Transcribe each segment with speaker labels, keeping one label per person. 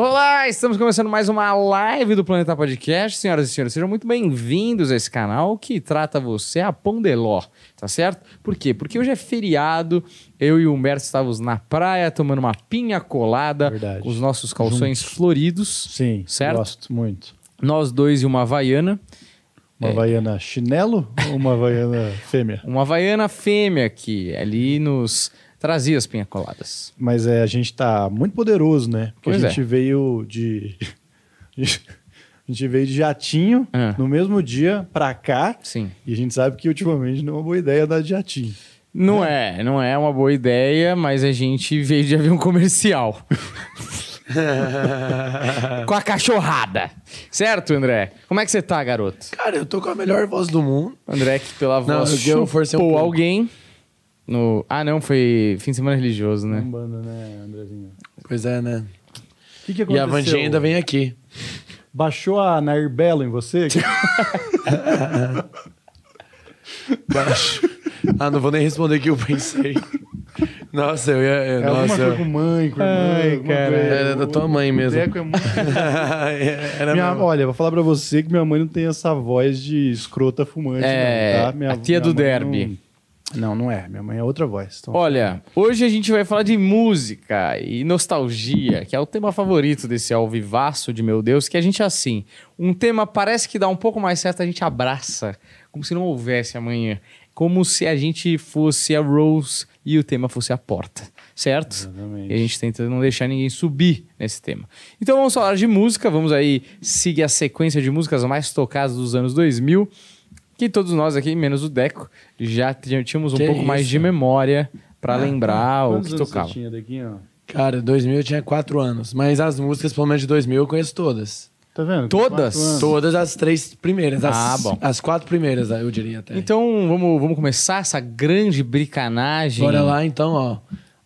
Speaker 1: Olá, estamos começando mais uma live do Planeta Podcast. Senhoras e senhores, sejam muito bem-vindos a esse canal que trata você a Pondeló, tá certo? Por quê? Porque hoje é feriado, eu e o Humberto estávamos na praia tomando uma pinha colada
Speaker 2: Verdade.
Speaker 1: com os nossos calções floridos,
Speaker 2: Sim,
Speaker 1: Certo?
Speaker 2: gosto muito.
Speaker 1: nós dois e uma havaiana.
Speaker 3: É.
Speaker 2: Uma havaiana chinelo ou uma havaiana fêmea?
Speaker 1: Uma havaiana fêmea que é ali nos trazia as pinha coladas.
Speaker 2: Mas é, a gente tá muito poderoso, né? Porque
Speaker 1: Pois
Speaker 2: a
Speaker 3: é.
Speaker 2: gente veio de. a gente veio de jatinho
Speaker 1: Ah.
Speaker 3: É.
Speaker 2: no mesmo dia pra cá.
Speaker 1: Sim.
Speaker 2: E a gente sabe que ultimamente não é uma boa ideia andar de jatinho.
Speaker 1: Não é, não é uma boa ideia, mas a gente veio de avião comercial. Com a cachorrada. Certo, André? Como é que você tá, garoto?
Speaker 3: Cara, eu tô com a melhor voz do mundo.
Speaker 1: André que pela
Speaker 3: Não,
Speaker 1: voz
Speaker 3: eu- eu forcei um
Speaker 1: chupou
Speaker 3: pouco.
Speaker 1: alguém no... Ah, não, foi fim de semana religioso, né?
Speaker 2: Umbanda, né, Andrezinho?
Speaker 3: Pois é, né?
Speaker 2: O que, que
Speaker 3: E
Speaker 2: aconteceu?
Speaker 3: a Vandinha ainda vem aqui.
Speaker 2: Baixou a Nair Belo em você?
Speaker 3: Baixo. ah, não vou nem responder o que eu pensei. Nossa, eu ia. Eu,
Speaker 2: Alguma
Speaker 3: nossa.
Speaker 2: coisa
Speaker 3: Eu...
Speaker 2: com mãe, com irmã,
Speaker 1: Ai,
Speaker 2: alguma
Speaker 1: cara.
Speaker 2: coisa.
Speaker 3: Era da tua mãe
Speaker 2: O
Speaker 3: mesmo.
Speaker 2: Deco é muito
Speaker 3: É, Era
Speaker 2: Minha-
Speaker 3: mesmo.
Speaker 2: olha, vou falar pra você que minha mãe não tem essa voz de escrota fumante,
Speaker 1: É,
Speaker 2: não, tá? Minha,
Speaker 1: a tia
Speaker 2: minha
Speaker 1: do
Speaker 2: mãe
Speaker 1: derby.
Speaker 2: Não... não, não é. Minha mãe é outra voz. Então...
Speaker 1: Olha, hoje a gente vai falar de música e nostalgia, que é o tema favorito desse alvivaço de meu Deus, que a gente assim, um tema parece que dá um pouco mais certo, a gente abraça, como se não houvesse amanhã, como se a gente fosse a Rose e o tema fosse a porta, certo?
Speaker 2: Exatamente.
Speaker 1: E a gente tenta não deixar ninguém subir nesse tema. Então vamos falar de música, vamos aí seguir a sequência de músicas mais tocadas dos anos 2000, que todos nós aqui, menos o Deco, já tinha- tínhamos um
Speaker 3: Que
Speaker 1: pouco mais
Speaker 3: isso?
Speaker 1: de memória pra lembrar o
Speaker 2: Ah, tá. Quantos
Speaker 1: que
Speaker 2: anos
Speaker 1: tocava.
Speaker 2: você tinha daqui, ó?
Speaker 3: Cara, 2000 eu tinha 4 anos. Mas as músicas, pelo menos de 2000, eu conheço todas.
Speaker 2: Tá vendo?
Speaker 1: Todas?
Speaker 2: Quatro anos.
Speaker 3: Todas as três primeiras. As,
Speaker 1: Ah, bom.
Speaker 3: As quatro primeiras, eu diria até.
Speaker 1: Então vamos, vamos começar essa grande bricanagem.
Speaker 3: Bora lá, então, ó.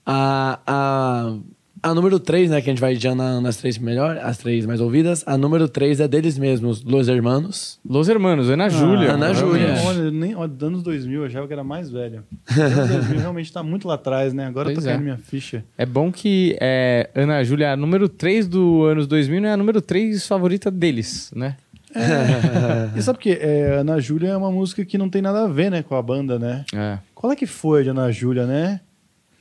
Speaker 3: A, a, a número 3, né, que a gente vai já na- nas três melhor, as três mais ouvidas. A número 3 é deles mesmos, Los Hermanos.
Speaker 1: Los Hermanos, Ana
Speaker 2: Ah,
Speaker 1: Júlia.
Speaker 3: Ana
Speaker 2: eu
Speaker 3: Júlia.
Speaker 2: nem- Olha, nem, ó, anos 2000 eu achava que era mais velha. Anos 2000 realmente tá muito lá atrás, né? Agora
Speaker 1: Pois
Speaker 2: tá caindo
Speaker 1: é.
Speaker 2: minha ficha.
Speaker 1: É bom que é, Ana Júlia, é a número 3 do anos 2000, não é a número 3 favorita deles, né?
Speaker 2: E sabe o que? É, Ana Júlia é uma música que não tem nada a ver, né, com a banda, né?
Speaker 1: É.
Speaker 2: Qual é que foi a de Ana Júlia, né?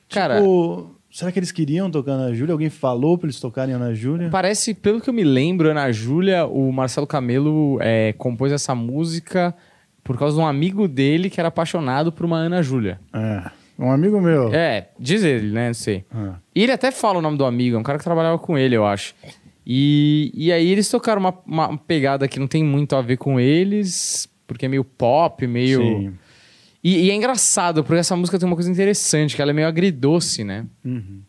Speaker 1: Cara-
Speaker 2: Tipo, será que eles queriam tocar Ana Júlia? Alguém falou pra eles tocarem Ana Júlia?
Speaker 1: Parece, pelo que eu me lembro, Ana Júlia, o Marcelo Camelo é, compôs essa música por causa de um amigo dele que era apaixonado por uma Ana Júlia.
Speaker 2: É. Um amigo meu.
Speaker 1: É, diz ele, né? Não sei.
Speaker 2: Ah.
Speaker 1: E ele até fala o nome do amigo, é um cara que trabalhava com ele, eu acho. E, e aí eles tocaram uma, uma pegada que não tem muito a ver com eles, porque é meio pop, meio.
Speaker 2: Sim.
Speaker 1: E, e é engraçado, porque essa música tem uma coisa interessante, que ela é meio agridoce, né?
Speaker 2: Uhum.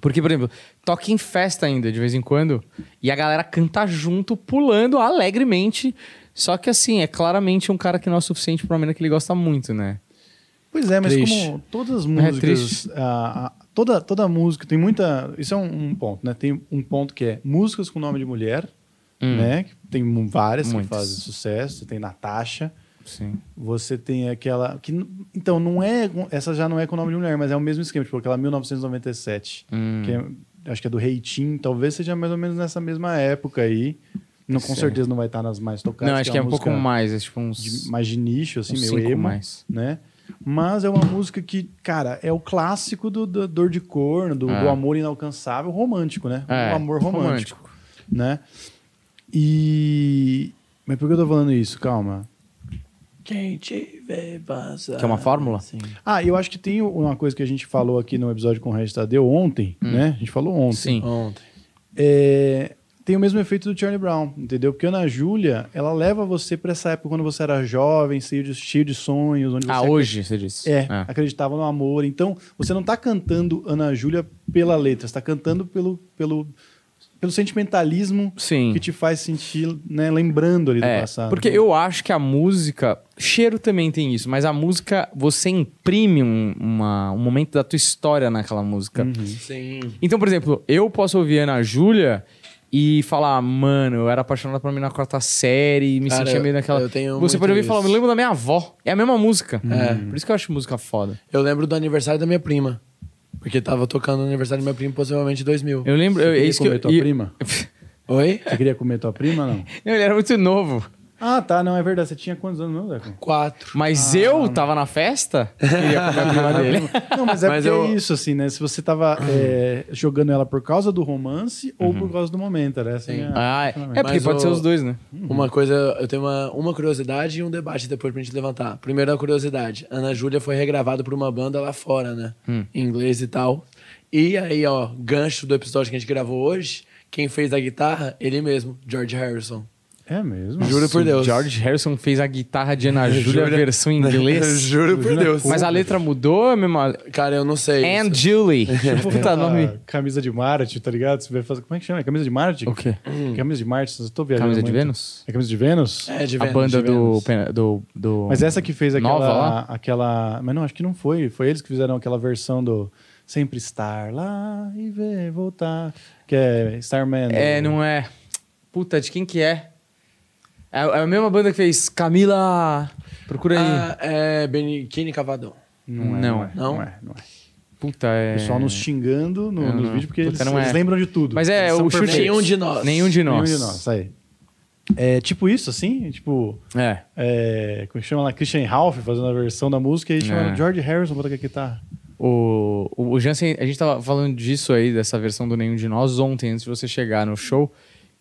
Speaker 1: Porque, por exemplo, toca em festa ainda, de vez em quando, e a galera canta junto, pulando alegremente. Só que, assim, é claramente um cara que não é o suficiente pra uma mina que ele gosta muito, né?
Speaker 2: Pois é, mas
Speaker 3: Triste.
Speaker 2: como todas as
Speaker 1: É
Speaker 2: músicas.
Speaker 1: triste.
Speaker 2: a- a- toda, toda música tem muita. Isso é um, um ponto, né? Tem um ponto que é músicas com nome de mulher, né? Que Tem mu- várias
Speaker 1: Hum. Muitas.
Speaker 2: que fazem sucesso. Você tem Natasha.
Speaker 1: Sim.
Speaker 2: Você tem aquela. Que, n- então, não é. Essa já não é com nome de mulher, mas é o mesmo esquema, tipo aquela 1997.
Speaker 1: Hum.
Speaker 2: Que é- acho que é do Reitinho, talvez seja mais ou menos nessa mesma época aí. Não, com
Speaker 1: Sei.
Speaker 2: certeza não vai estar nas mais tocadas.
Speaker 1: não, acho que é,
Speaker 2: uma
Speaker 1: um pouco
Speaker 2: música
Speaker 1: mais, é tipo uns...
Speaker 2: de- mais de nicho, assim,
Speaker 1: Uns
Speaker 2: meio
Speaker 1: cinco
Speaker 2: emo,
Speaker 1: mais.
Speaker 2: né? Mas é uma música que, cara, é o clássico do, do dor de corno, do,
Speaker 1: É.
Speaker 2: do amor inalcançável, romântico, né?
Speaker 1: É,
Speaker 2: o amor romântico, né? E... Mas por que eu tô falando isso? Calma.
Speaker 3: Quem tiver passar.
Speaker 1: Que é uma fórmula?
Speaker 3: Sim.
Speaker 2: Ah, eu acho que tem uma coisa que a gente falou aqui no episódio com o Regis Tadeu ontem, né? A gente falou ontem.
Speaker 1: Hum. Sim.
Speaker 3: Ontem.
Speaker 2: É, tem o mesmo efeito do Charlie Brown, entendeu? Porque Ana Júlia, ela leva você pra essa época quando você era jovem, cheio de, cheio de sonhos, onde você
Speaker 1: Ah, hoje, você disse.
Speaker 2: É, acreditava no amor. Então, você não tá cantando Ana Júlia pela letra, você tá cantando pelo, pelo, pelo sentimentalismo
Speaker 1: Sim.
Speaker 2: que te faz sentir, né, lembrando ali do
Speaker 1: É,
Speaker 2: passado. né?
Speaker 1: porque eu acho que a música, cheiro também tem isso, mas a música, você imprime um, uma- um momento da tua história naquela música.
Speaker 2: Uhum.
Speaker 3: Sim.
Speaker 1: Então, por exemplo, eu posso ouvir Ana Júlia e falar, mano, eu era apaixonado por mim na quarta série, me
Speaker 3: Cara,
Speaker 1: sentia meio
Speaker 3: eu-
Speaker 1: naquela.
Speaker 3: eu tenho
Speaker 1: você
Speaker 3: muito
Speaker 1: pode ouvir e
Speaker 3: isso.
Speaker 1: falar, me lembro da Uhum. minha avó. É a mesma música. É. Por isso que eu acho música foda.
Speaker 3: Eu lembro do aniversário da minha prima. Porque tava tocando no aniversário do meu primo, possivelmente em 2000.
Speaker 1: Eu lembro. É.
Speaker 2: Você
Speaker 1: Eu, é
Speaker 2: queria
Speaker 1: isso que
Speaker 2: comer
Speaker 1: eu,
Speaker 2: tua
Speaker 1: e-
Speaker 2: prima?
Speaker 3: Oi?
Speaker 2: Você queria comer tua prima, não?
Speaker 1: Não, ele era muito novo.
Speaker 2: Ah, tá, não, é verdade. Você tinha quantos anos, não, Deco?
Speaker 3: Quatro.
Speaker 2: Ah,
Speaker 1: Mas eu tava na festa. Queria comer a prima dele.
Speaker 2: Não, mas é
Speaker 3: Mas
Speaker 2: porque
Speaker 3: eu-
Speaker 2: é isso, assim, né? Se você tava é, jogando ela por causa do romance ou por causa do momento, né? Assim,
Speaker 3: Sim.
Speaker 2: é-
Speaker 1: Uhum. Ah, é porque
Speaker 3: Mas
Speaker 1: pode
Speaker 3: o-
Speaker 1: ser os dois, né?
Speaker 3: Uma coisa, eu tenho uma, uma curiosidade e um debate depois pra gente levantar. Primeiro a curiosidade. Ana Júlia foi regravada por uma banda lá fora, né?
Speaker 1: Hum.
Speaker 3: Em inglês e tal. E aí, ó, gancho do episódio que a gente gravou hoje, quem fez a guitarra? Ele mesmo, George Harrison.
Speaker 2: É mesmo?
Speaker 3: Juro
Speaker 1: Se
Speaker 3: por
Speaker 1: o
Speaker 3: Deus.
Speaker 1: George Harrison fez a guitarra de Ana Júlia,
Speaker 3: Júlia-
Speaker 1: versão em inglês.
Speaker 3: Juro por Deus.
Speaker 1: Mas a letra mudou, é mesmo? a-
Speaker 3: Cara, eu não sei.
Speaker 1: And Julie. Puta
Speaker 2: Aquela
Speaker 1: Tá, nome.
Speaker 2: Camisa de Marte, tá ligado? Você vai fazer... Como é que chama? É camisa de Marte?
Speaker 1: O quê?
Speaker 2: Camisa de Marte, eu tô viajando
Speaker 1: Hum. Camisa de
Speaker 2: muito.
Speaker 1: Vênus?
Speaker 2: É camisa de Vênus?
Speaker 3: É, de
Speaker 1: A
Speaker 3: Vênus,
Speaker 1: banda
Speaker 3: de
Speaker 1: do,
Speaker 3: Vênus.
Speaker 1: pen- do, do.
Speaker 2: Mas essa que fez aquela,
Speaker 1: Nova lá?
Speaker 2: aquela. Mas não, acho que não foi. Foi eles que fizeram aquela versão do Sempre Estar lá e ver voltar. Que é Starman.
Speaker 1: É,
Speaker 2: do-
Speaker 1: não é. Puta, de quem que é? É é a mesma banda que fez Camila. Procura aí.
Speaker 3: Ah, é Benigni Cavadão.
Speaker 2: Não
Speaker 1: Não.
Speaker 2: é. Não é.
Speaker 3: Não?
Speaker 2: é, não é.
Speaker 1: Puta, é.
Speaker 2: O pessoal nos xingando no-
Speaker 1: Não,
Speaker 2: nos
Speaker 1: não.
Speaker 2: vídeos porque
Speaker 1: Puta,
Speaker 2: eles,
Speaker 1: não é.
Speaker 2: eles lembram de tudo.
Speaker 1: Mas é
Speaker 2: Eles são
Speaker 1: o chute.
Speaker 2: perfeitos.
Speaker 3: Nenhum de nós.
Speaker 1: Nenhum de nós.
Speaker 2: Nenhum de nós, aí. É tipo isso, assim? Tipo.
Speaker 1: É.
Speaker 2: É, como chama lá? Christian Ralph fazendo a versão da música e chamaram
Speaker 1: É.
Speaker 2: George Harrison pra tocar guitarra.
Speaker 1: O, o, o Jansen, a gente tava falando disso aí, dessa versão do Nenhum de Nós, ontem, antes de você chegar no show,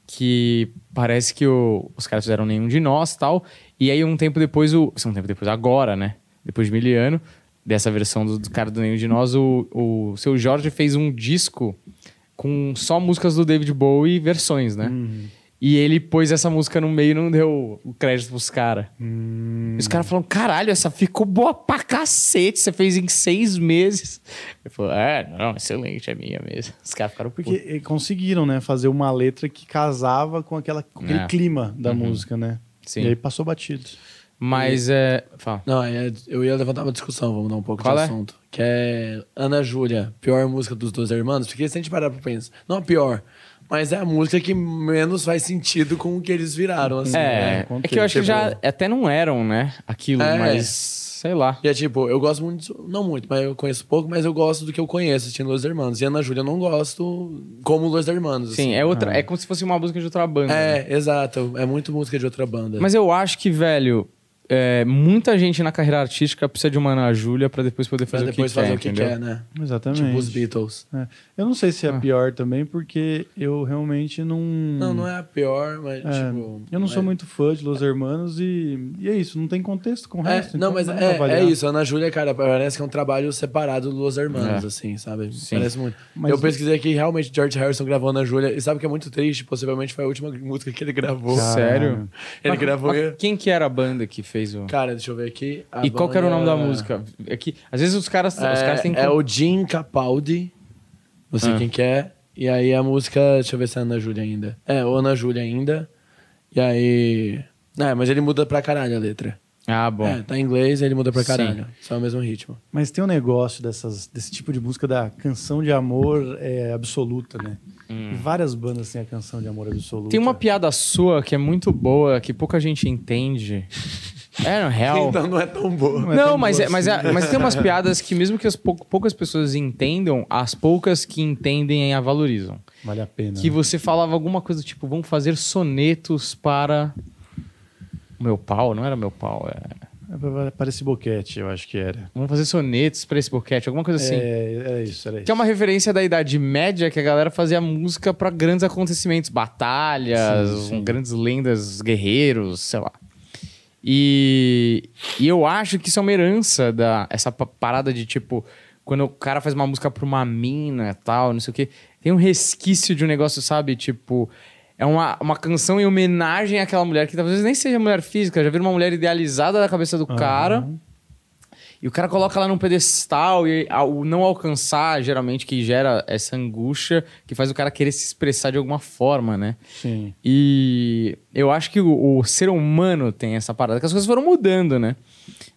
Speaker 1: que parece que o- os caras fizeram Nenhum de Nós tal, e aí um tempo depois, o, assim, um tempo depois, agora, né? Depois de Miliano, dessa versão do, do cara do Nenhum de Nós, o, o seu Jorge fez um disco com só músicas do David Bowie e versões, né? E ele pôs essa música no meio e não deu o crédito pros caras. E Os caras falaram, caralho, essa ficou boa pra cacete, você fez em seis meses. Ele falou, é, não, excelente, é minha mesmo. Os caras ficaram
Speaker 2: Porque
Speaker 1: putos.
Speaker 2: eh, conseguiram, né, fazer uma letra que casava com, aquela, com aquele
Speaker 1: É.
Speaker 2: clima da música, né?
Speaker 1: Sim.
Speaker 2: E aí passou batido.
Speaker 1: Mas é. Fala.
Speaker 3: Não, é- eu ia levantar uma discussão, vamos dar um pouco
Speaker 1: Qual
Speaker 3: de
Speaker 1: é?
Speaker 3: assunto. Que é Ana Júlia, pior música dos dois irmãos, porque se a gente parar pra pensar, não a pior, mas é a música que menos faz sentido com o que eles viraram, assim.
Speaker 1: É,
Speaker 2: é, contei.
Speaker 1: é que eu acho que
Speaker 3: Tipo-
Speaker 1: já até não eram, né? Aquilo,
Speaker 3: É.
Speaker 1: mas sei lá.
Speaker 3: E é tipo, eu gosto muito, não muito, mas eu conheço pouco, mas eu gosto do que eu conheço, assistindo Los Hermanos. E Ana Júlia eu não gosto como Los Hermanos.
Speaker 1: Sim,
Speaker 3: assim.
Speaker 1: é, outra, é como se fosse uma música de outra banda. né?
Speaker 3: É, exato. É muito música de outra banda.
Speaker 1: Mas eu acho que, velho, é, muita gente na carreira artística precisa de uma Ana Júlia pra depois poder
Speaker 3: pra
Speaker 1: fazer
Speaker 3: depois
Speaker 1: o que
Speaker 3: fazer
Speaker 1: quer.
Speaker 3: o que
Speaker 1: entendeu?
Speaker 3: quer, né?
Speaker 2: Exatamente.
Speaker 3: Tipo os Beatles.
Speaker 2: É. Eu não sei se é a
Speaker 1: Ah.
Speaker 2: pior também, porque eu realmente não.
Speaker 3: Não, não é a pior, mas
Speaker 2: Hum. É,
Speaker 3: tipo.
Speaker 2: eu não sou
Speaker 3: é-
Speaker 2: muito fã de Los Hermanos e, e é isso, não tem contexto com o
Speaker 3: É,
Speaker 2: resto.
Speaker 3: não,
Speaker 2: então
Speaker 3: mas
Speaker 1: né?
Speaker 2: dá pra
Speaker 3: é,
Speaker 2: avaliar.
Speaker 3: é isso. A Ana Júlia, cara, parece que é um trabalho separado dos Los Hermanos,
Speaker 1: É.
Speaker 3: assim, sabe?
Speaker 1: Sim.
Speaker 3: Parece muito.
Speaker 2: Mas-
Speaker 3: eu pesquisei aqui, realmente, George Harrison gravou Ana Júlia. E sabe o que é muito triste? Possivelmente foi a última música que ele gravou.
Speaker 2: Caralho.
Speaker 1: Sério?
Speaker 3: Ele
Speaker 1: Mas-
Speaker 3: gravou...
Speaker 1: mas Quem que era a banda que fez o.
Speaker 3: Cara, deixa eu ver aqui. a
Speaker 1: e qual que era o nome da
Speaker 3: banda-
Speaker 1: música? É que, às vezes os caras, os
Speaker 3: É,
Speaker 1: caras têm que...
Speaker 3: é o Jim Capaldi. Não sei
Speaker 1: Ah.
Speaker 3: quem que é. E aí a música... Deixa eu ver se é Ana Júlia ainda. É, ou Ana Júlia ainda. E aí... É, mas ele muda pra caralho a letra.
Speaker 1: Ah, bom.
Speaker 3: É, tá em inglês ele muda pra
Speaker 1: Sim.
Speaker 3: caralho. Só é o mesmo ritmo.
Speaker 2: Mas tem um negócio dessas, desse tipo de música da canção de amor é, absoluta, né? E várias bandas têm a canção de amor absoluta.
Speaker 1: Hum. Tem uma piada sua que é muito boa, que pouca gente entende. É, no real.
Speaker 3: Então não é tão boa.
Speaker 1: Não,
Speaker 2: é tão
Speaker 1: mas,
Speaker 2: boa
Speaker 1: é, mas, é-
Speaker 2: assim.
Speaker 1: mas tem umas piadas que, mesmo que as pou- poucas pessoas entendam, as poucas que entendem a valorizam.
Speaker 2: Vale a pena.
Speaker 1: Que
Speaker 2: né?
Speaker 1: você falava alguma coisa tipo, vamos fazer sonetos para. o Meu pau? Não era meu pau. é.
Speaker 2: É pra- Parece boquete, eu acho que era.
Speaker 1: Vamos fazer sonetos para esse boquete, alguma coisa assim.
Speaker 2: É, era isso, era isso.
Speaker 1: Que é uma referência da Idade Média que a galera fazia música pra grandes acontecimentos, batalhas,
Speaker 2: Sim, sim.
Speaker 1: um- grandes lendas, guerreiros, sei lá. E, e eu acho que isso é uma herança da essa pa- parada de tipo quando o cara faz uma música pra uma mina, tal, não sei o quê, tem um resquício de um negócio, sabe, tipo é uma, uma canção em homenagem àquela mulher que talvez nem seja mulher física, já vira uma mulher idealizada da cabeça do cara. E o cara coloca ela num pedestal e a- o não alcançar, geralmente, que gera essa angústia que faz o cara querer se expressar de alguma forma, né?
Speaker 2: Sim.
Speaker 1: E eu acho que o, o ser humano tem essa parada, que as coisas foram mudando, né?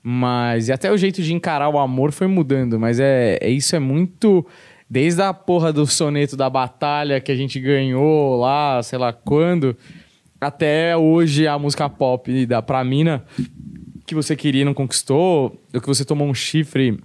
Speaker 1: Mas e até o jeito de encarar o amor foi mudando, mas é, é isso é muito desde a porra do soneto da batalha que a gente ganhou lá, sei lá quando, até hoje a música pop da pra mina que você queria e não conquistou, ou que você tomou um chifre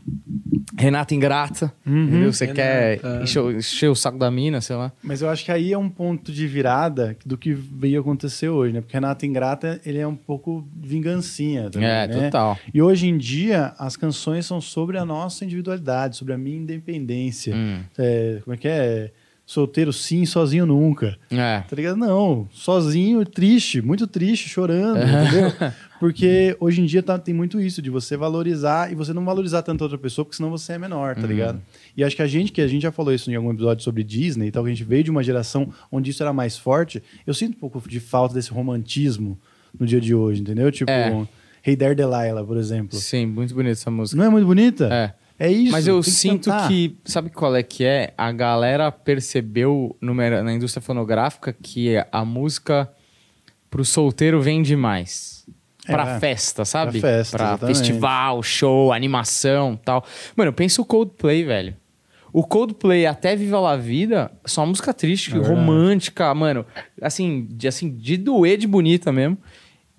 Speaker 1: Renata ingrata, entendeu? Você quer
Speaker 3: Renata.
Speaker 1: encher, o- encher o saco da mina, sei lá.
Speaker 2: Mas eu acho que aí é um ponto de virada do que veio acontecer hoje, né? Porque Renato Ingrata, ele é um pouco vingancinha também,
Speaker 1: é,
Speaker 2: né?
Speaker 1: total.
Speaker 2: E hoje em dia, as canções são sobre a nossa individualidade, sobre a minha independência.
Speaker 1: Hum.
Speaker 2: É, como é que é? Solteiro sim, sozinho nunca.
Speaker 1: É.
Speaker 2: Tá ligado? Não, sozinho, triste, muito triste, chorando, entendeu? Porque hoje em dia tá- tem muito isso, de você valorizar e você não valorizar tanto a outra pessoa, porque senão você é menor,
Speaker 1: Uhum.
Speaker 2: tá ligado? E acho que a gente, que a gente já falou isso em algum episódio sobre Disney e tal, que a gente veio de uma geração onde isso era mais forte, eu sinto um pouco de falta desse romantismo no dia de hoje, entendeu? Tipo,
Speaker 1: É.
Speaker 2: Hey There Delilah, por exemplo.
Speaker 1: Sim, muito bonita essa música.
Speaker 2: Não é muito bonita?
Speaker 1: É.
Speaker 2: É isso.
Speaker 1: Mas eu
Speaker 2: tem
Speaker 1: sinto
Speaker 2: cantar.
Speaker 1: que, sabe qual é que é? A galera percebeu numer- na indústria fonográfica que a música pro solteiro vende mais.
Speaker 2: É.
Speaker 1: Pra festa, sabe?
Speaker 2: Pra festa, exatamente.
Speaker 1: festival, show, animação tal. Mano, pensa o Coldplay, velho. O Coldplay até Viva La Vida, só música triste,
Speaker 2: É verdade.
Speaker 1: romântica, mano. Assim de, assim, de doer de bonita mesmo.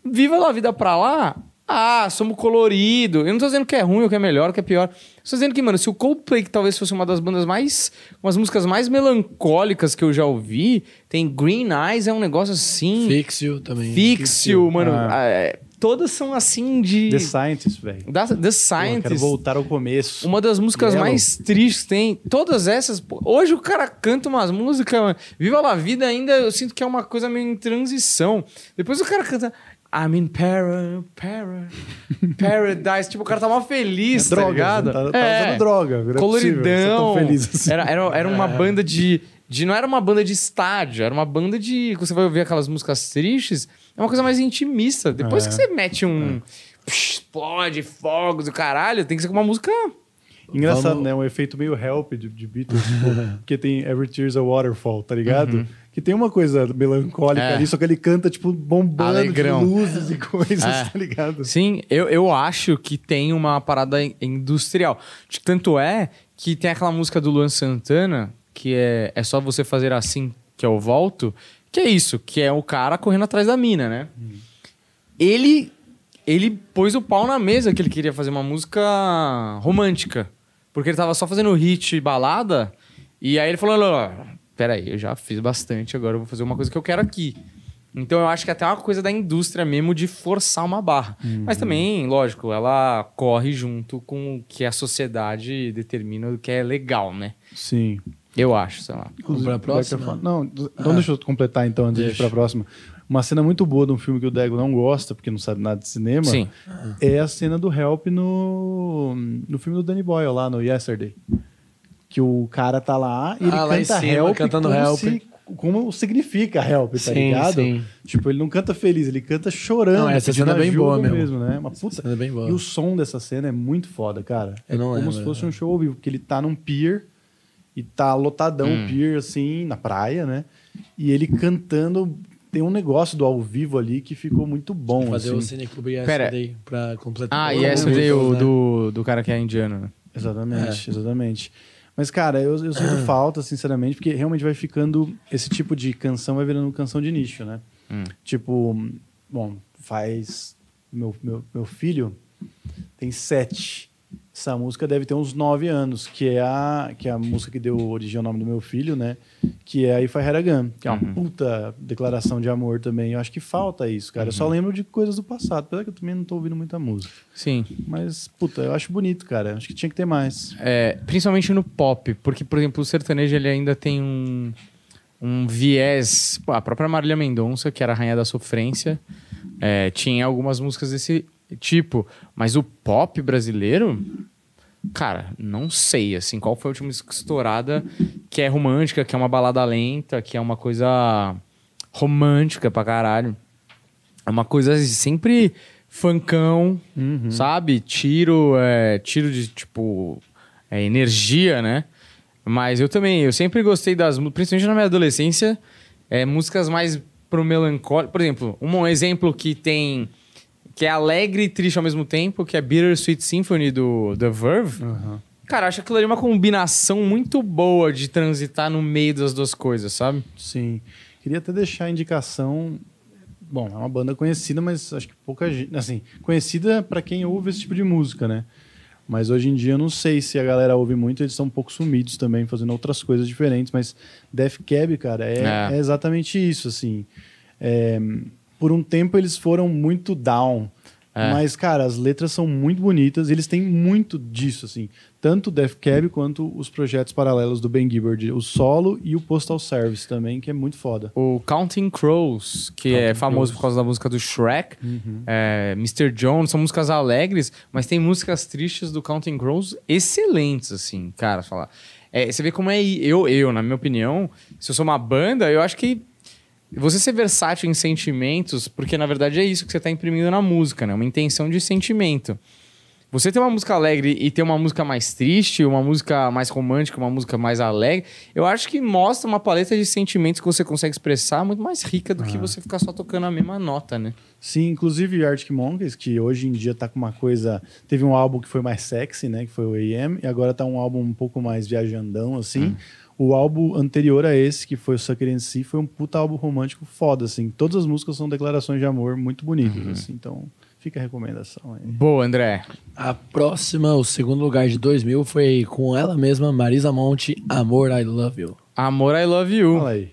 Speaker 1: Viva La Vida pra lá, ah, somos colorido. Eu não tô dizendo que é ruim, ou que é melhor, ou que é pior. Eu tô dizendo que, mano, se o Coldplay, que talvez fosse uma das bandas mais... Umas músicas mais melancólicas que eu já ouvi, tem Green Eyes, é um negócio assim...
Speaker 3: Fixio também.
Speaker 1: Fixio, mano.
Speaker 2: Ah.
Speaker 1: é, todas são assim de...
Speaker 2: The Scientist, velho.
Speaker 1: da, The
Speaker 2: Pô, eu Quero
Speaker 1: Scientist.
Speaker 2: voltar ao começo.
Speaker 1: Uma das músicas
Speaker 2: Yellow.
Speaker 1: mais tristes que tem. Todas essas. pô, Hoje o cara canta umas músicas. mano. Viva La Vida ainda eu sinto que é uma coisa meio em transição. Depois o cara canta. I'm in para, para, paradise. tipo, o cara tá mal feliz, tá
Speaker 2: drogas,
Speaker 1: ligado?
Speaker 2: né? Tá- tá usando droga, não é possível ser
Speaker 1: Coloridão. É.
Speaker 2: tão feliz assim.
Speaker 1: Era, era, era uma banda de, de. Não era uma banda de estádio, era uma banda de. Você vai ouvir aquelas músicas tristes, é uma coisa mais intimista. Depois
Speaker 2: É.
Speaker 1: que você mete um. psh, explode, fogos do caralho, tem que ser com uma música.
Speaker 2: Engraçado,
Speaker 3: Vamos-
Speaker 2: né? Um efeito meio help de, de Beatles, tipo, porque tem Every Tear's a Waterfall, tá ligado? Que tem uma coisa melancólica
Speaker 1: É.
Speaker 2: ali, só que ele canta, tipo, bombando
Speaker 1: Alegrão.
Speaker 2: de luzes e coisas,
Speaker 1: É.
Speaker 2: tá ligado?
Speaker 1: Sim, eu, eu acho que tem uma parada in- industrial. De- Tanto é que tem aquela música do Luan Santana, que é, é só você fazer assim que eu volto, que é isso, que é o cara correndo atrás da mina, né? Ele, ele pôs o pau na mesa que ele queria fazer uma música romântica. Porque ele tava só fazendo hit e balada, e aí ele falou, "Ó, peraí, eu já fiz bastante, agora eu vou fazer uma coisa que eu quero aqui. Então eu acho que até é uma coisa da indústria mesmo de forçar uma barra. Mas também, lógico, ela corre junto com o que a sociedade determina o que é legal, né?
Speaker 2: Sim.
Speaker 1: Eu acho, sei lá.
Speaker 3: Vamos pra próxima?
Speaker 2: Não, d-
Speaker 3: é.
Speaker 2: então deixa eu completar então antes de ir pra próxima. Uma cena muito boa de um filme que o Dego não gosta, porque não sabe nada de cinema,
Speaker 1: Sim.
Speaker 2: é a cena do Help no, no filme do Danny Boyle, lá no Yesterday. Que o cara tá lá e ele
Speaker 3: Ah, lá em
Speaker 2: canta
Speaker 3: cima,
Speaker 2: Help
Speaker 3: cantando
Speaker 2: como,
Speaker 3: Help.
Speaker 2: se- como significa Help, tá
Speaker 3: Sim,
Speaker 2: ligado?
Speaker 3: sim.
Speaker 2: Tipo, ele não canta feliz, ele canta chorando.
Speaker 3: Não, essa
Speaker 2: pedindo
Speaker 3: cena é bem
Speaker 2: ajuda
Speaker 3: boa mesmo.
Speaker 2: né? Uma puta.
Speaker 3: cena é bem boa.
Speaker 2: E o som dessa cena é muito foda, cara.
Speaker 3: Eu
Speaker 2: é
Speaker 3: não
Speaker 2: como
Speaker 3: lembro, né?
Speaker 2: se fosse um show ao vivo, porque ele tá num pier e tá lotadão
Speaker 3: Hum.
Speaker 2: o pier, assim, na praia, né? E ele cantando. Tem um negócio do ao vivo ali que ficou muito bom.
Speaker 3: Fazer o
Speaker 2: assim.
Speaker 3: Cineclube
Speaker 1: Pera.
Speaker 3: Yesterday pra completar.
Speaker 1: Ah,
Speaker 3: Todo
Speaker 1: e essa
Speaker 3: mundo,
Speaker 1: do,
Speaker 3: né?
Speaker 1: do, do cara que é indiano. né?
Speaker 2: Exatamente, exatamente. Mas, cara, eu, eu sinto falta, sinceramente, porque realmente vai ficando. Esse tipo de canção vai virando canção de nicho, né? Tipo, bom, faz. Meu, meu, meu filho tem sete. Essa música deve ter uns nove anos, que é a, que é a música que deu origem ao nome do meu filho, né? Que é a If I Had a Gun, que é uma puta declaração de amor também. Eu acho que falta isso, cara. Eu só lembro de coisas do passado, apesar que eu também não tô ouvindo muita música.
Speaker 1: Sim.
Speaker 2: Mas, puta, eu acho bonito, cara. Acho que tinha que ter mais.
Speaker 1: É, principalmente no pop, porque, por exemplo, o sertanejo ele ainda tem um, um viés. Pô, A própria Marília Mendonça, que era a rainha da sofrência, é, tinha algumas músicas desse tipo. Mas o pop brasileiro, cara, não sei assim qual foi a última música estourada que é romântica, que é uma balada lenta, que é uma coisa romântica pra caralho. É uma coisa sempre funkão, sabe? Tiro, é, tiro de tipo é, energia, né? Mas eu também, eu sempre gostei das, mu- principalmente na minha adolescência, é, músicas mais pro melancólico. Por exemplo, um exemplo que tem que é alegre e triste ao mesmo tempo, que é Bitter Sweet Symphony do The Verve. Cara, eu acho aquilo ali uma combinação muito boa de transitar no meio das duas coisas, sabe?
Speaker 2: Sim. Queria até deixar a indicação bom, é uma banda conhecida, mas acho que pouca gente. Assim, conhecida para quem ouve esse tipo de música, né? Mas hoje em dia eu não sei se a galera ouve muito, eles são um pouco sumidos também, fazendo outras coisas diferentes. Mas Death Cab, cara, é,
Speaker 1: É.
Speaker 2: é exatamente isso, assim. É, por um tempo eles foram muito down.
Speaker 1: É.
Speaker 2: Mas, cara, as letras são muito bonitas e eles têm muito disso, assim. Tanto Death Cab quanto os projetos paralelos do Ben Gibbard. O solo e o Postal Service também, que é muito foda.
Speaker 1: O Counting Crows, que é
Speaker 2: Counting
Speaker 1: famoso
Speaker 2: Crows. Uhum.
Speaker 1: por causa da música do Shrek, é, Mr. Jones, são músicas alegres, mas tem músicas tristes do Counting Crows excelentes, assim, cara, falar. É, você vê como é. Eu, eu, na minha opinião, se eu sou uma banda, eu acho que você ser versátil em sentimentos, porque na verdade é isso que você está imprimindo na música, né? Uma intenção de sentimento. Você ter uma música alegre e ter uma música mais triste, uma música mais romântica, uma música mais alegre, eu acho que mostra uma paleta de sentimentos que você consegue expressar muito mais rica do que
Speaker 3: Ah.
Speaker 1: você ficar só tocando a mesma nota, né?
Speaker 2: Sim, inclusive Arctic Monkeys, que hoje em dia tá com uma coisa. Teve um álbum que foi mais sexy, né? Que foi o AM, e agora tá um álbum um pouco mais viajandão, assim. O álbum anterior a esse, que foi o Sucker in Si, foi um puta álbum romântico foda, assim. Todas as músicas são declarações de amor muito bonitas, assim. Então, fica a recomendação aí.
Speaker 1: Boa, André.
Speaker 3: A próxima, o segundo lugar de 2000, foi com ela mesma, Marisa Monte, Amor, I Love You.
Speaker 1: Amor, I love you.
Speaker 2: Fala aí.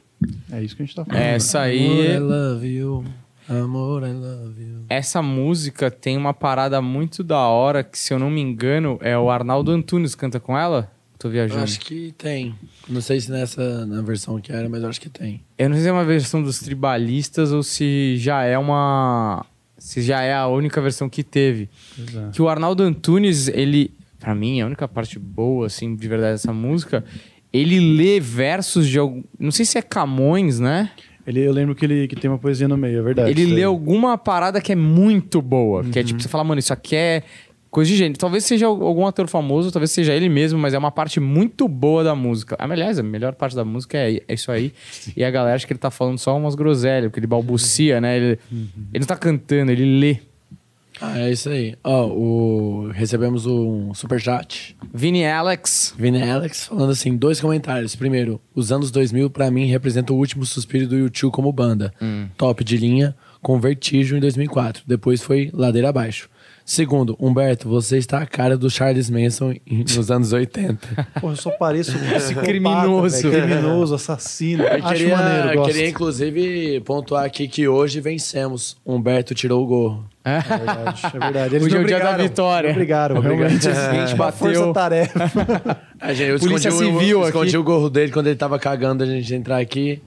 Speaker 2: É isso que a gente tá falando. né?
Speaker 1: Essa
Speaker 3: Amor, I
Speaker 1: aí.
Speaker 3: Love You. Amor, I Love You.
Speaker 1: Essa música tem uma parada muito da hora que, se eu não me engano, é o Arnaldo Antunes canta com ela? Tô
Speaker 3: Eu
Speaker 1: viajando.
Speaker 3: acho que tem. Não sei se nessa na versão que era, mas eu acho que tem.
Speaker 1: Eu não sei se é uma versão dos tribalistas ou se já é uma. Se já é a única versão que teve.
Speaker 2: Pois é.
Speaker 1: Que o Arnaldo Antunes, ele. Pra mim, a única parte boa, assim, de verdade dessa música, ele lê versos de algum. Não sei se é Camões, né?
Speaker 2: Ele, eu lembro que ele que tem uma poesia no meio, é verdade.
Speaker 1: ele
Speaker 2: isso aí.
Speaker 1: lê alguma parada que é muito boa. Que é tipo, você fala, mano, isso aqui é coisa de gênio. Talvez seja al- algum ator famoso, talvez seja ele mesmo, mas é uma parte muito boa da música. Ah, Aliás, a melhor parte da música é, é isso aí. E a galera acha que ele tá falando só umas groselhas, porque ele balbucia, né? Ele, ele não tá cantando, ele lê.
Speaker 3: Ah, é isso aí. Ó, o... recebemos um superchat.
Speaker 1: Vini Alex.
Speaker 3: Vini Alex falando assim, dois comentários. Primeiro, os anos 2000 pra mim representa o último suspiro do YouTube como banda. Top de linha, com Vertigo em 2004. Depois foi ladeira abaixo. Segundo, Humberto, você está a cara do Charles Manson em- nos anos 80.
Speaker 2: Porra, eu só pareço um psicopata,
Speaker 1: Criminoso.
Speaker 2: velho. Criminoso, assassino.
Speaker 3: Eu
Speaker 2: Acho
Speaker 3: queria,
Speaker 2: maneiro, gosto.
Speaker 3: queria inclusive pontuar aqui que hoje vencemos. Humberto tirou o gorro.
Speaker 2: É verdade, é verdade. Eles
Speaker 1: Hoje é
Speaker 2: não
Speaker 1: o dia da
Speaker 2: brigaram,
Speaker 1: vitória.
Speaker 2: não brigaram, realmente.
Speaker 1: Obrigado.
Speaker 2: assim,
Speaker 1: A gente
Speaker 2: uma
Speaker 1: bateu.
Speaker 2: Força-tarefa.
Speaker 3: A gente, eu
Speaker 1: Polícia
Speaker 3: escondi, o-
Speaker 1: Civil
Speaker 3: eu escondi
Speaker 1: aqui.
Speaker 3: o gorro dele quando ele tava cagando a gente entrar aqui.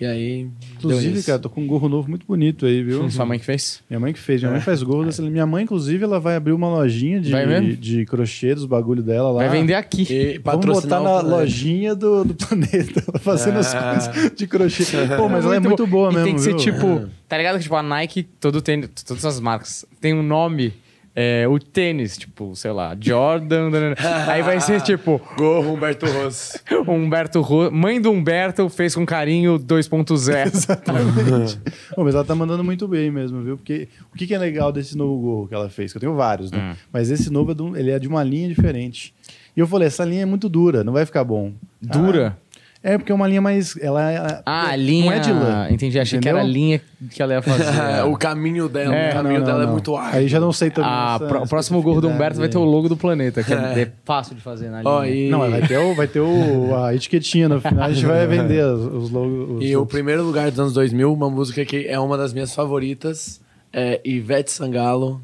Speaker 3: E aí. deu
Speaker 2: Inclusive,
Speaker 3: isso.
Speaker 2: cara, tô com um gorro novo muito bonito aí, viu?
Speaker 1: Sua mãe que fez?
Speaker 2: Minha mãe que fez, minha mãe faz gorro. dessa- Minha mãe, inclusive, ela vai abrir uma lojinha
Speaker 1: É. Vai mesmo?
Speaker 2: de, de crochê dos bagulho dela lá.
Speaker 1: Vai vender aqui.
Speaker 3: E
Speaker 2: Vamos botar
Speaker 3: patrocinar
Speaker 2: na
Speaker 3: o planeta.
Speaker 2: lojinha do, do planeta, ela fazendo as coisas de crochê. Pô, mas ela é muito boa
Speaker 1: Ah. e
Speaker 2: mesmo,
Speaker 1: tem que ser
Speaker 2: viu? É.
Speaker 1: tipo... Tá ligado que tipo, a Nike, todo tênis, todas as marcas, tem um nome... é, o tênis, tipo, sei lá, Jordan. aí vai ser tipo
Speaker 3: Gorro Humberto Rossi.
Speaker 1: O Humberto Ro... Mãe do Humberto fez com carinho 2.0.
Speaker 2: Exatamente. Bom, mas ela tá mandando muito bem mesmo, viu? Porque o que, que é legal desse novo gorro que ela fez? Que eu tenho vários, né?
Speaker 1: Hum.
Speaker 2: Mas esse novo é de um- ele é de uma linha diferente. E eu falei, essa linha é muito dura, não vai ficar bom.
Speaker 1: Dura?
Speaker 2: É porque é uma linha mais. Ela é-
Speaker 1: Ah, a linha.
Speaker 2: Não é de lã.
Speaker 1: Entendi, achei que era a
Speaker 2: Entendeu?
Speaker 1: linha que ela ia fazer.
Speaker 3: É, o caminho dela,
Speaker 1: É,
Speaker 3: o
Speaker 2: Não,
Speaker 3: caminho
Speaker 2: não,
Speaker 3: dela é
Speaker 2: não.
Speaker 3: muito árduo.
Speaker 2: Aí já não sei também.
Speaker 1: Ah,
Speaker 2: tá essa
Speaker 1: pro- o próximo gorro do Humberto vai ter o
Speaker 2: especificidade
Speaker 1: logo do planeta, que é, é fácil de fazer na linha.
Speaker 3: Ó, e,
Speaker 2: aí. Não, é mas vai ter, o, vai ter o, a etiquetinha no final, a gente vai vender os, os logos. os-
Speaker 3: e o primeiro lugar dos anos 2000, uma música que é uma das minhas favoritas, é Ivete Sangalo,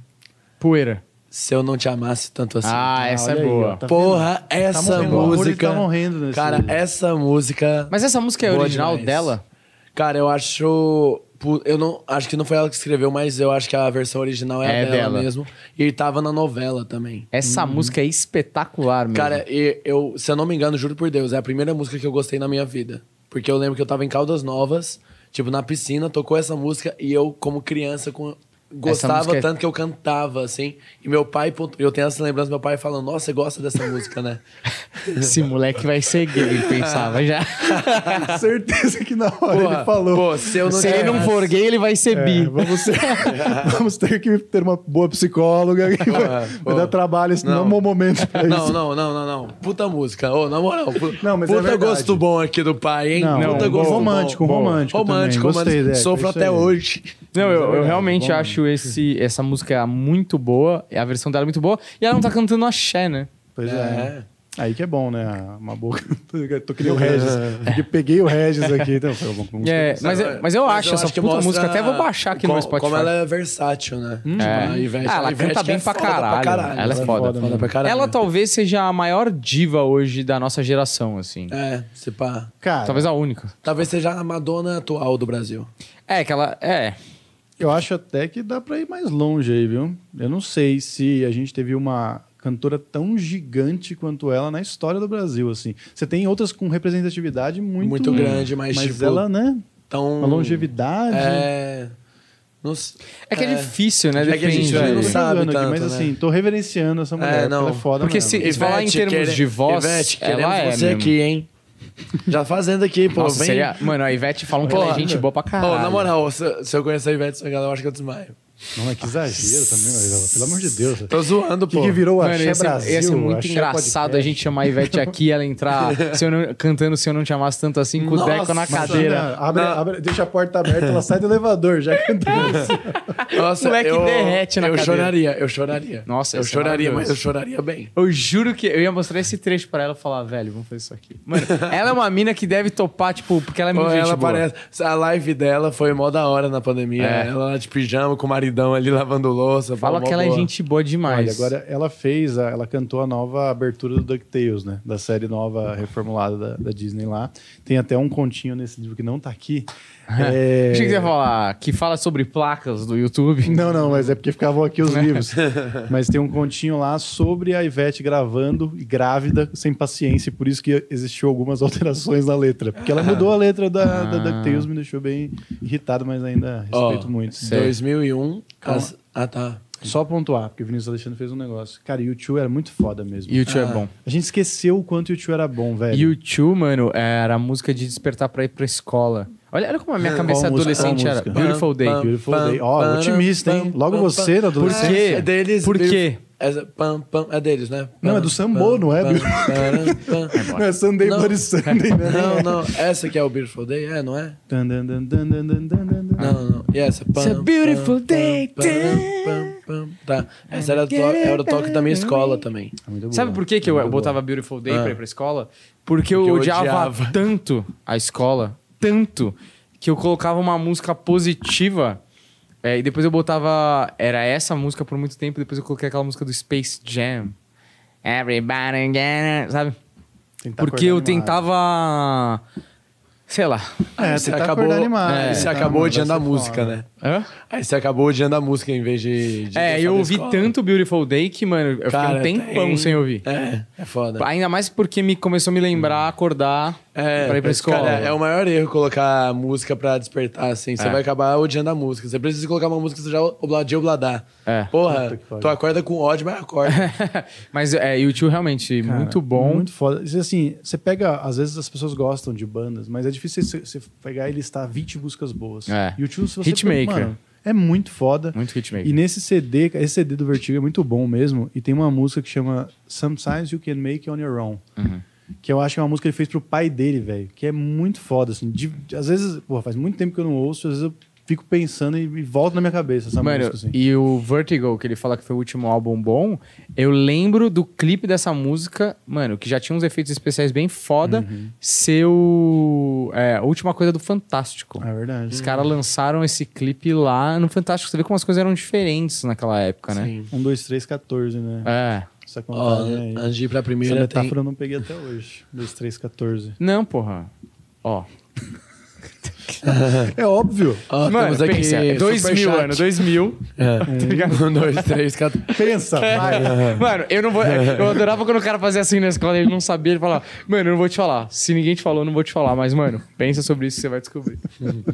Speaker 1: Poeira.
Speaker 3: Se Eu Não Te Amasse Tanto Assim.
Speaker 1: Ah, essa é
Speaker 2: olha aí,
Speaker 1: boa.
Speaker 2: ó, tá
Speaker 3: Porra,
Speaker 2: Tá
Speaker 3: essa
Speaker 2: morrendo, o amor, ele
Speaker 3: música...
Speaker 2: tá morrendo nesse-
Speaker 3: Cara, essa música...
Speaker 1: Mas essa música é
Speaker 3: Boa
Speaker 1: original
Speaker 3: demais.
Speaker 1: dela?
Speaker 3: Cara, eu acho... pu- Eu não, acho que não foi ela que escreveu, mas eu acho que a versão original é,
Speaker 1: É
Speaker 3: a dela,
Speaker 1: dela.
Speaker 3: mesmo. E tava na novela também.
Speaker 1: Essa música é espetacular, meu.
Speaker 3: Uhum. Cara, e- eu, se eu não me engano, juro por Deus, é a primeira música que eu gostei na minha vida. Porque eu lembro que eu tava em Caldas Novas, tipo, na piscina, tocou essa música e eu, como criança, com- gostava
Speaker 1: música é-
Speaker 3: tanto que eu cantava, assim. E meu pai, pontu- eu tenho essa lembrança do meu pai falando, nossa, você gosta dessa música, né?
Speaker 1: esse moleque vai ser gay, ele pensava já.
Speaker 2: Certeza que na hora
Speaker 3: Porra,
Speaker 2: ele falou.
Speaker 3: Pô, se eu não,
Speaker 1: Se ele não
Speaker 3: tivesse-
Speaker 1: for gay, ele vai ser
Speaker 2: É,
Speaker 1: bi.
Speaker 2: vamos, ter, vamos ter que ter uma boa psicóloga que vai, vai
Speaker 3: pô.
Speaker 2: dar trabalho esse não.
Speaker 3: Ah, Não.
Speaker 2: é um bom momento pra
Speaker 3: Não,
Speaker 2: isso.
Speaker 3: não, não, não, não. Puta música. Ô, na moral, pu-
Speaker 2: Não, mas é
Speaker 3: puta
Speaker 2: verdade.
Speaker 3: gosto bom aqui do pai, hein?
Speaker 2: Não,
Speaker 3: puta
Speaker 2: bom,
Speaker 3: gosto bom.
Speaker 2: romântico, romântico também.
Speaker 3: Romântico,
Speaker 2: Gostei,
Speaker 3: romântico.
Speaker 2: Deco,
Speaker 3: Sofro
Speaker 2: é isso
Speaker 3: até
Speaker 2: aí.
Speaker 3: hoje.
Speaker 1: Não, eu, eu
Speaker 2: verdade,
Speaker 1: realmente
Speaker 2: bom.
Speaker 1: acho esse, essa música muito boa, a versão dela é muito boa, e ela não tá cantando axé, né?
Speaker 2: Pois é.
Speaker 3: É.
Speaker 2: Aí que é bom, né? Uma boca. Tô querendo o Regis. Porque peguei o Regis aqui. Então, foi uma música.
Speaker 1: É, mas, eu- mas eu acho essa
Speaker 3: que
Speaker 1: puta
Speaker 3: mostra
Speaker 1: música, até vou baixar aqui
Speaker 3: co-
Speaker 1: no Spotify.
Speaker 3: Como ela é versátil, né? Tipo,
Speaker 1: É.
Speaker 3: a Ivete-
Speaker 1: Ah, ela
Speaker 3: a Ivete
Speaker 1: canta
Speaker 3: que
Speaker 1: bem
Speaker 3: é
Speaker 1: pra
Speaker 3: foda
Speaker 1: caralho. Ela é foda.
Speaker 3: Foda pra caralho.
Speaker 1: Ela talvez seja a maior diva hoje da nossa geração, assim.
Speaker 3: É, se pá.
Speaker 2: Cara,
Speaker 1: Talvez a única.
Speaker 3: Talvez seja a Madonna atual do Brasil.
Speaker 1: É, que ela. É.
Speaker 2: eu acho até que dá pra ir mais longe aí, viu? Eu não sei se a gente teve uma cantora tão gigante quanto ela na história do Brasil, assim. Você tem outras com representatividade muito...
Speaker 3: Muito grande, mas,
Speaker 2: Mas
Speaker 3: tipo,
Speaker 2: ela, né?
Speaker 3: Então.
Speaker 2: Uma longevidade...
Speaker 3: É. não s-
Speaker 1: É que é, difícil, né?
Speaker 3: É que a
Speaker 1: Depende.
Speaker 3: gente já não
Speaker 2: Tô
Speaker 1: velho.
Speaker 3: sabe
Speaker 2: jogando aqui,
Speaker 3: tanto,
Speaker 2: mas
Speaker 3: né?
Speaker 2: assim, tô reverenciando essa mulher,
Speaker 3: É, não.
Speaker 2: porque ela é foda
Speaker 1: Porque
Speaker 2: mesmo.
Speaker 1: se- Se falar em termos de voz,
Speaker 3: Ivete,
Speaker 1: ela
Speaker 3: queremos
Speaker 1: é
Speaker 3: você
Speaker 1: mesmo.
Speaker 3: aqui, hein? Já fazendo aqui, pô.
Speaker 1: Nossa,
Speaker 3: vem.
Speaker 1: seria. Mano, a Ivete falam que
Speaker 3: Pô,
Speaker 1: ela é gente boa pra
Speaker 3: Ô,
Speaker 1: caralho.
Speaker 3: na moral, se, se eu conhecer a Ivete Sangalo, eu acho que eu desmaio.
Speaker 2: Não, é que exagero também, mas, pelo amor de Deus. O
Speaker 3: Tô zoando,
Speaker 2: que,
Speaker 3: pô.
Speaker 2: que virou o
Speaker 1: Mano,
Speaker 2: Axé
Speaker 1: ia ser,
Speaker 2: Brasil?
Speaker 1: ia ser muito
Speaker 2: Axé
Speaker 1: engraçado a
Speaker 2: Podcast?
Speaker 1: gente chamar a Ivete aqui e ela entrar se eu não- cantando Se Eu Não Te Amasse Tanto Assim com o
Speaker 3: Nossa,
Speaker 1: Deco na
Speaker 3: imagina.
Speaker 1: cadeira.
Speaker 2: Imagina, abre- abre- deixa a porta aberta, ela sai do elevador, já que
Speaker 3: Nossa,
Speaker 1: Moleque
Speaker 3: eu,
Speaker 1: é derrete na
Speaker 3: Eu
Speaker 1: cadeira.
Speaker 3: choraria, eu choraria.
Speaker 1: Nossa,
Speaker 3: eu
Speaker 1: ia ser
Speaker 3: choraria, mas
Speaker 1: maravilhoso.
Speaker 3: eu choraria bem.
Speaker 1: Eu juro que eu ia mostrar esse trecho pra ela e falar, velho, vamos fazer isso aqui. Mano, ela é uma mina que deve topar, tipo, porque ela é
Speaker 3: Pô,
Speaker 1: muito gente
Speaker 3: ela
Speaker 1: boa.
Speaker 3: parece. A live dela foi mó da hora na pandemia.
Speaker 1: É.
Speaker 3: Ela lá de pijama com o maridão ali lavando louça. pô,
Speaker 1: Fala
Speaker 3: mó
Speaker 1: que ela é
Speaker 3: boa.
Speaker 1: gente boa demais.
Speaker 2: Olha, agora ela fez, a- ela cantou a nova abertura do DuckTales, né? Da série
Speaker 1: Uhum.
Speaker 2: nova reformulada da, da Disney lá. Tem até um continho nesse livro que não tá aqui. É...
Speaker 1: Achei que você ia falar que fala sobre placas do YouTube.
Speaker 2: Não, não, mas é porque ficavam aqui
Speaker 1: Né?
Speaker 2: os livros. mas tem um continho lá sobre a Ivete gravando e grávida, sem paciência, e por isso que existiu algumas alterações na letra. Porque ela mudou a letra da,
Speaker 1: Ah.
Speaker 2: da DuckTales, me deixou bem irritado, mas ainda
Speaker 3: Ó,
Speaker 2: respeito muito.
Speaker 1: sério.
Speaker 3: 2001.
Speaker 2: Calma.
Speaker 3: as- Ah, tá.
Speaker 2: Só pontuar, porque o Vinícius Alexandre fez um negócio. Cara, YouTube era muito foda mesmo.
Speaker 1: YouTube é bom.
Speaker 2: A gente esqueceu o quanto o YouTube era bom, velho.
Speaker 1: YouTube, mano, era a música de despertar pra ir pra escola. Olha, olha como a minha
Speaker 2: Qual
Speaker 1: cabeça
Speaker 2: música?
Speaker 1: adolescente
Speaker 2: Qual
Speaker 1: era.
Speaker 2: música?
Speaker 1: Beautiful Day.
Speaker 3: Pam,
Speaker 2: Beautiful
Speaker 3: pam,
Speaker 2: Day. Ó,
Speaker 3: pam,
Speaker 2: otimista, hein?
Speaker 3: pam,
Speaker 2: Logo
Speaker 3: pam,
Speaker 2: você,
Speaker 3: pam.
Speaker 2: da adolescência.
Speaker 1: Por quê?
Speaker 3: É deles.
Speaker 1: Por quê?
Speaker 3: É, pam, pam, é deles, né?
Speaker 2: Não, é do Sambo, não é, Bill?
Speaker 3: Bill?
Speaker 2: Não é Sunday
Speaker 3: Não.
Speaker 2: Bloody Sunday, né?
Speaker 3: Não, não. Essa que é o Beautiful Day, é, não é?
Speaker 2: Tan, tan, tan, tan, tan, tan, tan, tan.
Speaker 3: Não, não, não. E essa? Pam,
Speaker 1: It's a beautiful day,
Speaker 3: Pam, pam, pam, pam. Tá. Essa era, o to- era o toque da minha escola também.
Speaker 2: É muito boa.
Speaker 1: Sabe por que, que eu,
Speaker 2: Muito boa.
Speaker 1: botava Beautiful Day
Speaker 3: Ah.
Speaker 1: pra ir pra escola? Porque eu,
Speaker 3: Porque eu
Speaker 1: odiava,
Speaker 3: odiava.
Speaker 1: tanto a escola, tanto, que eu colocava uma música positiva. é, e depois eu botava. Era essa música por muito tempo, depois eu coloquei aquela música do Space Jam. Everybody get it, sabe?
Speaker 2: Tentar
Speaker 1: Porque eu
Speaker 2: acordar animado.
Speaker 1: tentava. Sei lá.
Speaker 2: É,
Speaker 3: Aí
Speaker 2: você acabou, animado,
Speaker 3: é, você
Speaker 2: tá,
Speaker 3: acabou
Speaker 2: mano,
Speaker 3: odiando
Speaker 2: vai
Speaker 3: a
Speaker 2: ser
Speaker 3: música,
Speaker 2: foda.
Speaker 3: né?
Speaker 1: Hã?
Speaker 3: Aí você acabou odiando a música em vez de. de
Speaker 1: É,
Speaker 3: gostar
Speaker 1: eu
Speaker 3: da
Speaker 1: ouvi
Speaker 3: escola.
Speaker 1: tanto Beautiful Day que, mano, eu fiquei um
Speaker 3: Cara,
Speaker 1: tempão
Speaker 3: tem-
Speaker 1: sem ouvir.
Speaker 3: É, é foda.
Speaker 1: Ainda mais porque me começou a me lembrar, acordar
Speaker 3: É,
Speaker 1: pra ir pra
Speaker 3: mas,
Speaker 1: escola.
Speaker 3: Cara, é o maior erro colocar a música pra despertar, assim. Você
Speaker 1: É.
Speaker 3: vai acabar odiando a música. Você precisa colocar uma música que você já obladia obladar.
Speaker 1: É.
Speaker 2: Puta
Speaker 3: Porra,
Speaker 2: que pariu.
Speaker 3: tu acorda com ódio, mas acorda.
Speaker 1: Mas é, YouTube realmente muito bom.
Speaker 2: Muito foda. E, assim, você pega, às vezes as pessoas gostam de bandas, mas é difícil você, você pegar e listar 20 músicas boas.
Speaker 1: É.
Speaker 2: E o Tio, se você
Speaker 1: Hitmaker.
Speaker 2: mano, é muito foda.
Speaker 1: Muito hitmaker.
Speaker 2: E nesse CD, cara, esse CD do Vertigo é muito bom mesmo. E tem uma música que chama Sometimes You Can Make It On Your Own.
Speaker 1: Uhum.
Speaker 2: Que eu acho que é uma música que ele fez pro pai dele, velho. Que é muito foda, assim. De- de- às vezes, porra, faz muito tempo que eu não ouço, às vezes eu fico pensando e, e volta na minha cabeça essa
Speaker 1: Mano,
Speaker 2: música, assim.
Speaker 1: e o Vertigo, que ele fala que foi o último álbum bom, eu lembro do clipe dessa música, mano, que já tinha uns efeitos especiais bem foda,
Speaker 2: Uhum.
Speaker 1: ser o... é, a última coisa do Fantástico.
Speaker 2: É verdade.
Speaker 1: Os caras lançaram esse clipe lá no Fantástico. Você vê como as coisas eram diferentes naquela época, né?
Speaker 3: Sim.
Speaker 2: 1, 2, 3, 14, né?
Speaker 1: É.
Speaker 2: Essa
Speaker 3: Ó,
Speaker 2: contagem aí.
Speaker 3: antes de ir pra
Speaker 2: Essa
Speaker 3: primeira,
Speaker 1: tá
Speaker 3: tem...
Speaker 2: metáfora eu não peguei até hoje. 2, 3, 14.
Speaker 1: Não, porra. Ó.
Speaker 2: É óbvio.
Speaker 3: Ó,
Speaker 1: Mano,
Speaker 3: Ah, temos aqui
Speaker 1: pensa, é 2000,
Speaker 3: superchat.
Speaker 1: ano 2000. Tá
Speaker 3: É. Um, dois, três, quatro...
Speaker 2: Pensa, vai.
Speaker 1: É. Mano, eu não vou. Eu adorava quando o cara fazia assim na escola e ele não sabia. Ele falava, mano, eu não vou te falar. Se ninguém te falou, eu não vou te falar. Mas, mano, pensa sobre isso, você vai descobrir.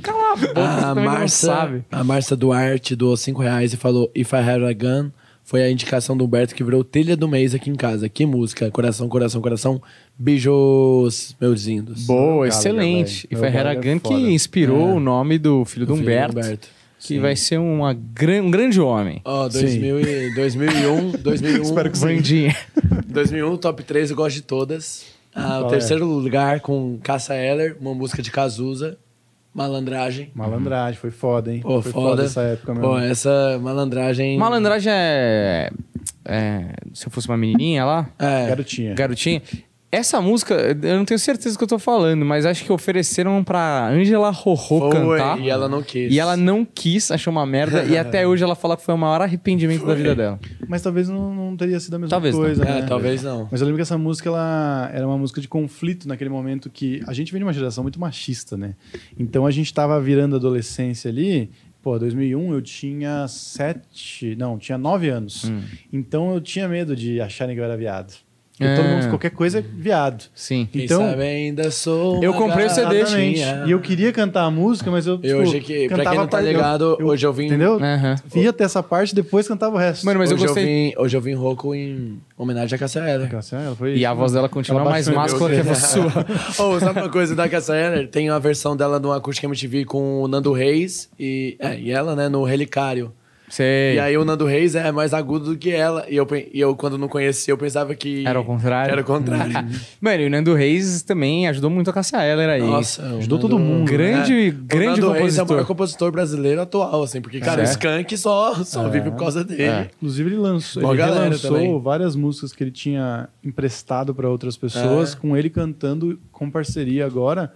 Speaker 1: Cala a boca, você
Speaker 3: A
Speaker 1: também não
Speaker 3: Marcia,
Speaker 1: sabe.
Speaker 3: a Marcia Duarte doou 5 reais e falou If I Had a Gun foi a indicação do Humberto que virou telha do mês aqui em casa. Que música. Coração, coração, coração. Beijos, meus lindos.
Speaker 1: Boa,
Speaker 2: Gallagher,
Speaker 1: excelente.
Speaker 2: velho.
Speaker 1: E
Speaker 2: Meu
Speaker 1: foi
Speaker 2: Gallagher é
Speaker 1: Heragan que
Speaker 2: foda.
Speaker 1: inspirou
Speaker 3: É.
Speaker 1: o nome do filho do
Speaker 3: Filho do
Speaker 1: Humberto,
Speaker 3: Humberto.
Speaker 1: que vai ser uma gran- um grande homem.
Speaker 3: Ó,
Speaker 2: Sim.
Speaker 3: 2000 e- 2001, 2001.
Speaker 2: Espero que sim.
Speaker 1: Bandinha.
Speaker 3: 2001, top 3, eu gosto de todas. Ah,
Speaker 2: Qual
Speaker 3: o
Speaker 2: é?
Speaker 3: terceiro lugar com Caça Eller, uma música de Cazuza. Malandragem.
Speaker 2: Malandragem, foi foda, hein?
Speaker 3: Pô,
Speaker 2: foi
Speaker 3: foda.
Speaker 2: essa época mesmo.
Speaker 3: Pô, é. essa malandragem.
Speaker 1: Malandragem é, é. Se eu fosse uma menininha lá,
Speaker 3: É.
Speaker 2: Garotinha.
Speaker 1: garotinha. Essa música, eu não tenho certeza do que eu tô falando, mas acho que ofereceram pra Angela Rorô
Speaker 3: Foi,
Speaker 1: cantar.
Speaker 3: e ela não quis.
Speaker 1: E ela não quis, achou uma merda. e até hoje ela fala que foi o maior arrependimento da vida dela.
Speaker 2: Mas talvez não, não teria sido a mesma
Speaker 1: Talvez não.
Speaker 2: coisa,
Speaker 3: É,
Speaker 2: né?
Speaker 3: talvez não.
Speaker 2: Mas eu lembro que essa música ela era uma música de conflito naquele momento que a gente vem de uma geração muito machista, né? Então a gente tava virando adolescência ali. Pô, 2001 eu tinha sete, não, tinha nove anos.
Speaker 3: Hum.
Speaker 2: Então eu tinha medo de acharem que eu era viado. Porque
Speaker 1: É.
Speaker 2: todo mundo, qualquer coisa é viado.
Speaker 1: Sim.
Speaker 3: Quem
Speaker 2: Então-
Speaker 3: sabe ainda sou.
Speaker 1: Eu
Speaker 3: uma
Speaker 1: comprei o CD,
Speaker 2: Exatamente.
Speaker 3: garotinha.
Speaker 2: E eu queria cantar a música, mas eu. tipo,
Speaker 3: E É. hoje que- pra quem não tá
Speaker 2: par-
Speaker 3: ligado, hoje eu vim-
Speaker 2: Entendeu?
Speaker 1: Aham.
Speaker 2: Ia até essa parte, depois cantava o resto.
Speaker 1: Mano, mas eu
Speaker 3: hoje
Speaker 1: gostei.
Speaker 3: Eu vim, hoje eu vim rouco em homenagem à Cassia Eller.
Speaker 2: Nossa, assim, ela foi-
Speaker 1: E a
Speaker 3: né?
Speaker 1: voz dela continua
Speaker 2: Ela
Speaker 1: mais
Speaker 2: baixou em
Speaker 1: máscula que
Speaker 2: meu
Speaker 1: a sua.
Speaker 3: Ou Oh, sabe uma coisa da Cassia Eller? Tem a versão dela no Acústica MTV com o Nando Reis e, é, e ela, né, no Relicário.
Speaker 1: Sei.
Speaker 3: E aí o Nando Reis é mais agudo do que ela. E eu, pen- e eu quando não conhecia, eu pensava que...
Speaker 1: Era o contrário. Hum.
Speaker 3: Era o contrário.
Speaker 1: Mano, e o Nando Reis também ajudou muito a Cassia Eller aí.
Speaker 3: Nossa, o
Speaker 2: É Ajudou todo mundo,
Speaker 1: Grande-
Speaker 3: né?
Speaker 1: grande
Speaker 3: o Nando Reis é o
Speaker 1: compositor.
Speaker 3: maior compositor brasileiro atual, assim. Porque, cara,
Speaker 1: É.
Speaker 3: o Skank só, só vive por causa dele.
Speaker 1: É.
Speaker 2: Inclusive, ele lançou,
Speaker 3: Boa
Speaker 2: ele
Speaker 3: galera
Speaker 2: relançou
Speaker 3: também.
Speaker 2: várias músicas que ele tinha emprestado para outras pessoas,
Speaker 3: É.
Speaker 2: com ele cantando com parceria agora.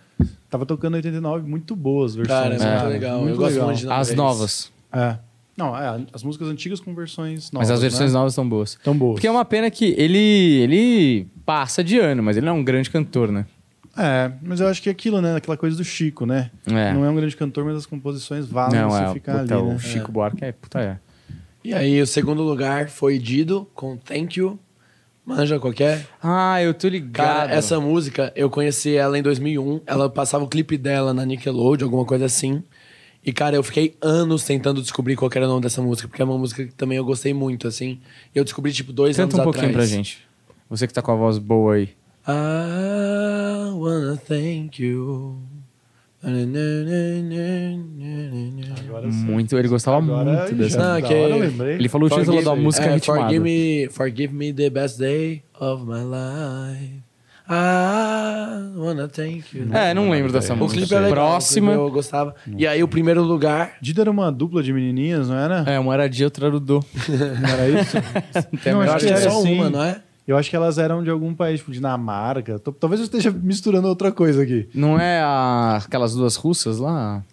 Speaker 2: Tava tocando 89, muito boas
Speaker 3: Cara, é
Speaker 2: versões.
Speaker 3: muito legal. eu gosto muito de Nando
Speaker 1: As
Speaker 3: Reis.
Speaker 1: novas.
Speaker 2: É. Não, é, as músicas antigas com versões novas.
Speaker 1: Mas as versões
Speaker 2: né?
Speaker 1: novas são boas.
Speaker 2: Tão boas.
Speaker 1: Porque é uma pena que ele, ele passa de ano, mas ele não é um grande cantor, né?
Speaker 2: É, mas eu acho que é aquilo, né? Aquela coisa do Chico, né?
Speaker 1: É.
Speaker 2: Não é um grande cantor, mas as composições valem
Speaker 1: não,
Speaker 2: Ah, você
Speaker 1: é.
Speaker 2: ficar
Speaker 1: puta,
Speaker 2: ali,
Speaker 1: o
Speaker 2: né?
Speaker 1: Chico Buarque é puta é.
Speaker 3: E aí, o segundo lugar foi Dido, com Thank You. Manja qualquer.
Speaker 1: Ah, eu tô ligado.
Speaker 3: Cara,
Speaker 1: é
Speaker 3: essa música, eu conheci ela em 2001. Ela passava o clipe dela na Nickelodeon, alguma coisa assim. E, cara, eu fiquei anos tentando descobrir qual que era o nome dessa música, porque é uma música que também eu gostei muito, assim. E eu descobri, tipo, dois
Speaker 1: Canta um
Speaker 3: anos
Speaker 1: pouquinho
Speaker 3: atrás.
Speaker 1: pra gente. Você que tá com a voz boa aí.
Speaker 3: I wanna thank you. Agora
Speaker 1: Muito, ele gostava
Speaker 2: Agora
Speaker 1: muito
Speaker 2: já
Speaker 1: dessa.
Speaker 3: Não,
Speaker 2: da
Speaker 3: que-
Speaker 2: hora eu lembrei.
Speaker 1: é Ele falou o título da música
Speaker 3: é,
Speaker 1: ritmada.
Speaker 3: forgive me, forgive me the best day of my life. I wanna thank you.
Speaker 1: É, não lembro dessa
Speaker 3: O
Speaker 1: música.
Speaker 3: clipe é legal,
Speaker 1: Próxima.
Speaker 3: o clipe eu gostava. E aí, o primeiro lugar.
Speaker 2: Dido era uma dupla de menininhas, não era?
Speaker 1: É, uma era de outra era o do.
Speaker 2: Não era isso?
Speaker 1: Até
Speaker 2: Não,
Speaker 1: melhor
Speaker 3: Eu acho que é
Speaker 2: era
Speaker 3: só
Speaker 2: assim.
Speaker 3: uma, não é?
Speaker 2: Eu acho que elas eram de algum país, tipo Dinamarca. Tô- Talvez eu esteja misturando outra coisa aqui.
Speaker 1: Não é a- aquelas duas russas lá?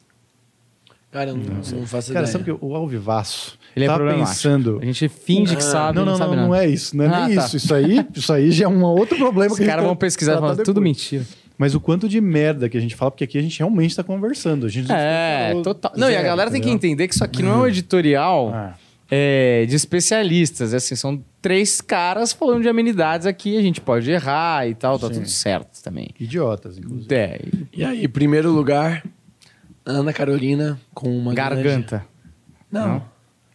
Speaker 3: Cara, eu não, não faço
Speaker 2: Cara,
Speaker 3: ideia.
Speaker 2: sabe que o Alvivaço.
Speaker 1: Ele é
Speaker 2: tava
Speaker 1: problemático.
Speaker 2: Tá pensando. Ah.
Speaker 1: A gente finge
Speaker 3: Ah.
Speaker 1: que sabe,
Speaker 2: não,
Speaker 1: não,
Speaker 2: não, não,
Speaker 1: sabe
Speaker 2: não,
Speaker 1: nada.
Speaker 2: é isso, não é
Speaker 1: Ah,
Speaker 2: nem
Speaker 1: tá.
Speaker 2: isso. Isso aí, isso aí já é um outro problema
Speaker 1: Os
Speaker 2: que a gente
Speaker 1: caras
Speaker 2: vai
Speaker 1: vão pesquisar e
Speaker 2: tratar
Speaker 1: falar, tudo
Speaker 2: tá depois.
Speaker 1: mentira.
Speaker 2: Mas o quanto de merda que a gente fala, porque aqui a gente realmente tá conversando. A gente não
Speaker 1: É,
Speaker 2: falou
Speaker 1: total. Não, e a
Speaker 2: zero,
Speaker 1: galera tem que
Speaker 2: entendeu?
Speaker 1: entender que isso aqui não é um editorial
Speaker 2: Ah.
Speaker 1: é, de especialistas. É Assim, são três caras falando de amenidades aqui, a gente pode errar e tal, tá tudo certo também.
Speaker 2: Idiotas, inclusive.
Speaker 1: É,
Speaker 3: E aí, primeiro lugar, Ana Carolina com uma grande-
Speaker 1: garganta.
Speaker 3: Não,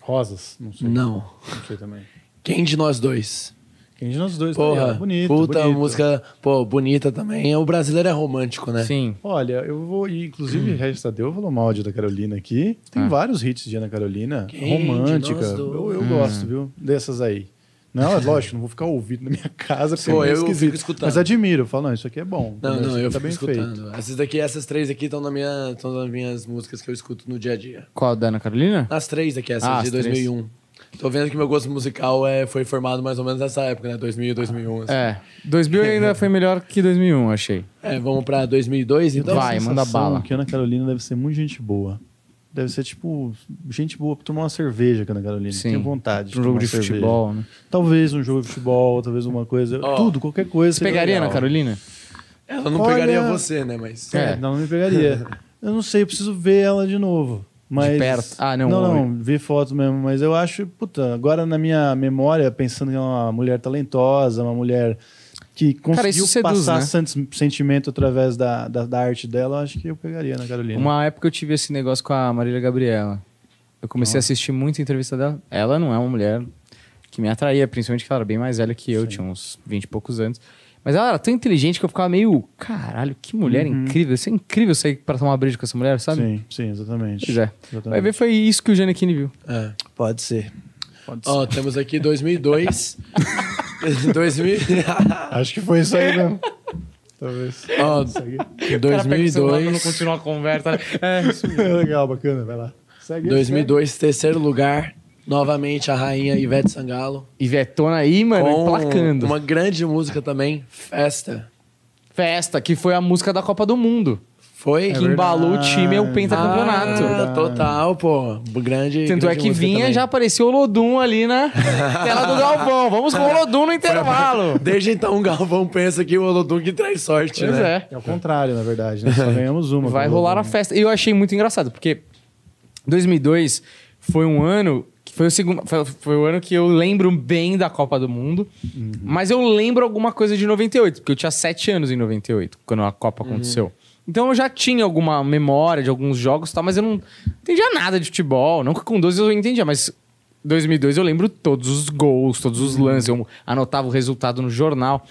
Speaker 2: Rosas, não sei.
Speaker 3: não.
Speaker 2: Não sei também.
Speaker 3: Quem de nós dois?
Speaker 2: Quem de nós dois? tá
Speaker 3: Porra,
Speaker 2: aí, ó, bonito,
Speaker 3: puta
Speaker 2: bonito.
Speaker 3: música, pô, bonita também. O brasileiro é romântico, né?
Speaker 1: Sim.
Speaker 2: Olha, eu vou. e,
Speaker 3: Hum.
Speaker 2: Inclusive, Regis Tadeu falou mal de Ana Carolina aqui.
Speaker 1: Ah.
Speaker 2: Tem vários hits de Ana Carolina.
Speaker 3: Quem de
Speaker 2: romântica.
Speaker 3: nós dois?
Speaker 2: Eu, eu
Speaker 1: Hum.
Speaker 2: gosto, viu? Dessas aí. Não, é lógico, não vou ficar ouvindo na minha casa, porque
Speaker 3: Pô,
Speaker 2: é meio
Speaker 3: eu fico
Speaker 2: esquisito.
Speaker 3: escutando.
Speaker 2: Mas admiro, falo, não, isso aqui é bom.
Speaker 3: Não,
Speaker 2: Isso
Speaker 3: não,
Speaker 2: aqui
Speaker 3: eu
Speaker 2: tá
Speaker 3: fico
Speaker 2: bem
Speaker 3: escutando.
Speaker 2: feito.
Speaker 3: Essas daqui, essas três aqui estão na minha, estão nas minhas músicas que eu escuto no dia a dia.
Speaker 1: Qual da Ana Carolina?
Speaker 3: As três aqui, essas
Speaker 1: Ah,
Speaker 3: de
Speaker 1: as três.
Speaker 3: 2001. Tô vendo que meu gosto musical é, foi formado mais ou menos nessa época, né? 2000, 2001. assim.
Speaker 1: É. 2000 ainda foi melhor que 2001, achei.
Speaker 3: É, vamos pra 2002, então?
Speaker 1: Vai,
Speaker 2: Sensação
Speaker 1: manda bala.
Speaker 2: Que Ana Carolina deve ser muito gente boa. Deve ser, tipo, gente boa pra tomar uma cerveja com a Ana Carolina.
Speaker 1: Sim.
Speaker 2: Tenho vontade.
Speaker 1: Um jogo
Speaker 2: tomar
Speaker 1: de
Speaker 2: cerveja.
Speaker 1: futebol, né?
Speaker 2: Talvez um jogo de futebol, talvez uma coisa.
Speaker 3: Ó,
Speaker 2: tudo, qualquer coisa.
Speaker 1: Você
Speaker 2: seria
Speaker 1: pegaria
Speaker 2: legal.
Speaker 1: Ana Carolina?
Speaker 3: Ela não
Speaker 2: Olha-
Speaker 3: pegaria você, né? Mas...
Speaker 1: É.
Speaker 2: É, não me pegaria. eu não sei, eu preciso ver ela de novo. Mas...
Speaker 1: De perto. Ah, não,
Speaker 2: Não,
Speaker 1: olho.
Speaker 2: não, ver fotos mesmo. Mas eu acho, puta, agora na minha memória, pensando que é uma mulher talentosa, uma mulher que conseguiu
Speaker 1: isso seduz,
Speaker 2: passar
Speaker 1: né?
Speaker 2: sen- sentimento através da, da, da arte dela, eu acho que eu pegaria na Carolina.
Speaker 1: Uma época eu tive esse negócio com a Marília Gabriela. Eu comecei a assistir muita entrevista dela. Ela não é uma mulher que me atraía, principalmente que ela era bem mais velha que eu, tinha uns 20 e poucos anos. Mas ela era tão inteligente que eu ficava meio, caralho, que mulher
Speaker 3: Uhum.
Speaker 1: incrível. Isso é incrível sair pra tomar breja com essa mulher, sabe?
Speaker 2: Sim, sim, exatamente.
Speaker 1: Pois é.
Speaker 2: Exatamente.
Speaker 1: Vai ver, foi isso que o Giannichini viu.
Speaker 3: É.
Speaker 2: Pode ser. Pode
Speaker 3: Ó, temos aqui 2002. 2000...
Speaker 2: Acho que foi isso aí mesmo. talvez.
Speaker 3: Ó,
Speaker 2: Segue.
Speaker 3: em
Speaker 1: O cara pega o celular pra não
Speaker 3: 2002,
Speaker 1: continuar a conversa. É, isso mesmo.
Speaker 2: Legal, bacana, vai lá. Segue.
Speaker 3: 2002, terceiro lugar. Novamente a rainha Ivete Sangalo.
Speaker 1: Ivetona aí, mano,
Speaker 3: com
Speaker 1: emplacando.
Speaker 3: uma grande música também, Festa.
Speaker 1: Festa, que foi a música da Copa do Mundo.
Speaker 3: Foi?
Speaker 1: que embalou o time ao
Speaker 2: tá
Speaker 1: pentacampeonato.
Speaker 3: Ah, total, pô. Grande.
Speaker 1: Tanto é
Speaker 3: grande
Speaker 1: que
Speaker 3: música
Speaker 1: vinha
Speaker 3: também.
Speaker 1: já apareceu o Lodum ali na tela do Galvão. Vamos com o Lodum no intervalo.
Speaker 3: Desde então, o Galvão pensa que o Olodum que traz sorte,
Speaker 1: Pois
Speaker 3: né?
Speaker 1: é.
Speaker 2: É o contrário, na verdade, né? Só ganhamos uma.
Speaker 1: Vai
Speaker 2: pelo
Speaker 1: rolar a
Speaker 2: menos.
Speaker 1: festa. E eu achei muito engraçado, porque 2002 foi um ano que foi o segundo, foi, foi o ano que eu lembro bem da Copa do Mundo, mas eu lembro alguma coisa de 98, porque eu tinha 7 anos em 98, quando a Copa aconteceu. Então eu já tinha alguma memória de alguns jogos e tal, mas eu não entendia nada de futebol. Não que com 12 eu entendia, mas 2002 eu lembro todos os gols, todos os
Speaker 3: Uhum.
Speaker 1: lances, eu anotava o resultado no jornal.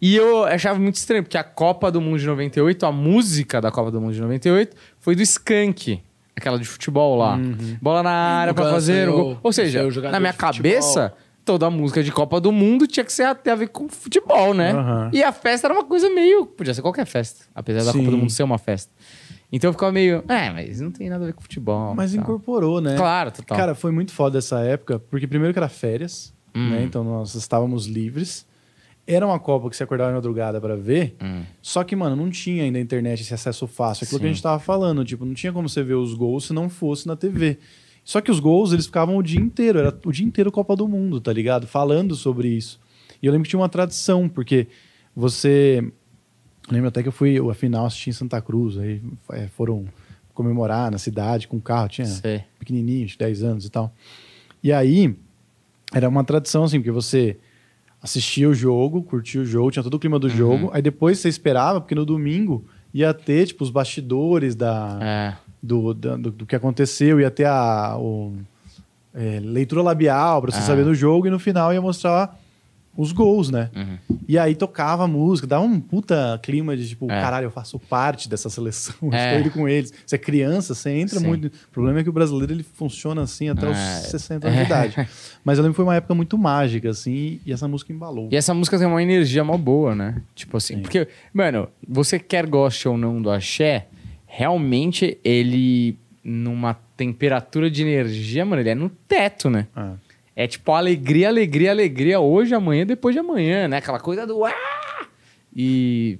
Speaker 1: E eu achava muito estranho, porque a Copa do Mundo de 98, a música da Copa do Mundo de 98, foi do Skank, aquela de futebol lá. Bola na área pra
Speaker 3: Nunca
Speaker 1: fazer um
Speaker 3: Uhum. ganhou
Speaker 1: gol. Ou seja,
Speaker 3: seu jogador
Speaker 1: na minha
Speaker 3: de futebol.
Speaker 1: cabeça, toda a música de Copa do Mundo tinha que ser ter a ver com futebol, né?
Speaker 2: Aham.
Speaker 1: E a festa era uma coisa meio. Podia ser qualquer festa, apesar da
Speaker 3: Sim.
Speaker 1: Copa do Mundo ser uma festa. Então eu ficava meio. É, mas não tem nada a ver com futebol.
Speaker 2: Mas
Speaker 1: tal."
Speaker 2: incorporou, né?
Speaker 1: tá. Claro, total.
Speaker 2: Cara, foi muito foda essa época, porque primeiro que era férias, né? Então nós estávamos livres. Era uma Copa que você acordava de madrugada pra ver. Só que, mano, não tinha ainda internet esse acesso fácil. Aquilo que a gente tava falando, tipo, não tinha como você ver os gols se não fosse na TV. Só que os gols, eles ficavam o dia inteiro. Era o dia inteiro Copa do Mundo, tá ligado? Falando sobre isso. E eu lembro que tinha uma tradição, porque você eu Lembro até que eu fui a final assistir em Santa Cruz, aí é, foram comemorar na cidade com um carro, tinha
Speaker 1: Sei.
Speaker 2: pequenininho, de 10 anos e tal. E aí era uma tradição assim, porque você assistia o jogo, curtia o jogo, tinha todo o clima do jogo, aí depois você esperava, porque no domingo ia ter tipo os bastidores da,
Speaker 1: É.
Speaker 2: do, da- do, do que aconteceu, ia ter a o, é, leitura labial pra você
Speaker 1: Ah.
Speaker 2: saber do jogo e no final ia mostrar os gols, né?
Speaker 1: Uhum.
Speaker 2: E aí tocava a música, dava um puta clima de tipo,
Speaker 1: É.
Speaker 2: caralho, eu faço parte dessa seleção, eu
Speaker 1: É.
Speaker 2: estou indo com eles. Você é criança, você entra
Speaker 1: Sim.
Speaker 2: muito. O problema é que o brasileiro ele funciona assim até os
Speaker 1: É.
Speaker 2: 60 anos de idade. Mas eu lembro que foi uma época muito mágica, assim, e essa música embalou.
Speaker 1: E essa música tem uma energia mó boa, né? Tipo assim,
Speaker 2: Sim.
Speaker 1: porque, mano, você quer goste ou não do axé, realmente ele, numa temperatura de energia, mano, ele é no teto, né?
Speaker 2: É.
Speaker 1: É tipo alegria, alegria, alegria, hoje, amanhã, depois de amanhã, né? Aquela coisa do ah! E,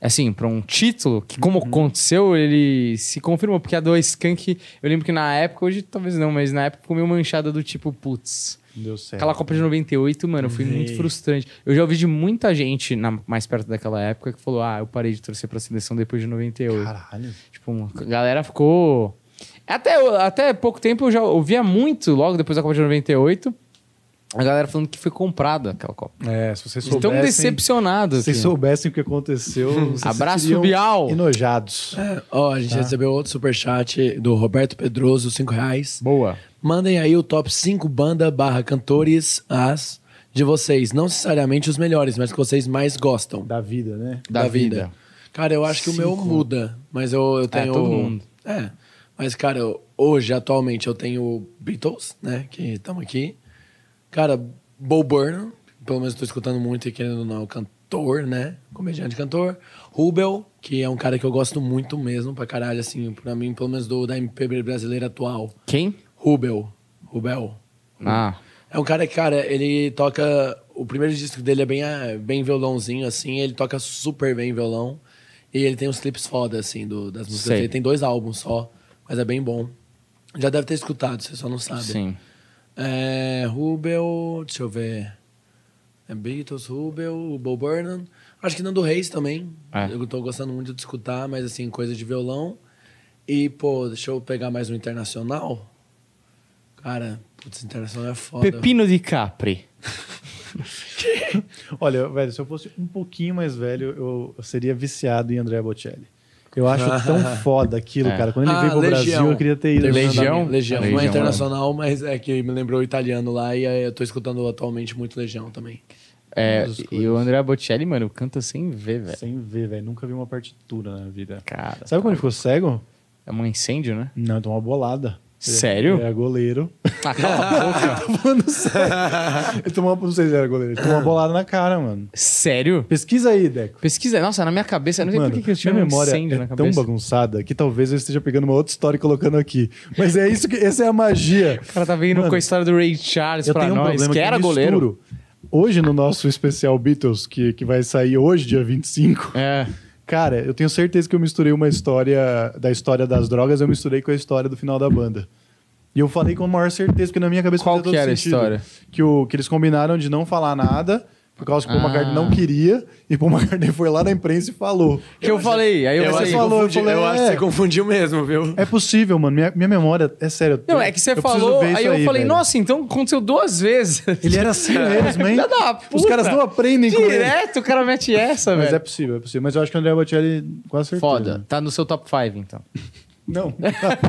Speaker 1: assim, pra um título, que como aconteceu, ele se confirmou, porque a do Skank, eu lembro que na época, hoje talvez não, mas na época ficou meio manchada do tipo, putz.
Speaker 2: Deu certo.
Speaker 1: Aquela Copa de 98, mano, foi muito frustrante. Eu já ouvi de muita gente na- mais perto daquela época que falou: ah, eu parei de torcer pra seleção depois de 98.
Speaker 2: Caralho.
Speaker 1: Tipo, uma- a galera ficou. Até, até pouco tempo eu já ouvia muito, logo depois da Copa de 98, a galera falando que foi comprada aquela Copa.
Speaker 2: É, se vocês
Speaker 1: Eles Tão decepcionado.
Speaker 2: Se vocês
Speaker 1: assim.
Speaker 2: soubessem o que aconteceu, vocês
Speaker 1: Abraço,
Speaker 2: seriam
Speaker 1: Bial.
Speaker 2: Enojados.
Speaker 1: é.
Speaker 3: Ó, a
Speaker 1: Tá.
Speaker 3: gente recebeu outro superchat do Roberto Pedroso, 5 reais.
Speaker 1: Boa.
Speaker 3: Mandem aí o top 5 banda barra cantores as de vocês. Não necessariamente os melhores, mas que vocês mais gostam
Speaker 2: Da vida, né?
Speaker 1: Da, vida.
Speaker 3: Cara, eu acho que o meu muda, mas eu, eu tenho...
Speaker 1: todo mundo.
Speaker 3: É, mas cara, eu- hoje, atualmente, eu tenho Beatles, né, que estamos aqui. Cara, Bo Burnham, pelo menos eu tô escutando muito e querendo ou não, é um cantor, né, comediante cantor. Rubel, que é um cara que eu gosto muito mesmo, pra caralho, assim, pra mim, pelo menos do, da MPB brasileira atual.
Speaker 1: Quem?
Speaker 3: Rubel, Rubel.
Speaker 2: Hum.
Speaker 1: Ah,
Speaker 3: É um cara que, cara, ele toca. O primeiro disco dele é bem, ah, bem violãozinho, assim. Ele toca super bem violão. E ele tem uns clipes foda, assim, do- das músicas
Speaker 1: Sei.
Speaker 3: dele. Tem dois álbuns só, mas é bem bom. Já deve ter escutado, você só não
Speaker 2: Ah,
Speaker 3: sabe.
Speaker 1: sim.
Speaker 3: É, Rubel, deixa eu ver. É Beatles, Rubel, Bo Burnham. Acho que Nando Reis também.
Speaker 1: É.
Speaker 3: Eu tô gostando muito de escutar, mas assim, coisa de violão. E, pô, deixa eu pegar mais um internacional. Cara, putz, internacional é foda.
Speaker 1: Pepino de Capri.
Speaker 2: Olha, velho, se eu fosse um pouquinho mais velho, eu, eu seria viciado em André Bocelli. Eu acho tão foda aquilo,
Speaker 1: É.
Speaker 2: cara. Quando ele
Speaker 3: Ah,
Speaker 2: veio pro
Speaker 3: Legião.
Speaker 2: Brasil, eu queria ter ido. né,
Speaker 1: Legião.
Speaker 2: Legião.
Speaker 3: Legião.
Speaker 1: Legião,
Speaker 3: Não é
Speaker 1: né?
Speaker 3: internacional, mas é que me lembrou o italiano lá e aí eu tô escutando atualmente muito Legião também.
Speaker 1: É,
Speaker 2: Todas as
Speaker 1: e o
Speaker 2: coisas.
Speaker 1: André Bocelli, mano, canta sem ver, velho.
Speaker 2: Sem ver, velho. Nunca vi uma partitura na vida.
Speaker 1: Cara,
Speaker 2: Sabe quando ele ficou cego?
Speaker 1: é um incêndio, né?
Speaker 2: Não, ele tomou uma bolada.
Speaker 1: Sério?
Speaker 2: Ele era goleiro.
Speaker 1: Ah, cala a boca.
Speaker 2: Mano, sério. Ele tomou, não sei se era goleiro, ele tomou uma bolada na cara, mano.
Speaker 1: Sério?
Speaker 2: Pesquisa aí, Deco.
Speaker 1: Pesquisa. Nossa, na minha cabeça, eu não sei por
Speaker 2: Mano,
Speaker 1: que que eu tinha um
Speaker 2: minha memória
Speaker 1: incêndio na
Speaker 2: é tão
Speaker 1: cabeça.
Speaker 2: bagunçada que talvez eu esteja pegando uma outra história e colocando aqui. Mas é isso que. Essa é a magia.
Speaker 1: o cara tá vindo
Speaker 2: Mano,
Speaker 1: com a história do Ray Charles
Speaker 2: Eu
Speaker 1: pra
Speaker 2: tenho um
Speaker 1: nós,
Speaker 2: problema
Speaker 1: que era
Speaker 2: eu
Speaker 1: goleiro.
Speaker 2: misturo. Hoje, no nosso especial Beatles, que, que vai sair hoje, dia 25,
Speaker 1: É.
Speaker 2: cara, eu tenho certeza que eu misturei uma história da história das drogas, eu misturei com a história do final da banda. E eu falei com a maior certeza, porque na minha cabeça
Speaker 1: Qual
Speaker 2: fazia
Speaker 1: que
Speaker 2: todo
Speaker 1: era a
Speaker 2: sentido.
Speaker 1: história?
Speaker 2: Que, o, que eles combinaram de não falar nada, por causa que o Paul
Speaker 1: Ah.
Speaker 2: McCartney não queria, e o Paul McCartney foi lá na imprensa e falou.
Speaker 1: Que eu, falei, aí eu,
Speaker 3: Eu, acho,
Speaker 1: falei.
Speaker 3: que você
Speaker 2: falou, eu
Speaker 3: confundiu-
Speaker 2: falei,
Speaker 3: eu acho que
Speaker 2: é.
Speaker 3: você confundiu mesmo, viu?
Speaker 2: É possível, mano. Minha, minha memória, é sério.
Speaker 1: Não, é que você
Speaker 2: eu preciso
Speaker 1: falou,
Speaker 2: ver
Speaker 1: aí
Speaker 2: isso
Speaker 1: eu falei,
Speaker 2: velho.
Speaker 1: nossa, então aconteceu duas vezes.
Speaker 2: Ele era assim mesmo, hein?
Speaker 1: Filha da
Speaker 2: Os
Speaker 1: puta.
Speaker 2: caras não aprendem com ele.
Speaker 1: Direto o cara mete essa,
Speaker 2: Mas é
Speaker 1: velho.
Speaker 2: possível, é possível. Mas eu acho que o André Bocelli, com certeza.
Speaker 1: Foda. Tá no seu top 5, então.
Speaker 2: Não.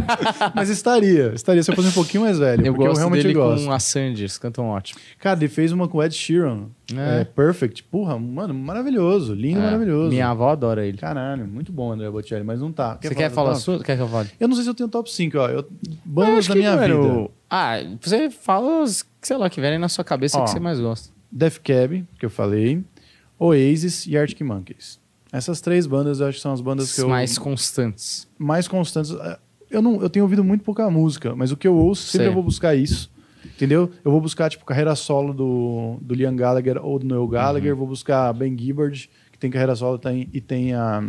Speaker 2: Mas estaria. Estaria se eu fosse um pouquinho mais velho.
Speaker 1: Eu
Speaker 2: porque eu
Speaker 1: gosto
Speaker 2: realmente
Speaker 1: dele
Speaker 2: gosto.
Speaker 1: com a Sanders, cantam ótimo.
Speaker 2: Cara, ele fez uma com o Ed Sheeran.
Speaker 1: É.
Speaker 2: É. Perfect. Porra, mano, maravilhoso. Lindo,
Speaker 1: É.
Speaker 2: maravilhoso.
Speaker 1: Minha avó adora ele.
Speaker 2: Caralho, muito bom, André Bocelli, mas não tá.
Speaker 1: Você quer
Speaker 2: do
Speaker 1: falar
Speaker 2: top?
Speaker 1: sua? Quer que eu fale?
Speaker 2: Eu não sei se eu tenho top 5, ó. Eu...
Speaker 1: Eu
Speaker 2: Bandas
Speaker 1: acho
Speaker 2: da
Speaker 1: que
Speaker 2: minha
Speaker 1: não era
Speaker 2: vida.
Speaker 1: o- Ah, você fala os, sei lá, que vierem na sua cabeça é
Speaker 2: Ó.
Speaker 1: que você mais gosta.
Speaker 2: Death Cab, que eu falei. Oasis e Arctic Monkeys. Essas três bandas eu acho que são as bandas que eu
Speaker 1: mais constantes.
Speaker 2: mais constantes. é, Eu, não, eu tenho ouvido muito pouca música, mas o que eu ouço, sempre
Speaker 1: Sei.
Speaker 2: eu vou buscar isso. Entendeu? Eu vou buscar, tipo, carreira solo do, do Liam Gallagher ou do Noel Gallagher.
Speaker 1: Uhum.
Speaker 2: Vou buscar Ben Gibbard, que tem carreira solo tem, e tem a,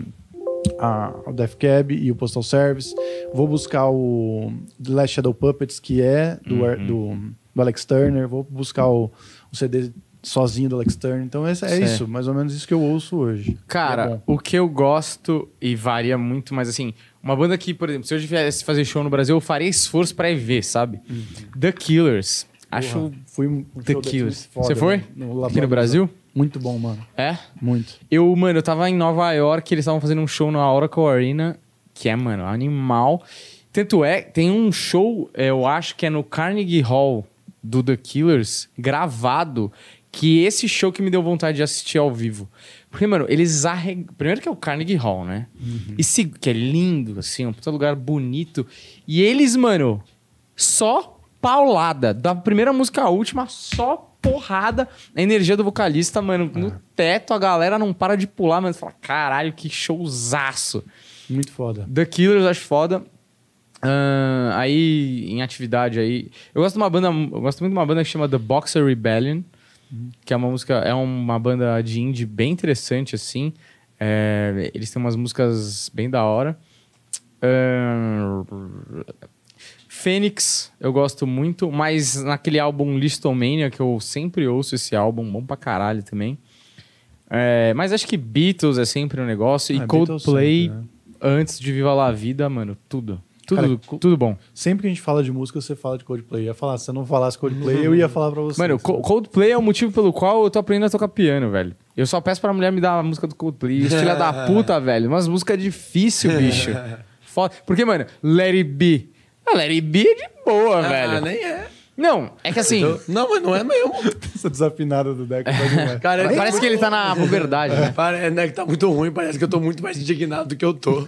Speaker 2: a, o Death Cab e o Postal Service. Vou buscar o The Last Shadow Puppets, que é do, Ar-
Speaker 1: Uhum.
Speaker 2: do, do Alex Turner. Vou buscar o, o CD sozinho do Alex Turner. Então, essa, é
Speaker 1: Sei.
Speaker 2: isso. Mais ou menos isso que eu ouço hoje. E é
Speaker 1: Cara,
Speaker 2: bom.
Speaker 1: o que eu gosto e varia muito, mas assim, uma banda que, por exemplo, se eu tivesse que fazer show no Brasil, eu faria esforço pra ir ver, sabe? The Killers. Acho
Speaker 2: Porra, fui um um
Speaker 1: The
Speaker 2: show deles
Speaker 1: Killers.
Speaker 2: muito foda,
Speaker 1: Você foi?
Speaker 2: mano, no
Speaker 1: aqui no
Speaker 2: Labrador.
Speaker 1: Brasil.
Speaker 2: Muito bom, mano.
Speaker 1: É?
Speaker 2: Muito.
Speaker 1: Eu, mano, eu tava em Nova York, eles estavam fazendo um show na Oracle Arena, que é, mano, animal. Tanto é, tem um show, eh, eu acho que é no Carnegie Hall do The Killers, gravado, que é esse show que me deu vontade de assistir ao vivo. Porque, mano, eles arre... Primeiro que é o Carnegie Hall, né? E se... que é lindo, assim, um puta lugar bonito. E eles, mano, só paulada. Da primeira música à última, só porrada. A energia do vocalista, mano, no teto, a galera não para de pular, mano. Você fala, caralho, que showzaço.
Speaker 2: Muito foda.
Speaker 1: The Killers, eu acho foda. Ahn, aí, em atividade aí. Eu gosto de uma banda. Eu gosto muito de uma banda que chama The Boxer Rebellion. Que é uma música. É uma banda de indie bem interessante, assim. É, eles têm umas músicas bem da hora. Ahn, Fênix, eu gosto muito, mas naquele álbum Listomania, que eu sempre ouço esse álbum, bom pra caralho também. É, mas acho que Beatles é sempre um negócio.
Speaker 2: Ah,
Speaker 1: e
Speaker 2: Beatles
Speaker 1: Coldplay,
Speaker 2: sempre, né?
Speaker 1: antes de Viva La Vida, mano, tudo. Tudo,
Speaker 2: Cara,
Speaker 1: tudo bom.
Speaker 2: Sempre que a gente fala de música, você fala de Coldplay. Eu ia falar, se você não falasse Coldplay, eu ia falar pra você.
Speaker 1: Mano, Co- Coldplay é o motivo pelo qual eu tô aprendendo a tocar piano, velho. Eu só peço pra mulher me dar a música do Coldplay. Isso filha da puta, velho. Umas músicas difíceis, bicho. Foda. Porque, mano, Let It Be. Ah, Let It Be é de boa,
Speaker 3: Ah,
Speaker 1: velho.
Speaker 3: nem é.
Speaker 1: Não, é que assim...
Speaker 3: Eu- Não, mas não é mesmo.
Speaker 2: Essa desafinada do Deco tá demais.
Speaker 3: Cara,
Speaker 1: pa-
Speaker 3: ele-
Speaker 1: Parece que ele tá na puberdade, né?
Speaker 3: Pare- né, que tá muito ruim, parece que eu tô muito mais indignado do que eu tô.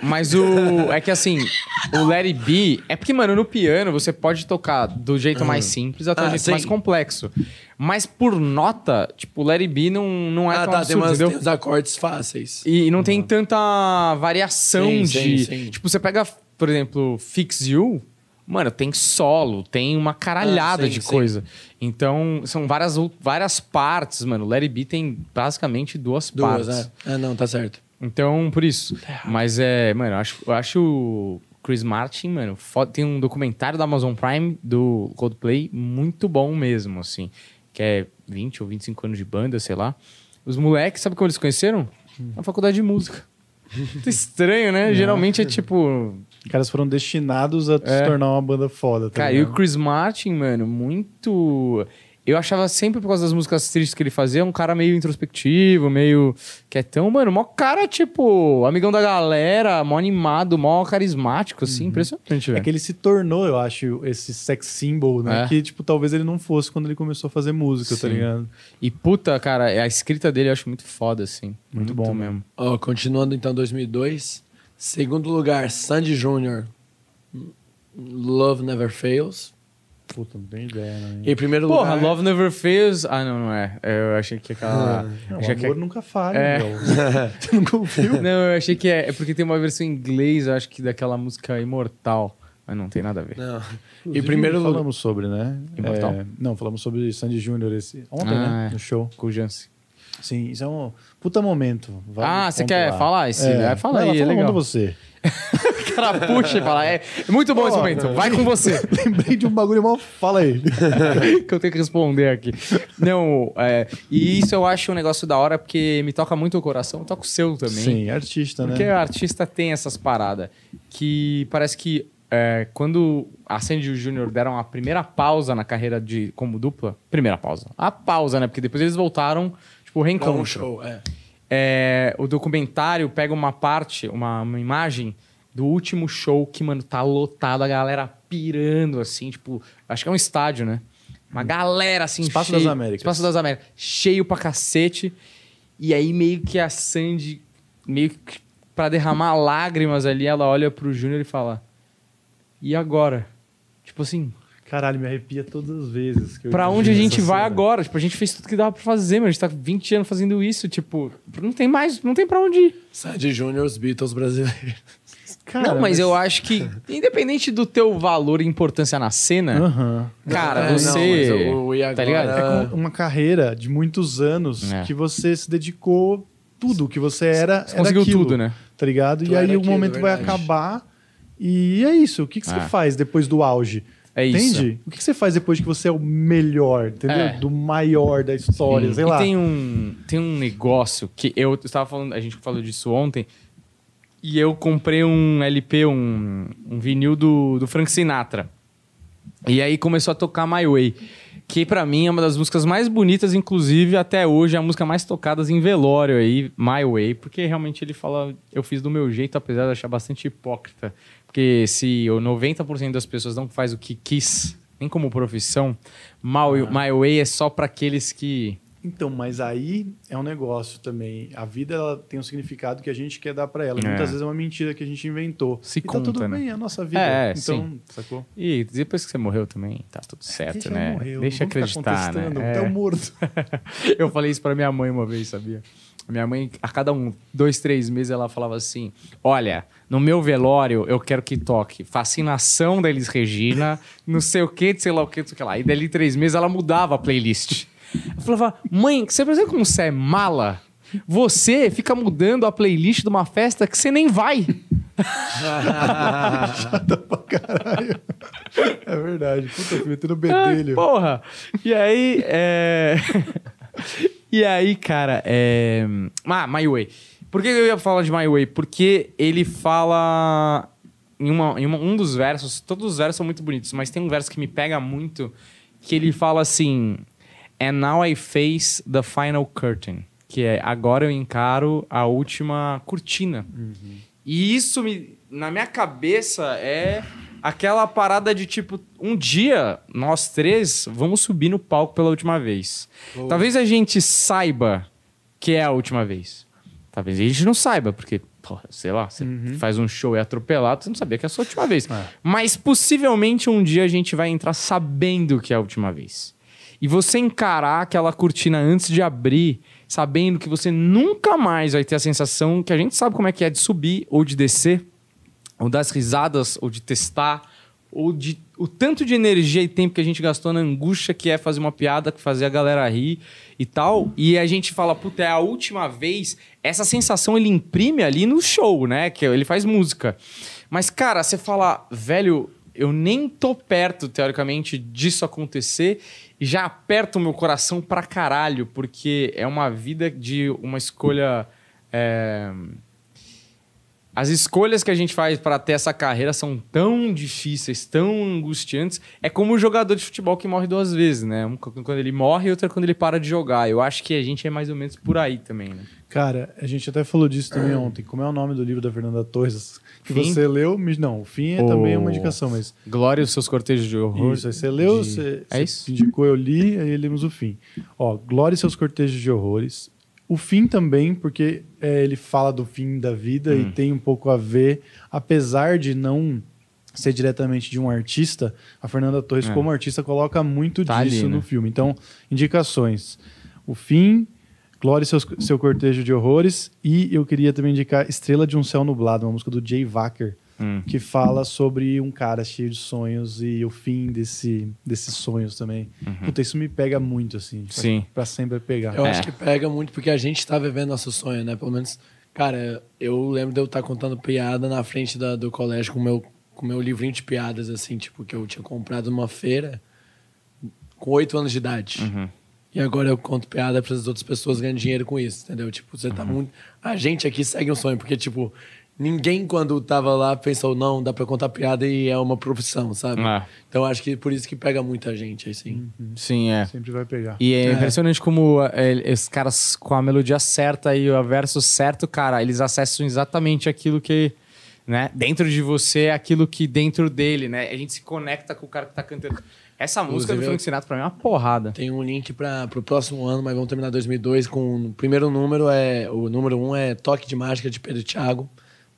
Speaker 1: Mas o. É que assim, o Let It Be. É porque, mano, no piano você pode tocar do jeito mais simples até o
Speaker 3: Ah,
Speaker 1: jeito
Speaker 3: sim.
Speaker 1: mais complexo. Mas por nota, tipo, o Let It Be não, não é
Speaker 3: ah,
Speaker 1: tão
Speaker 3: tá, tem,
Speaker 1: absurdo,
Speaker 3: umas, tem
Speaker 1: entendeu?
Speaker 3: uns acordes fáceis.
Speaker 1: E não tem tanta variação
Speaker 3: Uhum. Sim,
Speaker 1: de.
Speaker 3: sim, sim.
Speaker 1: Tipo, você pega, por exemplo, Fix You. Mano, tem solo, tem uma caralhada
Speaker 3: Ah, sim,
Speaker 1: de
Speaker 3: sim.
Speaker 1: coisa. Então, são várias, ou- várias partes, mano. Let It Be tem basicamente duas,
Speaker 3: Duas,
Speaker 1: partes.
Speaker 3: né? Ah, não, tá certo.
Speaker 1: Então, por isso. Mas é, mano, eu acho, eu acho o Chris Martin, mano, foda, tem um documentário da Amazon Prime do Coldplay muito bom mesmo, assim. Que é 20 ou 25 anos de banda, sei lá. Os moleques, sabe como eles se conheceram? Na faculdade de música. Muito estranho, né? Geralmente é tipo.
Speaker 2: Os caras foram destinados a
Speaker 1: É.
Speaker 2: se tornar uma banda foda, tá
Speaker 1: Cara, e o
Speaker 2: ligado?
Speaker 1: Chris Martin, mano, muito. Eu achava sempre, por causa das músicas tristes que ele fazia, um cara meio introspectivo, meio quietão, mano. Mó cara, tipo, amigão da galera, mó animado, mó carismático, assim. Impressionante,
Speaker 2: É
Speaker 1: velho.
Speaker 2: que ele se tornou, eu acho, esse sex symbol, né?
Speaker 1: É.
Speaker 2: Que, tipo, talvez ele não fosse quando ele começou a fazer música,
Speaker 1: Sim.
Speaker 2: tá ligado?
Speaker 1: E puta, cara, a escrita dele eu acho muito foda, assim.
Speaker 2: Muito bom,
Speaker 1: mesmo.
Speaker 3: Ó, continuando então 2002. Segundo lugar, Sandy Júnior. Love Never Fails.
Speaker 2: Puta, não tenho ideia, né?
Speaker 3: Em primeiro
Speaker 1: Porra,
Speaker 3: lugar.
Speaker 1: Love Never Fails. Ah, não, não é. Eu achei que aquela.
Speaker 2: Ah, Não, o
Speaker 1: achei
Speaker 2: amor
Speaker 1: que-
Speaker 2: nunca falha,
Speaker 1: É.
Speaker 2: meu. Você nunca ouviu?
Speaker 1: Não, eu achei que é. É porque tem uma versão em inglês, eu acho que daquela música Imortal. Mas não tem nada a ver.
Speaker 3: Não. Em
Speaker 2: Inclusive,
Speaker 3: primeiro lugar.
Speaker 2: falamos sobre, né?
Speaker 1: Imortal.
Speaker 2: É, não, falamos sobre Sandy Júnior esse ontem,
Speaker 1: Ah,
Speaker 2: né?
Speaker 1: é.
Speaker 2: No show.
Speaker 1: Com o Jansen.
Speaker 2: Sim, isso é um puta momento. Vale
Speaker 1: Ah, você quer
Speaker 2: pontuar.
Speaker 1: falar esse? É, fala
Speaker 2: Vai lá,
Speaker 1: aí, é
Speaker 2: fala um
Speaker 1: legal.
Speaker 2: de você.
Speaker 1: O cara puxa e fala: É muito bom esse
Speaker 2: Porra,
Speaker 1: momento, vai com você.
Speaker 2: Lembrei de um bagulho mal. Fala aí.
Speaker 1: que eu tenho que responder aqui. Não, é, e isso eu acho um negócio da hora porque me toca muito o coração, toca o seu também.
Speaker 2: Sim, artista,
Speaker 1: Porque
Speaker 2: né?
Speaker 1: o artista tem essas paradas que parece que é, quando a Sandy e o Júnior deram a primeira pausa na carreira de como dupla, primeira pausa, a pausa, né? Porque depois eles voltaram, tipo,
Speaker 3: Pra
Speaker 1: reencontro.
Speaker 3: um show, é.
Speaker 1: É, o documentário pega uma parte, uma, uma imagem do último show que, mano, tá lotado, a galera pirando, assim, tipo, acho que é um estádio, né? Uma galera, assim,
Speaker 2: Hum. Espaço
Speaker 1: cheio,
Speaker 2: das Américas.
Speaker 1: Espaço das Américas. Cheio pra cacete. E aí, meio que a Sandy, meio que pra derramar lágrimas ali, ela olha pro Júnior e fala: E agora? Tipo assim,
Speaker 2: Caralho, me arrepia todas as vezes. que eu
Speaker 1: Pra
Speaker 2: vi
Speaker 1: onde a
Speaker 2: essa
Speaker 1: gente vai
Speaker 2: cena.
Speaker 1: agora? Tipo, a gente fez tudo que dava pra fazer, mano. A gente tá 20 anos fazendo isso, tipo, não tem mais, não tem pra onde ir.
Speaker 3: Sandy Júnior, os Beatles brasileiros.
Speaker 2: Cara,
Speaker 1: não, mas eu acho que, independente do teu valor e importância na cena,
Speaker 2: Aham.
Speaker 1: cara,
Speaker 3: É, não,
Speaker 1: você.
Speaker 3: mas o- o E
Speaker 1: tá
Speaker 3: Agora-
Speaker 1: ligado?
Speaker 2: É como uma carreira de muitos anos
Speaker 1: É.
Speaker 2: que você se dedicou tudo o que você era.
Speaker 1: Você
Speaker 2: era
Speaker 1: conseguiu
Speaker 2: aquilo,
Speaker 1: tudo, né?
Speaker 2: Tá ligado?
Speaker 3: Tu
Speaker 2: e aí
Speaker 3: era
Speaker 2: o
Speaker 3: aquilo,
Speaker 2: momento vai
Speaker 3: verdade.
Speaker 2: acabar e é isso. O que, que você
Speaker 1: É.
Speaker 2: faz depois do auge?
Speaker 1: É isso.
Speaker 2: Entende? O que, que você faz depois que você é o melhor, entendeu?
Speaker 1: É.
Speaker 2: Do maior da história, sei
Speaker 1: e
Speaker 2: lá.
Speaker 1: Tem um, tem um negócio que eu estava falando, a gente falou disso ontem, e eu comprei um LP, um, um vinil do, do Frank Sinatra. E aí começou a tocar My Way, que pra mim é uma das músicas mais bonitas, inclusive até hoje, é a música mais tocada em velório aí, My Way, porque realmente ele fala, eu fiz do meu jeito, apesar de eu achar bastante hipócrita. Porque se o 90% das pessoas não faz o que quis, nem como profissão, My,
Speaker 2: Ah.
Speaker 1: My Way é só pra aqueles que
Speaker 2: Então, mas aí é um negócio também. A vida ela tem um significado que a gente quer dar pra ela.
Speaker 1: É.
Speaker 2: Muitas vezes é uma mentira que a gente inventou.
Speaker 1: Se
Speaker 2: e
Speaker 1: conta,
Speaker 2: tá tudo
Speaker 1: né?
Speaker 2: bem, é a nossa vida.
Speaker 1: É,
Speaker 2: então,
Speaker 1: sim.
Speaker 2: sacou?
Speaker 1: E depois que você morreu também, tá tudo certo,
Speaker 2: É, Deixa eu
Speaker 1: né?
Speaker 2: morrer, eu
Speaker 1: Deixa
Speaker 2: não vou ficar
Speaker 1: acreditar, né?
Speaker 2: contestando, então
Speaker 1: É.
Speaker 2: Até o morto.
Speaker 1: Eu falei isso pra minha mãe uma vez, sabia? Minha mãe, a cada um, dois, três meses, ela falava assim: Olha, no meu velório eu quero que toque Fascinação da Elis Regina, não sei o que, sei lá o que, sei o que lá. E dali três meses ela mudava a playlist. Eu falava: Mãe, você percebe como você é mala? Você fica mudando a playlist de uma festa que você nem vai.
Speaker 2: Chata pra caralho. É verdade. Puta, eu fui metendo
Speaker 1: Ai,
Speaker 2: bedelho.
Speaker 1: porra! E aí, é... e aí, cara, é... Ah, My Way. Por que eu ia falar de My Way? Porque ele fala... Em, uma, em uma- um dos versos, todos os versos são muito bonitos, mas tem um verso que me pega muito, que ele fala assim... And now I face the final curtain. Que é, agora eu encaro a última cortina. E isso me, na minha cabeça é aquela parada de tipo, um dia nós três vamos subir no palco pela última vez. Talvez a gente saiba que é a última vez. Talvez a gente não saiba, porque, porra, sei lá, você faz um show e é atropelado, você não sabia que é a sua última vez. Mas possivelmente um dia a gente vai entrar sabendo que é a última vez. E você encarar aquela cortina antes de abrir, sabendo que você nunca mais vai ter a sensação que a gente sabe como é que é de subir ou de descer, ou das risadas, ou de testar, ou de o tanto de energia e tempo que a gente gastou na angústia que é fazer uma piada, que fazer a galera rir e tal. E a gente fala, puta, é a última vez. Essa sensação ele imprime ali no show, né? Que ele faz música. Mas, cara, você fala, velho, eu nem tô perto, teoricamente, disso acontecer. E já aperta o meu coração pra caralho, porque é uma vida de uma escolha. é, As escolhas que a gente faz pra ter essa carreira são tão difíceis, tão angustiantes. É como o jogador de futebol que morre duas vezes, né? Um c- quando ele morre e outra quando ele para de jogar. Eu acho que a gente é mais ou menos por aí também, né?
Speaker 2: Cara, a gente até falou disso também ontem. Como é o nome do livro da Fernanda Torres? Que
Speaker 1: Fim?
Speaker 2: você leu, mas não, o fim é
Speaker 1: O-
Speaker 2: também uma indicação, mas.
Speaker 1: Glória aos seus cortejos de Oh. horror.
Speaker 2: Isso, aí você leu,
Speaker 1: de-
Speaker 2: você,
Speaker 1: É
Speaker 2: você
Speaker 1: isso?
Speaker 2: indicou, eu li, aí lemos o fim. Ó, Glória e seus cortejos de horrores. O fim também, porque
Speaker 1: Hum.
Speaker 2: é, ele fala do fim da vida e tem um pouco a ver, apesar de não ser diretamente de um artista, a Fernanda
Speaker 1: É.
Speaker 2: Torres, como artista, coloca muito
Speaker 1: Tá
Speaker 2: disso
Speaker 1: ali, né?
Speaker 2: no filme. Então, indicações. O fim, Glória e seus- seu, cortejo de horrores. E eu queria também indicar Estrela de um Céu Nublado, uma música do Jay Wacker,
Speaker 1: Hum.
Speaker 2: que fala sobre um cara cheio de sonhos e o fim desse, desses sonhos também. Puta, isso me pega muito, assim. pra-
Speaker 1: Sim.
Speaker 2: Pra sempre pegar.
Speaker 3: Uhum. Eu
Speaker 1: É.
Speaker 3: acho que pega muito porque a gente tá vivendo nosso sonho, né? Pelo menos, cara, eu lembro de eu estar contando piada na frente da- do colégio com meu, o meu livrinho de piadas, assim, tipo, que eu tinha comprado numa feira com oito anos de idade. E agora eu conto piada para as outras pessoas ganhando dinheiro com isso, entendeu? Tipo, você tá muito. A gente aqui segue um sonho, porque, tipo, ninguém quando tava lá pensou, não, dá para contar piada e é uma profissão, sabe?
Speaker 1: Ah.
Speaker 3: Então acho que por isso que pega muita gente, assim.
Speaker 1: Sim, é.
Speaker 2: Sempre vai pegar.
Speaker 1: E é, impressionante como é, os caras com a melodia certa e o verso certo, cara, eles acessam exatamente aquilo que, né, dentro de você é aquilo que dentro dele, né? A gente se conecta com o cara que tá cantando. Essa música do
Speaker 3: Inclusive,
Speaker 1: Frank Sinatra pra mim é uma porrada.
Speaker 3: Tem um link para o próximo ano, mas vamos terminar 2002 com o primeiro número é o número um é Toque de Mágica de Pedro Thiago.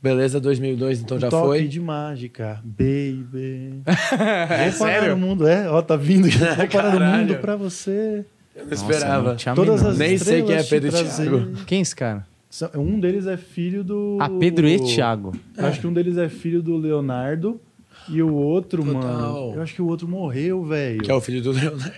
Speaker 3: Beleza, 2002 então
Speaker 2: Um
Speaker 3: já
Speaker 2: toque
Speaker 3: foi.
Speaker 2: de mágica, baby.
Speaker 1: É
Speaker 2: Vou parar o mundo, é. Ó, tá vindo. Vou parar o
Speaker 3: Caralho.
Speaker 2: mundo pra você.
Speaker 3: Eu não
Speaker 1: Nossa,
Speaker 3: esperava.
Speaker 1: não tinha a
Speaker 2: Todas
Speaker 1: menor.
Speaker 2: as
Speaker 3: Nem sei quem é
Speaker 2: estrelas te
Speaker 3: Pedro e
Speaker 2: trazer.
Speaker 3: Thiago.
Speaker 1: Quem é esse cara?
Speaker 2: São- Um deles é filho do.
Speaker 1: Ah, Pedro e Thiago.
Speaker 2: Eu Acho que um deles é filho do Leonardo. E o outro,
Speaker 3: Total.
Speaker 2: mano. Eu acho que o outro morreu, velho.
Speaker 3: Que é o filho do Leonardo.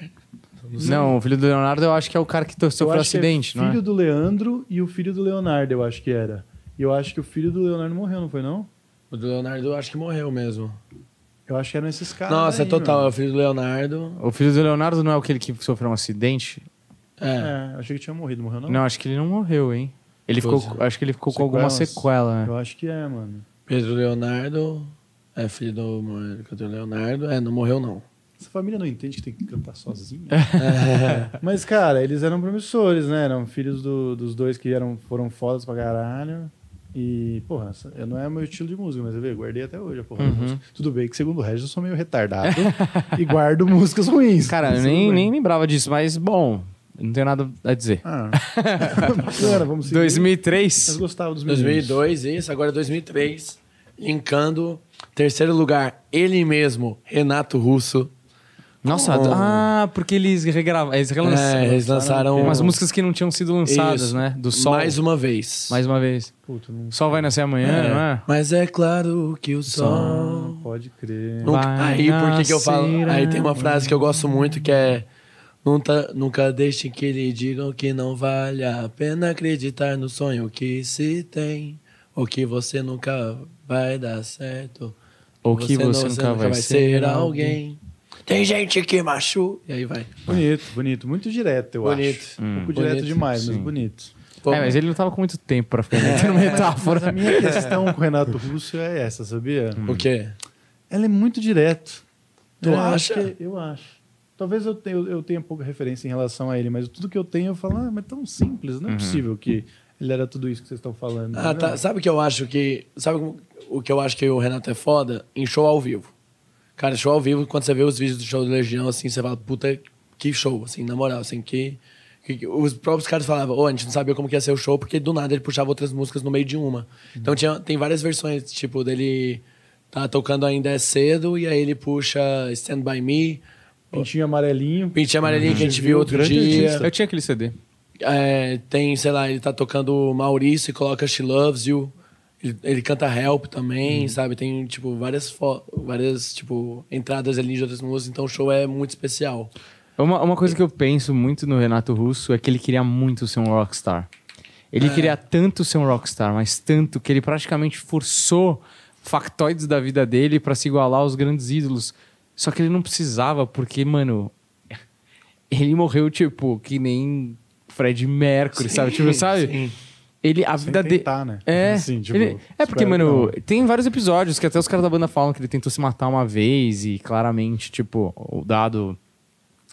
Speaker 1: Não, o filho do Leonardo eu acho que é o cara que to-
Speaker 2: Eu
Speaker 1: sofreu
Speaker 2: acho que
Speaker 1: acidente,
Speaker 2: é
Speaker 1: não
Speaker 2: Filho
Speaker 1: é?
Speaker 2: do Leandro e o filho do Leonardo, eu acho que era. E eu acho que o filho do Leonardo morreu, não foi, não?
Speaker 3: O do Leonardo eu acho que morreu mesmo.
Speaker 2: Eu acho que eram esses caras.
Speaker 3: Nossa,
Speaker 2: aí,
Speaker 3: total, é
Speaker 2: mano.
Speaker 3: o filho do Leonardo.
Speaker 1: O filho do Leonardo não é aquele que sofreu um acidente?
Speaker 3: É.
Speaker 2: É, eu achei que tinha morrido, morreu, não?
Speaker 1: Não, acho que ele não morreu, hein? Ele ficou,
Speaker 3: Pois
Speaker 1: acho que ele ficou com alguma
Speaker 2: Sequelas.
Speaker 1: sequela, né?
Speaker 2: Eu acho que é, mano.
Speaker 3: Pedro Leonardo é filho do cadê o Leonardo. É, não morreu não.
Speaker 2: Essa família não entende que tem que cantar sozinha.
Speaker 3: É,
Speaker 2: Mas, cara, eles eram promissores, né? Eram filhos do- dos dois que eram, foram fodas pra caralho. E, porra, essa- eu não é meu estilo de música, mas eu vejo, guardei até hoje a porra da
Speaker 1: Uhum.
Speaker 2: música. Tudo bem que, segundo o Regis, eu sou meio retardado e guardo músicas ruins.
Speaker 1: Cara, eu
Speaker 2: Mas
Speaker 1: nem,
Speaker 2: tudo bem.
Speaker 1: nem lembrava disso, mas bom, não tenho nada a dizer.
Speaker 2: Ah. Cara, vamos seguir.
Speaker 1: 2003.
Speaker 2: Mas gostava dos meninos.
Speaker 3: 2002, isso. Agora 2003. Linkando. Terceiro lugar, ele mesmo, Renato Russo.
Speaker 1: Nossa,
Speaker 3: Oh.
Speaker 1: ah, porque eles regravaram, eles relançaram
Speaker 3: É, eles lançaram
Speaker 1: umas músicas que não tinham sido lançadas,
Speaker 3: Isso.
Speaker 1: né? Do Sol.
Speaker 3: Mais uma vez.
Speaker 1: Mais uma vez.
Speaker 2: Puta, não
Speaker 1: O Sol vai nascer amanhã, não é?
Speaker 3: Mas é claro que o sol.
Speaker 2: Ah, pode crer.
Speaker 3: Nunca-
Speaker 1: Vai
Speaker 3: Aí, por que, que eu falo?
Speaker 1: nascer
Speaker 3: Aí tem uma frase que eu gosto muito que é. Nunca, nunca deixe que lhe digam que não vale a pena acreditar no sonho que se tem. Ou que você nunca vai dar certo.
Speaker 1: Ou que
Speaker 3: não-
Speaker 1: você nunca vai ser
Speaker 3: alguém. Tem gente que machuca. E aí vai.
Speaker 1: É,
Speaker 2: Bonito, bonito. Muito direto, eu
Speaker 3: Bonito.
Speaker 2: acho. Um pouco
Speaker 3: Bonito,
Speaker 2: direto demais, mas
Speaker 1: Hum. sim.
Speaker 2: bonito.
Speaker 1: É, mas ele não tava com muito tempo pra ficar inventando
Speaker 2: Mas a
Speaker 1: metáfora.
Speaker 2: minha questão com o Renato Russo é essa, sabia?
Speaker 3: O quê?
Speaker 2: Ela é muito direto.
Speaker 3: Tu
Speaker 2: eu acho
Speaker 3: acha?
Speaker 2: que- eu acho. Talvez eu tenha, eu tenha pouca referência em relação a ele, mas tudo que eu tenho eu falo, ah, mas é tão simples, não é possível que ele era tudo isso que vocês estão falando.
Speaker 3: Uhum. Ah, tá. Sabe o que eu acho que. Sabe como- o que eu acho que o Renato é foda? Em show ao vivo. Cara, show ao vivo, quando você vê os vídeos do show do Legião, assim, você fala, puta, que show, assim, na moral, assim, que. que- os próprios caras falavam, ô, a gente não sabia como que ia ser o show, porque do nada ele puxava outras músicas no meio de uma. Então tinha, tem várias versões, tipo, dele tá tocando ainda é cedo, e aí ele puxa Stand By Me,
Speaker 2: Pintinho amarelinho.
Speaker 3: Pintinho Amarelinho que a gente
Speaker 2: Uhum.
Speaker 3: viu outro
Speaker 2: Grande
Speaker 3: dia.
Speaker 2: artista.
Speaker 1: Eu tinha aquele CD.
Speaker 3: É, tem, sei lá, ele tá tocando Maurício e coloca She Loves You. Ele, ele canta Help também, sabe? Tem, tipo, várias, fo- várias tipo, entradas ali de outras músicas. Então o show é muito especial.
Speaker 1: Uma, uma coisa que eu penso muito no Renato Russo é que ele queria muito ser um rockstar.
Speaker 2: É.
Speaker 1: Ele queria tanto ser um rockstar, mas tanto que ele praticamente forçou factoides da vida dele pra se igualar aos grandes ídolos. Só que ele não precisava, porque, mano, ele morreu, tipo, que nem Fred Mercury, sabe? Tipo, sabe?
Speaker 3: Sim.
Speaker 1: Ele, a vida dele.
Speaker 2: tentar, né?
Speaker 1: É,
Speaker 2: Assim, tipo,
Speaker 1: ele- é porque,
Speaker 2: espero
Speaker 1: mano,
Speaker 2: que
Speaker 1: tem vários episódios que até os caras da banda falam que ele tentou se matar uma vez e claramente, tipo, o dado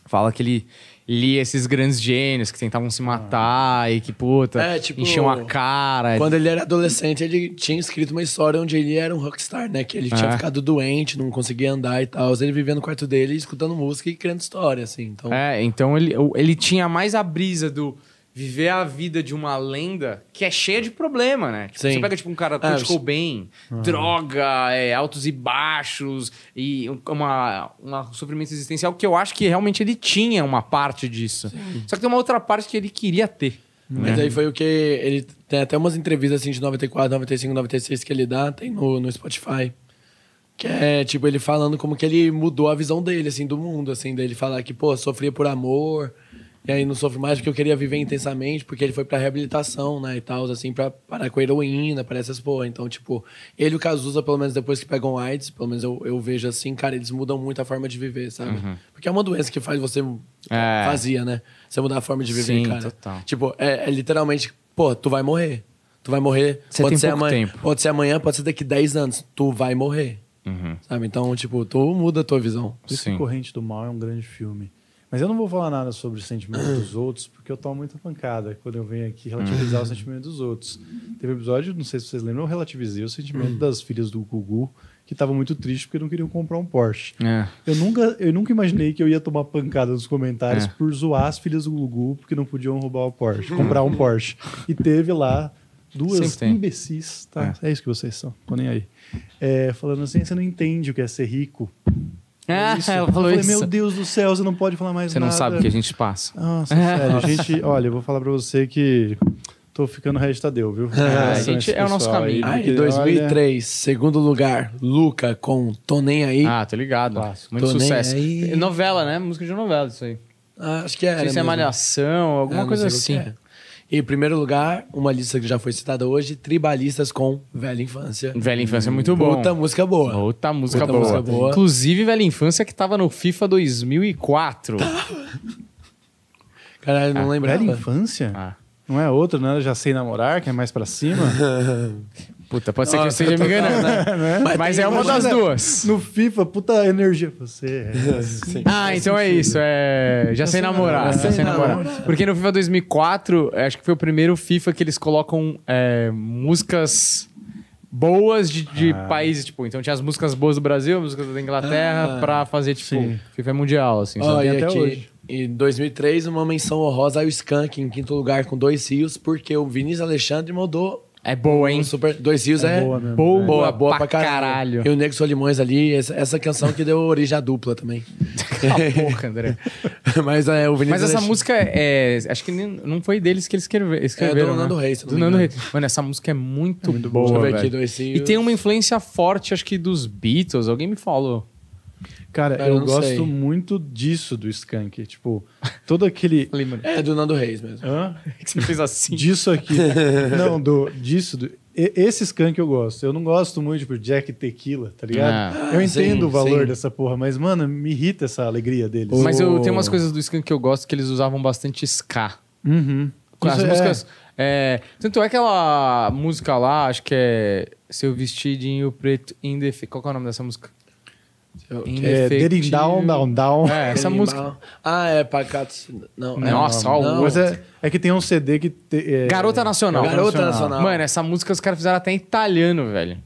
Speaker 1: fala que ele lia esses grandes gênios que tentavam se matar e que, puta,
Speaker 3: É, tipo,
Speaker 1: encheu a cara.
Speaker 3: Quando ele era adolescente, ele tinha escrito uma história onde ele era um rockstar, né? Que ele tinha
Speaker 1: É.
Speaker 3: ficado doente, não conseguia andar e tal. Ele vivia no quarto dele, escutando música e criando história, assim. Então,
Speaker 1: É, então ele, o- ele tinha mais a brisa do viver a vida de uma lenda que é cheia de problema, né? Tipo,
Speaker 3: Sim.
Speaker 1: Você pega, tipo, um cara
Speaker 3: Ah,
Speaker 1: Kurt
Speaker 3: você- Uhum.
Speaker 1: Cobain, droga, é, altos e baixos, e um- uma, uma sofrimento existencial que eu acho que realmente ele tinha uma parte disso. Só que tem uma outra parte que ele queria ter.
Speaker 3: Mas
Speaker 1: É.
Speaker 3: aí foi o que ele tem até umas entrevistas assim de 94, 95, 96 que ele dá, tem no, no Spotify. Que é tipo ele falando como que ele mudou a visão dele, assim, do mundo, assim, dele falar que, pô, sofria por amor, e aí não sofre mais porque eu queria viver intensamente, porque ele foi pra reabilitação, né, e tal, assim, pra parar com a heroína, para essas porra. Então, tipo, ele e o Cazuza, pelo menos depois que pegam AIDS, pelo menos eu, eu vejo assim, cara, eles mudam muito a forma de viver, sabe? Porque é uma doença que faz você.
Speaker 1: Uhum. É.
Speaker 3: Fazia, né? Você mudar a forma de viver,
Speaker 1: Sim,
Speaker 3: cara.
Speaker 1: total.
Speaker 3: Tipo, é, é literalmente, pô, tu vai morrer. Tu vai morrer.
Speaker 1: Você
Speaker 3: pode
Speaker 1: tem
Speaker 3: ser
Speaker 1: pouco
Speaker 3: amanhã,
Speaker 1: tempo.
Speaker 3: pode ser amanhã, pode ser daqui 10 anos. Tu vai morrer. Sabe? Então, tipo, tu muda a tua visão.
Speaker 2: Por isso
Speaker 1: Sim.
Speaker 2: que Corrente do Mal é um grande filme. Mas eu não vou falar nada sobre os sentimentos dos outros, porque eu tomo muita pancada quando eu venho aqui relativizar o
Speaker 3: Uhum.
Speaker 2: sentimento dos outros. Teve um episódio, não sei se vocês lembram, eu relativizei o
Speaker 3: Uhum.
Speaker 2: sentimento das filhas do Gugu, que estavam muito tristes porque não queriam comprar um Porsche.
Speaker 1: É.
Speaker 2: Eu nunca, eu nunca imaginei que eu ia tomar pancada nos
Speaker 1: É.
Speaker 2: comentários por zoar as filhas do Gugu porque não podiam roubar o Porsche, comprar um Porsche. E teve lá
Speaker 1: Sempre
Speaker 2: duas
Speaker 1: tem.
Speaker 2: imbecis, tá? É. isso que vocês são, tô nem aí. É, falando assim, você não entende o que é ser rico. É
Speaker 1: Ah,
Speaker 2: Isso.
Speaker 1: ela
Speaker 2: eu
Speaker 1: falou
Speaker 2: falei,
Speaker 1: isso.
Speaker 2: meu Deus do céu, você não pode falar mais
Speaker 1: Você não
Speaker 2: nada.
Speaker 1: sabe o que é. a gente passa.
Speaker 2: Nossa, sério, a gente, olha, eu vou falar pra você que tô ficando resto Tadeu, viu?
Speaker 1: a
Speaker 2: Esse
Speaker 1: gente- é o nosso
Speaker 2: pessoal
Speaker 1: caminho.
Speaker 3: Aí,
Speaker 2: porque,
Speaker 3: 2003, segundo lugar, Luca com Tô Nem Aí.
Speaker 1: Ah, tô ligado.
Speaker 2: Clássico.
Speaker 1: Muito
Speaker 3: Tô nem
Speaker 1: sucesso.
Speaker 3: aí.
Speaker 1: Novela, né? Música de novela, isso aí.
Speaker 3: Ah, acho que era.
Speaker 1: Não sei se é
Speaker 3: mesmo.
Speaker 1: malhação,
Speaker 3: Ah,
Speaker 1: alguma
Speaker 3: não
Speaker 1: coisa
Speaker 3: sei
Speaker 1: assim.
Speaker 3: o que é. E em primeiro lugar, uma lista que já foi citada hoje, Tribalistas com Velha Infância.
Speaker 1: Velha Infância é muito bom.
Speaker 3: Puta música boa.
Speaker 1: Outra música,
Speaker 3: Outra
Speaker 1: boa.
Speaker 3: música boa.
Speaker 1: Inclusive, Velha Infância que tava no FIFA 2004.
Speaker 3: Caralho, não
Speaker 2: Velha
Speaker 3: lembrava.
Speaker 2: infância?
Speaker 1: Ah.
Speaker 2: Não é outra, né? Já sei namorar, que é mais pra cima.
Speaker 1: Puta, pode ser que eu
Speaker 3: Nossa,
Speaker 1: esteja me enganando. Mas,
Speaker 3: tem
Speaker 1: é uma das duas.
Speaker 2: No FIFA, puta energia. Você é.
Speaker 3: Sim.
Speaker 1: Ah, então é isso. É... Já sei namorar. Já sei namorar. Porque no FIFA 2004, é, acho que foi o primeiro FIFA que eles colocam é, músicas boas de, de
Speaker 3: Ah.
Speaker 1: países. Tipo, então tinha as músicas boas do Brasil, músicas da Inglaterra,
Speaker 3: Ah,
Speaker 1: pra fazer, tipo,
Speaker 2: sim.
Speaker 1: FIFA mundial, assim.
Speaker 3: Ó,
Speaker 1: sabe?
Speaker 2: tem
Speaker 3: e
Speaker 2: até
Speaker 3: aqui,
Speaker 2: hoje.
Speaker 3: Em 2003, uma menção honrosa ao Skank, em quinto lugar, com dois rios, porque o Vinícius Alexandre mandou
Speaker 1: É boa, hein?
Speaker 3: um super... Dois rios é,
Speaker 2: É boa mesmo.
Speaker 1: Boa,
Speaker 3: boa, boa pra,
Speaker 1: caralho.
Speaker 3: caralho. E o Nego Solimões ali, essa, essa canção que deu origem à dupla também.
Speaker 1: Cala a boca, André.
Speaker 3: Mas é, o Vinícius
Speaker 1: Mas essa
Speaker 3: Alexandre-
Speaker 1: música é. Acho que nem- não foi deles que eles escreve- escreveram.
Speaker 3: É do
Speaker 1: né?
Speaker 3: Nando Reis, se não
Speaker 1: Do
Speaker 3: me
Speaker 1: Nando
Speaker 3: engano.
Speaker 1: Reis. Mano, essa música é muito, boa.
Speaker 3: Deixa eu ver
Speaker 1: velho.
Speaker 3: aqui, dois rios.
Speaker 1: E tem uma influência forte, acho que dos Beatles. Alguém me falou.
Speaker 2: Cara,
Speaker 3: Cara, eu
Speaker 2: eu
Speaker 3: não
Speaker 2: gosto
Speaker 3: sei.
Speaker 2: muito disso do Skank. Tipo, todo aquele.
Speaker 1: Falei, mano,
Speaker 3: É do Nando Reis mesmo.
Speaker 2: Hã?
Speaker 1: que você fez assim?
Speaker 2: Disso aqui. não, do, disso. Do, e- esse skunk eu gosto. Eu não gosto muito, tipo, Jack Tequila, tá ligado?
Speaker 1: Ah.
Speaker 2: eu
Speaker 3: Ah,
Speaker 2: entendo
Speaker 3: sim,
Speaker 2: o valor
Speaker 3: sim.
Speaker 2: dessa porra, mas, mano, me irrita essa alegria deles. Oh.
Speaker 1: Mas eu
Speaker 3: O-
Speaker 1: tenho umas coisas do Skank que eu gosto que eles usavam bastante ska.
Speaker 2: Uhum.
Speaker 1: Com as
Speaker 2: Isso é-
Speaker 1: músicas. é, tanto é aquela música lá, acho que é Seu Vestidinho Preto Indefe... Qual que é o nome dessa música?
Speaker 2: É, Getting Down, Down, Down.
Speaker 1: É, essa música.
Speaker 3: Ah, é Pacato... Não, é-
Speaker 1: Nossa, ó,
Speaker 3: não.
Speaker 2: Mas é, é que tem um CD que. te- é-
Speaker 1: Garota Nacional.
Speaker 3: Garota Nacional.
Speaker 1: Mano, essa música os caras fizeram até em italiano, velho.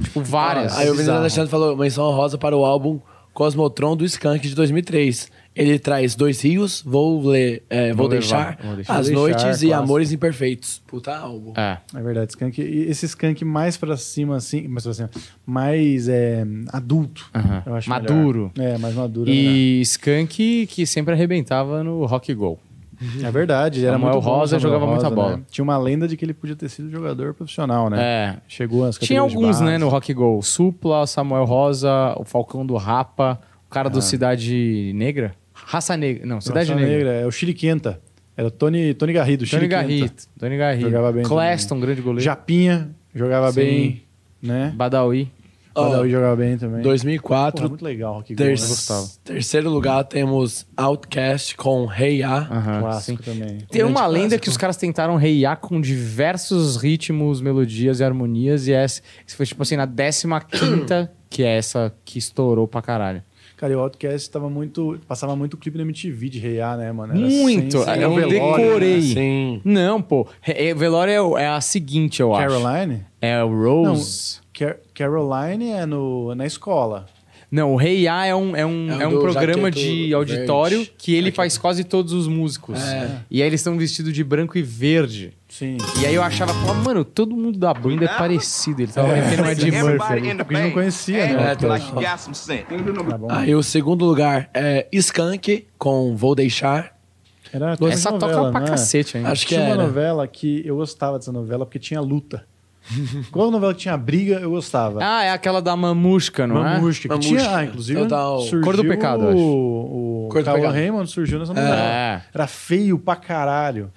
Speaker 1: Tipo, várias.
Speaker 3: Aí o Vinícius
Speaker 2: Bizarro.
Speaker 3: Alexandre falou menção rosa para o álbum Cosmotron do Skank de 2003. Ele traz dois rios, vou ler, é,
Speaker 1: Vou
Speaker 3: vou, deixar,
Speaker 1: levar, vou deixar.
Speaker 3: as
Speaker 2: Vou
Speaker 3: noites
Speaker 2: deixar,
Speaker 3: e
Speaker 2: clássico.
Speaker 3: amores imperfeitos. Puta álbum.
Speaker 1: É.
Speaker 2: É verdade, skunk. E esse skunk mais pra cima, assim, mais pra cima, mais é, adulto.
Speaker 1: Aham.
Speaker 2: Eu acho
Speaker 1: Maduro.
Speaker 2: melhor. É, mais maduro.
Speaker 1: E Skank, que sempre arrebentava no Rock Go.
Speaker 2: É verdade, era
Speaker 1: Samuel
Speaker 2: muito bom,
Speaker 1: Rosa
Speaker 2: Samuel
Speaker 1: jogava muita
Speaker 2: né?
Speaker 1: bola.
Speaker 2: Tinha uma lenda de que ele podia ter sido jogador profissional, né?
Speaker 1: É.
Speaker 2: Chegou às
Speaker 1: Tinha
Speaker 2: categorias de
Speaker 1: alguns,
Speaker 2: base.
Speaker 1: né, no Rock Go. Supla, Samuel Rosa, o Falcão do Rapa, o cara
Speaker 2: Ah.
Speaker 1: do Cidade Negra. Raça Negra. Não, Cidade
Speaker 2: Nossa
Speaker 1: Negra.
Speaker 2: É o Chiriquenta. Era o Tony, Tony Garrido.
Speaker 1: Tony
Speaker 2: Chiriquenta.
Speaker 1: Garrido. Tony Garrido.
Speaker 2: Jogava bem
Speaker 1: Cleston, grande goleiro.
Speaker 2: Japinha jogava
Speaker 1: Sim.
Speaker 2: bem, né?
Speaker 1: Badawi.
Speaker 3: Ó,
Speaker 2: Badawi jogava bem também. Porra,
Speaker 3: 2004,
Speaker 2: muito legal, Rock Go, né?
Speaker 3: ter-
Speaker 2: Gostava.
Speaker 3: terceiro lugar temos Outcast com Hey A.
Speaker 1: Aham, Ah, sim.
Speaker 2: Ah, Clássico também.
Speaker 1: Tem uma
Speaker 3: Grande
Speaker 1: lenda
Speaker 3: clássico.
Speaker 1: que os caras tentaram reiar com diversos ritmos, melodias e harmonias. E essa, isso foi, tipo assim, na 15ª, que é essa que estourou pra caralho.
Speaker 2: Cara, e o Outcast tava muito. Passava muito clipe na MTV de Reiá, né, mano? Era
Speaker 1: Muito!
Speaker 2: sem-
Speaker 3: é
Speaker 2: sem
Speaker 3: um
Speaker 1: eu
Speaker 2: velório, né?
Speaker 1: decorei.
Speaker 3: né?
Speaker 2: Hum.
Speaker 3: Sim.
Speaker 1: Não, pô. É- é- Velório é o- é, a seguinte, eu acho.
Speaker 2: Caroline?
Speaker 1: É o Rose.
Speaker 2: Car- Caroline é no, na escola.
Speaker 1: Não, o Rei A é um, é um,
Speaker 3: É um
Speaker 1: é um
Speaker 3: do
Speaker 1: programa
Speaker 3: Jaqueto
Speaker 1: de auditório
Speaker 3: Verde.
Speaker 1: que ele faz quase todos os músicos.
Speaker 3: É.
Speaker 1: E aí eles estão vestidos de branco e verde.
Speaker 2: Sim.
Speaker 1: E aí eu achava, falava, mano, todo mundo da banda é parecido. Ele tava metendo uma de Murphy.
Speaker 2: é Murphy, porque a gente não conhecia, né,
Speaker 3: o
Speaker 4: Like
Speaker 3: cantor.
Speaker 4: you got some sense.
Speaker 2: Tá bom.
Speaker 3: Aí o segundo lugar é Skank com Vou Deixar.
Speaker 2: Era
Speaker 1: Essa
Speaker 2: novela,
Speaker 1: toca pra
Speaker 2: né?
Speaker 1: cacete, hein?
Speaker 3: Acho que
Speaker 2: tinha uma
Speaker 3: era.
Speaker 2: novela que eu gostava dessa novela porque tinha luta. Qual novela que tinha briga, eu gostava.
Speaker 1: Ah, é aquela da mamusca, não é?
Speaker 2: Mamusca, que
Speaker 3: Mamusca.
Speaker 2: tinha, ah, inclusive,
Speaker 3: Total.
Speaker 2: surgiu
Speaker 1: Cor do Pecado, eu acho.
Speaker 2: o, o
Speaker 3: Cor do
Speaker 2: Carl
Speaker 3: Pecado.
Speaker 2: Raymond surgiu nessa novela.
Speaker 1: É.
Speaker 2: Era feio pra caralho.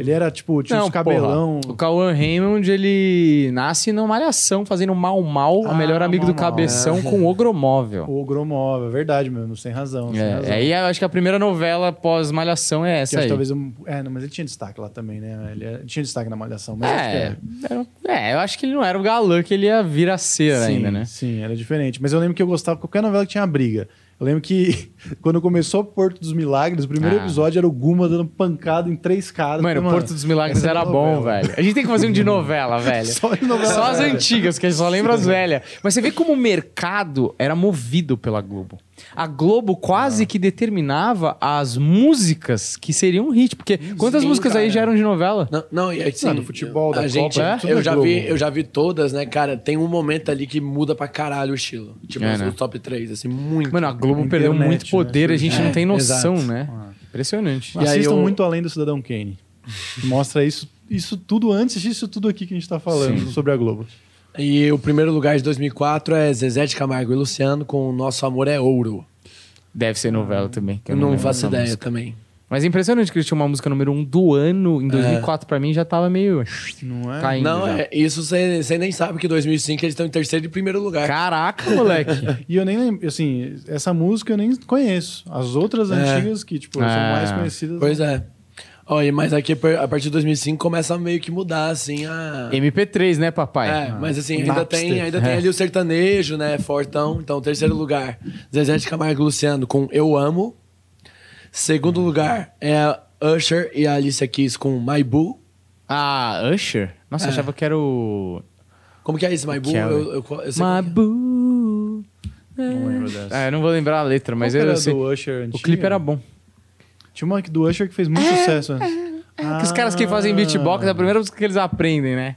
Speaker 2: Ele era, tipo,
Speaker 1: é?
Speaker 2: tinha
Speaker 1: Não,
Speaker 2: uns cabelão...
Speaker 1: porra. O Cauã Raymond, ele nasce na malhação, fazendo mal mal,
Speaker 2: Ah,
Speaker 1: o melhor amigo do
Speaker 2: Mau É. Mau.
Speaker 1: cabeção com o Ogromóvel.
Speaker 2: O Gromov, é verdade mesmo, sem razão. sem razão.
Speaker 1: É, aí eu acho que a primeira novela pós-malhação é
Speaker 2: Que
Speaker 1: essa
Speaker 2: acho que
Speaker 1: aí.
Speaker 2: talvez um- é, não, mas ele tinha destaque lá também, né? Ele é- tinha destaque na Malhação, mas acho que
Speaker 1: É,
Speaker 2: era.
Speaker 1: é, eu acho que ele não era o galã que ele ia vir a ser
Speaker 2: sim,
Speaker 1: ainda, né?
Speaker 2: Sim, era diferente. Mas eu lembro que eu gostava de qualquer novela que tinha briga. Eu lembro que quando começou Porto dos Milagres, o primeiro
Speaker 1: Ah.
Speaker 2: episódio era o Guma dando pancada em três caras.
Speaker 1: Mano,
Speaker 2: Falei,
Speaker 1: Porto dos Milagres
Speaker 2: essa é
Speaker 1: era
Speaker 2: novela.
Speaker 1: bom, velho. A gente tem que fazer um de novela, velho.
Speaker 2: Só de novela
Speaker 1: Só as
Speaker 2: velha.
Speaker 1: antigas, que a gente só lembra as velhas. Mas você vê como o mercado era movido pela Globo. A Globo
Speaker 2: Ah.
Speaker 1: quase que determinava as músicas que seriam um hit. Porque quantas
Speaker 3: Sim,
Speaker 1: músicas aí
Speaker 3: cara.
Speaker 1: já eram de novela?
Speaker 3: Não, não, e assim,
Speaker 2: Não, do futebol, da
Speaker 3: a
Speaker 2: Copa,
Speaker 3: gente,
Speaker 2: é? tudo
Speaker 3: eu
Speaker 2: é
Speaker 3: já
Speaker 2: Globo.
Speaker 3: vi, eu já vi todas, né, cara? Tem um momento ali que muda pra caralho o estilo. Tipo,
Speaker 1: É,
Speaker 3: os
Speaker 1: né?
Speaker 3: top 3, assim, muito.
Speaker 1: Mano, a Globo
Speaker 2: Internet,
Speaker 1: perdeu muito poder,
Speaker 2: né?
Speaker 1: a gente
Speaker 3: É,
Speaker 1: não tem noção,
Speaker 3: exato.
Speaker 1: né?
Speaker 2: Ah.
Speaker 1: Impressionante.
Speaker 3: E aí
Speaker 2: Assistam
Speaker 3: eu-
Speaker 2: muito além do Cidadão Kane. Mostra isso, isso tudo antes disso tudo aqui que a gente tá falando sobre a Globo.
Speaker 3: E o primeiro lugar de 2004 é Zezé de Camargo e Luciano com Nosso Amor é Ouro.
Speaker 1: Deve ser novela também. que
Speaker 3: Eu não,
Speaker 1: lembro
Speaker 3: faço
Speaker 1: essa
Speaker 3: ideia
Speaker 1: música.
Speaker 3: também.
Speaker 1: Mas é impressionante que eles tinham uma música número um do ano. Em 2004, pra mim, já tava meio
Speaker 2: É. Não é?
Speaker 1: caindo.
Speaker 3: não,
Speaker 1: já.
Speaker 3: é, isso você você nem sabe que em 2005 eles estão em terceiro e primeiro lugar.
Speaker 1: Caraca, moleque.
Speaker 2: E eu nem lembro, assim, essa música eu nem conheço. As outras
Speaker 3: É.
Speaker 2: antigas que, tipo, são
Speaker 1: Ah.
Speaker 2: mais conhecidas.
Speaker 3: Pois é. Ó, e mas aqui, a partir de 2005, começa a meio que mudar, assim, a...
Speaker 1: MP3, né, papai?
Speaker 3: É, mas assim, ainda,
Speaker 2: Napster.
Speaker 3: tem, ainda tem ali o sertanejo, né? Fortão. Então, terceiro lugar, Zezé de Camargo e Luciano com Eu Amo. Segundo lugar é a Usher e a Alicia Keys com My Boo.
Speaker 1: Ah, Usher?
Speaker 2: É.
Speaker 1: Nossa, eu achava que era o.
Speaker 3: Como que é isso, My Boo?
Speaker 1: Que é,
Speaker 3: eu, eu, eu sei como que é.
Speaker 1: Mabu.
Speaker 2: Não lembro dessa.
Speaker 1: Ah, eu não vou lembrar a letra, mas
Speaker 2: Qual que
Speaker 1: eu
Speaker 2: era
Speaker 1: sei.
Speaker 2: do Usher antigo?
Speaker 1: O clipe era bom.
Speaker 2: Tinha uma do Usher que fez muito sucesso antes. Ah.
Speaker 1: Que os caras que fazem beatbox, é a primeira música que eles aprendem, né?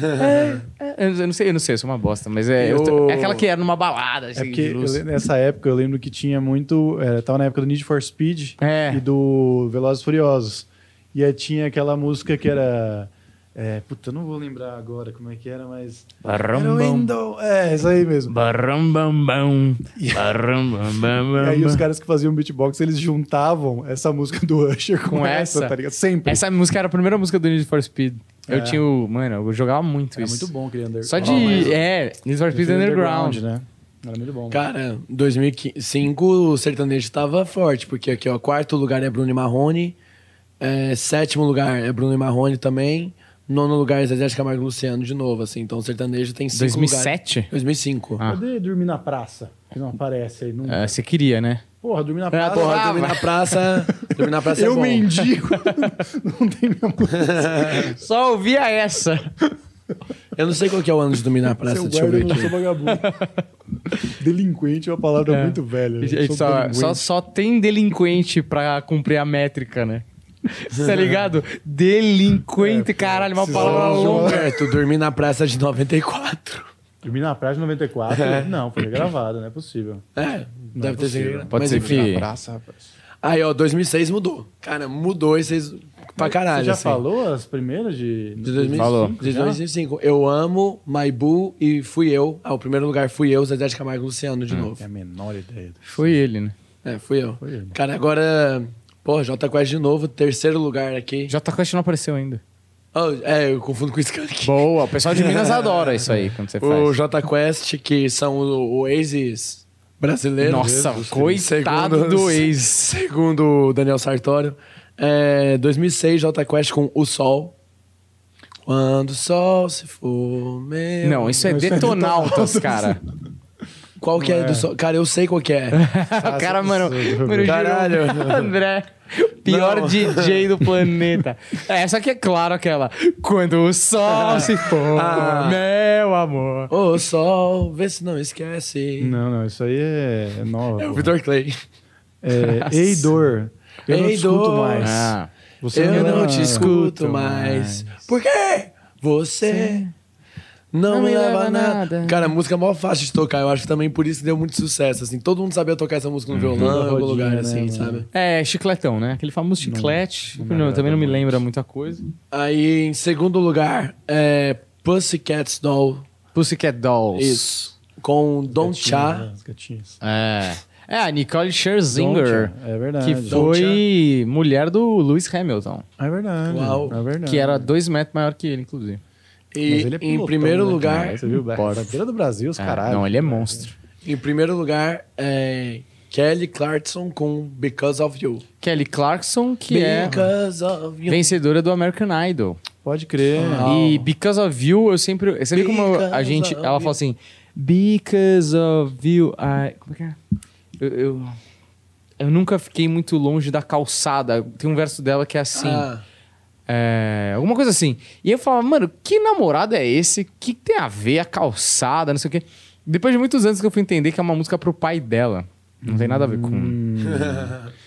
Speaker 1: É, é, eu não sei, eu não sei, eu sou uma bosta, mas é, eu tô- é aquela que era numa balada.
Speaker 2: É
Speaker 1: Assim,
Speaker 2: porque
Speaker 1: de
Speaker 2: eu,
Speaker 1: luz.
Speaker 2: le- nessa época eu lembro que tinha muito. É, tava na época do Need for Speed
Speaker 1: É.
Speaker 2: e do Velozes e Furiosos. E aí tinha aquela música que era. É, puta, eu não vou lembrar agora como é que era, mas. Era o
Speaker 1: Barrambam.
Speaker 2: Window. É, isso aí mesmo.
Speaker 1: Barrambambam.
Speaker 2: E
Speaker 1: Barrambambam.
Speaker 2: aí os caras que faziam beatbox, eles juntavam essa música do Usher com,
Speaker 1: Com
Speaker 2: essa,
Speaker 1: essa?
Speaker 2: tá ligado? Sempre.
Speaker 1: Essa música era a primeira música do Need for Speed. Eu
Speaker 2: É.
Speaker 1: tinha o. Mano, eu jogava É muito
Speaker 2: Era
Speaker 1: isso.
Speaker 2: É muito bom aquele Underground.
Speaker 1: Só de. é, Need for Speed Underground.
Speaker 2: né? Era muito bom.
Speaker 3: Cara, 2005 o sertanejo tava forte, porque aqui, ó, quarto lugar é Bruno e Marrone, é, sétimo lugar é Bruno e Marrone também, nono lugar é Zezé de Camargo e Luciano de novo, assim, então o sertanejo tem cinco
Speaker 1: 2007?
Speaker 3: lugares. 2005.
Speaker 1: Ah.
Speaker 2: Cadê dormir na praça? Que não aparece aí. Não...
Speaker 1: Ah, Você queria, né?
Speaker 2: Porra, dormir na
Speaker 1: Ah,
Speaker 2: praça. é
Speaker 3: Porra,
Speaker 1: Adorava.
Speaker 3: dormir na praça, dormir na praça é
Speaker 2: eu
Speaker 3: bom.
Speaker 2: mendigo. não tem minha
Speaker 1: Só ouvia essa.
Speaker 3: Eu não sei qual que é o ano de dormir na praça,
Speaker 2: Eu
Speaker 3: deixa eu
Speaker 2: guardo, eu
Speaker 3: ver
Speaker 2: não
Speaker 3: aqui.
Speaker 2: sou vagabundo. Delinquente é uma palavra muito velha. né? Sou
Speaker 1: Só,
Speaker 2: delinquente.
Speaker 1: só, só tem delinquente pra cumprir a métrica, né? Você tá ligado? Delinquente, caralho, uma
Speaker 2: precisava
Speaker 1: palavra
Speaker 2: de uma-
Speaker 1: longa.
Speaker 3: Roberto, dormir na praça de 94.
Speaker 2: Dormir na praia de 94? Não, foi gravado, não é possível.
Speaker 3: É, deve ter sido.
Speaker 1: Pode
Speaker 3: Mas
Speaker 1: ser
Speaker 3: enfim.
Speaker 1: que-
Speaker 2: Na praça, rapaz.
Speaker 3: Aí, ó, 2006 mudou. Cara, mudou e vocês... Pra caralho,
Speaker 2: Você já
Speaker 3: assim.
Speaker 2: falou as primeiras de...
Speaker 3: De 2005.
Speaker 1: Falou.
Speaker 3: De
Speaker 2: já?
Speaker 3: 2005. Eu amo, Maibu e fui eu. Ah, o primeiro lugar fui eu, Zezé de Camargo e Luciano de
Speaker 2: Não
Speaker 3: novo.
Speaker 2: tenho a menor ideia.
Speaker 1: Foi ele, né?
Speaker 3: É, fui eu.
Speaker 2: Foi ele.
Speaker 3: Cara, agora. Pô, Jota Quest de novo, terceiro lugar aqui.
Speaker 1: Jota Quest não apareceu ainda.
Speaker 3: Oh, é, eu confundo com o Skank.
Speaker 1: Boa, o pessoal de Minas adora isso aí quando você
Speaker 3: O
Speaker 1: faz.
Speaker 3: Jota Quest, que são o Oasis brasileiro.
Speaker 1: Nossa,
Speaker 3: Jesus
Speaker 1: coitado
Speaker 3: Segundo-
Speaker 1: do ex.
Speaker 3: Segundo o Daniel Sartório. É, 2006, Jota Quest com O Sol. Quando o sol se for, meu
Speaker 1: é Não, isso é detonautas, cara.
Speaker 3: Qual que é,
Speaker 2: É.
Speaker 3: do so... Cara, eu sei qual que é.
Speaker 1: O cara, mano.
Speaker 2: absurdo.
Speaker 1: mano
Speaker 3: Caralho.
Speaker 1: Giro, André. Pior
Speaker 3: Não.
Speaker 1: DJ do planeta. Essa aqui é claro aquela. Quando o sol se for,
Speaker 3: Ah.
Speaker 1: assim, meu amor.
Speaker 3: Ô sol, vê se não esquece.
Speaker 2: Não, não, isso aí é, é nova.
Speaker 3: É o
Speaker 2: pô.
Speaker 3: Vitor Clay.
Speaker 2: É, Ei, dor. Eu não
Speaker 3: Ei,
Speaker 2: te escuto
Speaker 3: dor.
Speaker 2: mais.
Speaker 1: Ah.
Speaker 2: Você
Speaker 3: Eu não
Speaker 2: era-
Speaker 3: te escuto mais. Por quê? Você não, me leva a nada. Cara, a música é mó fácil de tocar. Eu acho que também por isso que deu muito sucesso. Assim, todo mundo sabia tocar essa música no violão, em algum
Speaker 2: rodinha,
Speaker 3: lugar,
Speaker 2: né,
Speaker 3: assim,
Speaker 2: mano?
Speaker 3: sabe?
Speaker 1: É, chicletão, né? Aquele famoso chiclete.
Speaker 2: não
Speaker 1: que
Speaker 2: me
Speaker 1: não- também não me
Speaker 2: agrada
Speaker 1: lembra muita coisa.
Speaker 3: Aí, em segundo lugar, é Pussycat Doll.
Speaker 1: Pussycat Dolls.
Speaker 3: Isso. Com Don Cha.
Speaker 2: Gatinhas, né, as gatinhas.
Speaker 1: É. É, a Nicole Scherzinger.
Speaker 2: Don't ya, É verdade.
Speaker 1: Que foi mulher do Lewis Hamilton.
Speaker 2: É verdade.
Speaker 3: Uau.
Speaker 2: É verdade.
Speaker 1: Que era dois metros maior que ele, inclusive.
Speaker 3: E
Speaker 2: Mas ele é
Speaker 3: em
Speaker 2: pilotão,
Speaker 3: primeiro
Speaker 2: né,
Speaker 3: lugar,
Speaker 2: cara? Você viu? a Bandeira do Brasil, os
Speaker 1: É,
Speaker 2: caralho.
Speaker 1: não, ele é monstro.
Speaker 3: em primeiro lugar, é Kelly Clarkson com Because of You.
Speaker 1: Kelly Clarkson, que é
Speaker 3: Because of You.
Speaker 1: vencedora do American Idol.
Speaker 2: Pode crer.
Speaker 1: E Because of You, eu sempre. Você vê como a
Speaker 3: Because
Speaker 1: gente.
Speaker 3: of
Speaker 1: Ela
Speaker 3: you.
Speaker 1: fala assim. Because of you. I... Como é que é? Eu, eu, eu nunca fiquei muito longe da calçada. Tem um verso dela que é assim.
Speaker 3: Ah,
Speaker 1: É, alguma coisa assim. E eu falava, mano, que namorado é esse? Que tem a ver a calçada, não sei o quê. Depois de muitos anos que eu fui entender que é uma música pro pai dela. Não tem nada a ver com.
Speaker 3: Hum.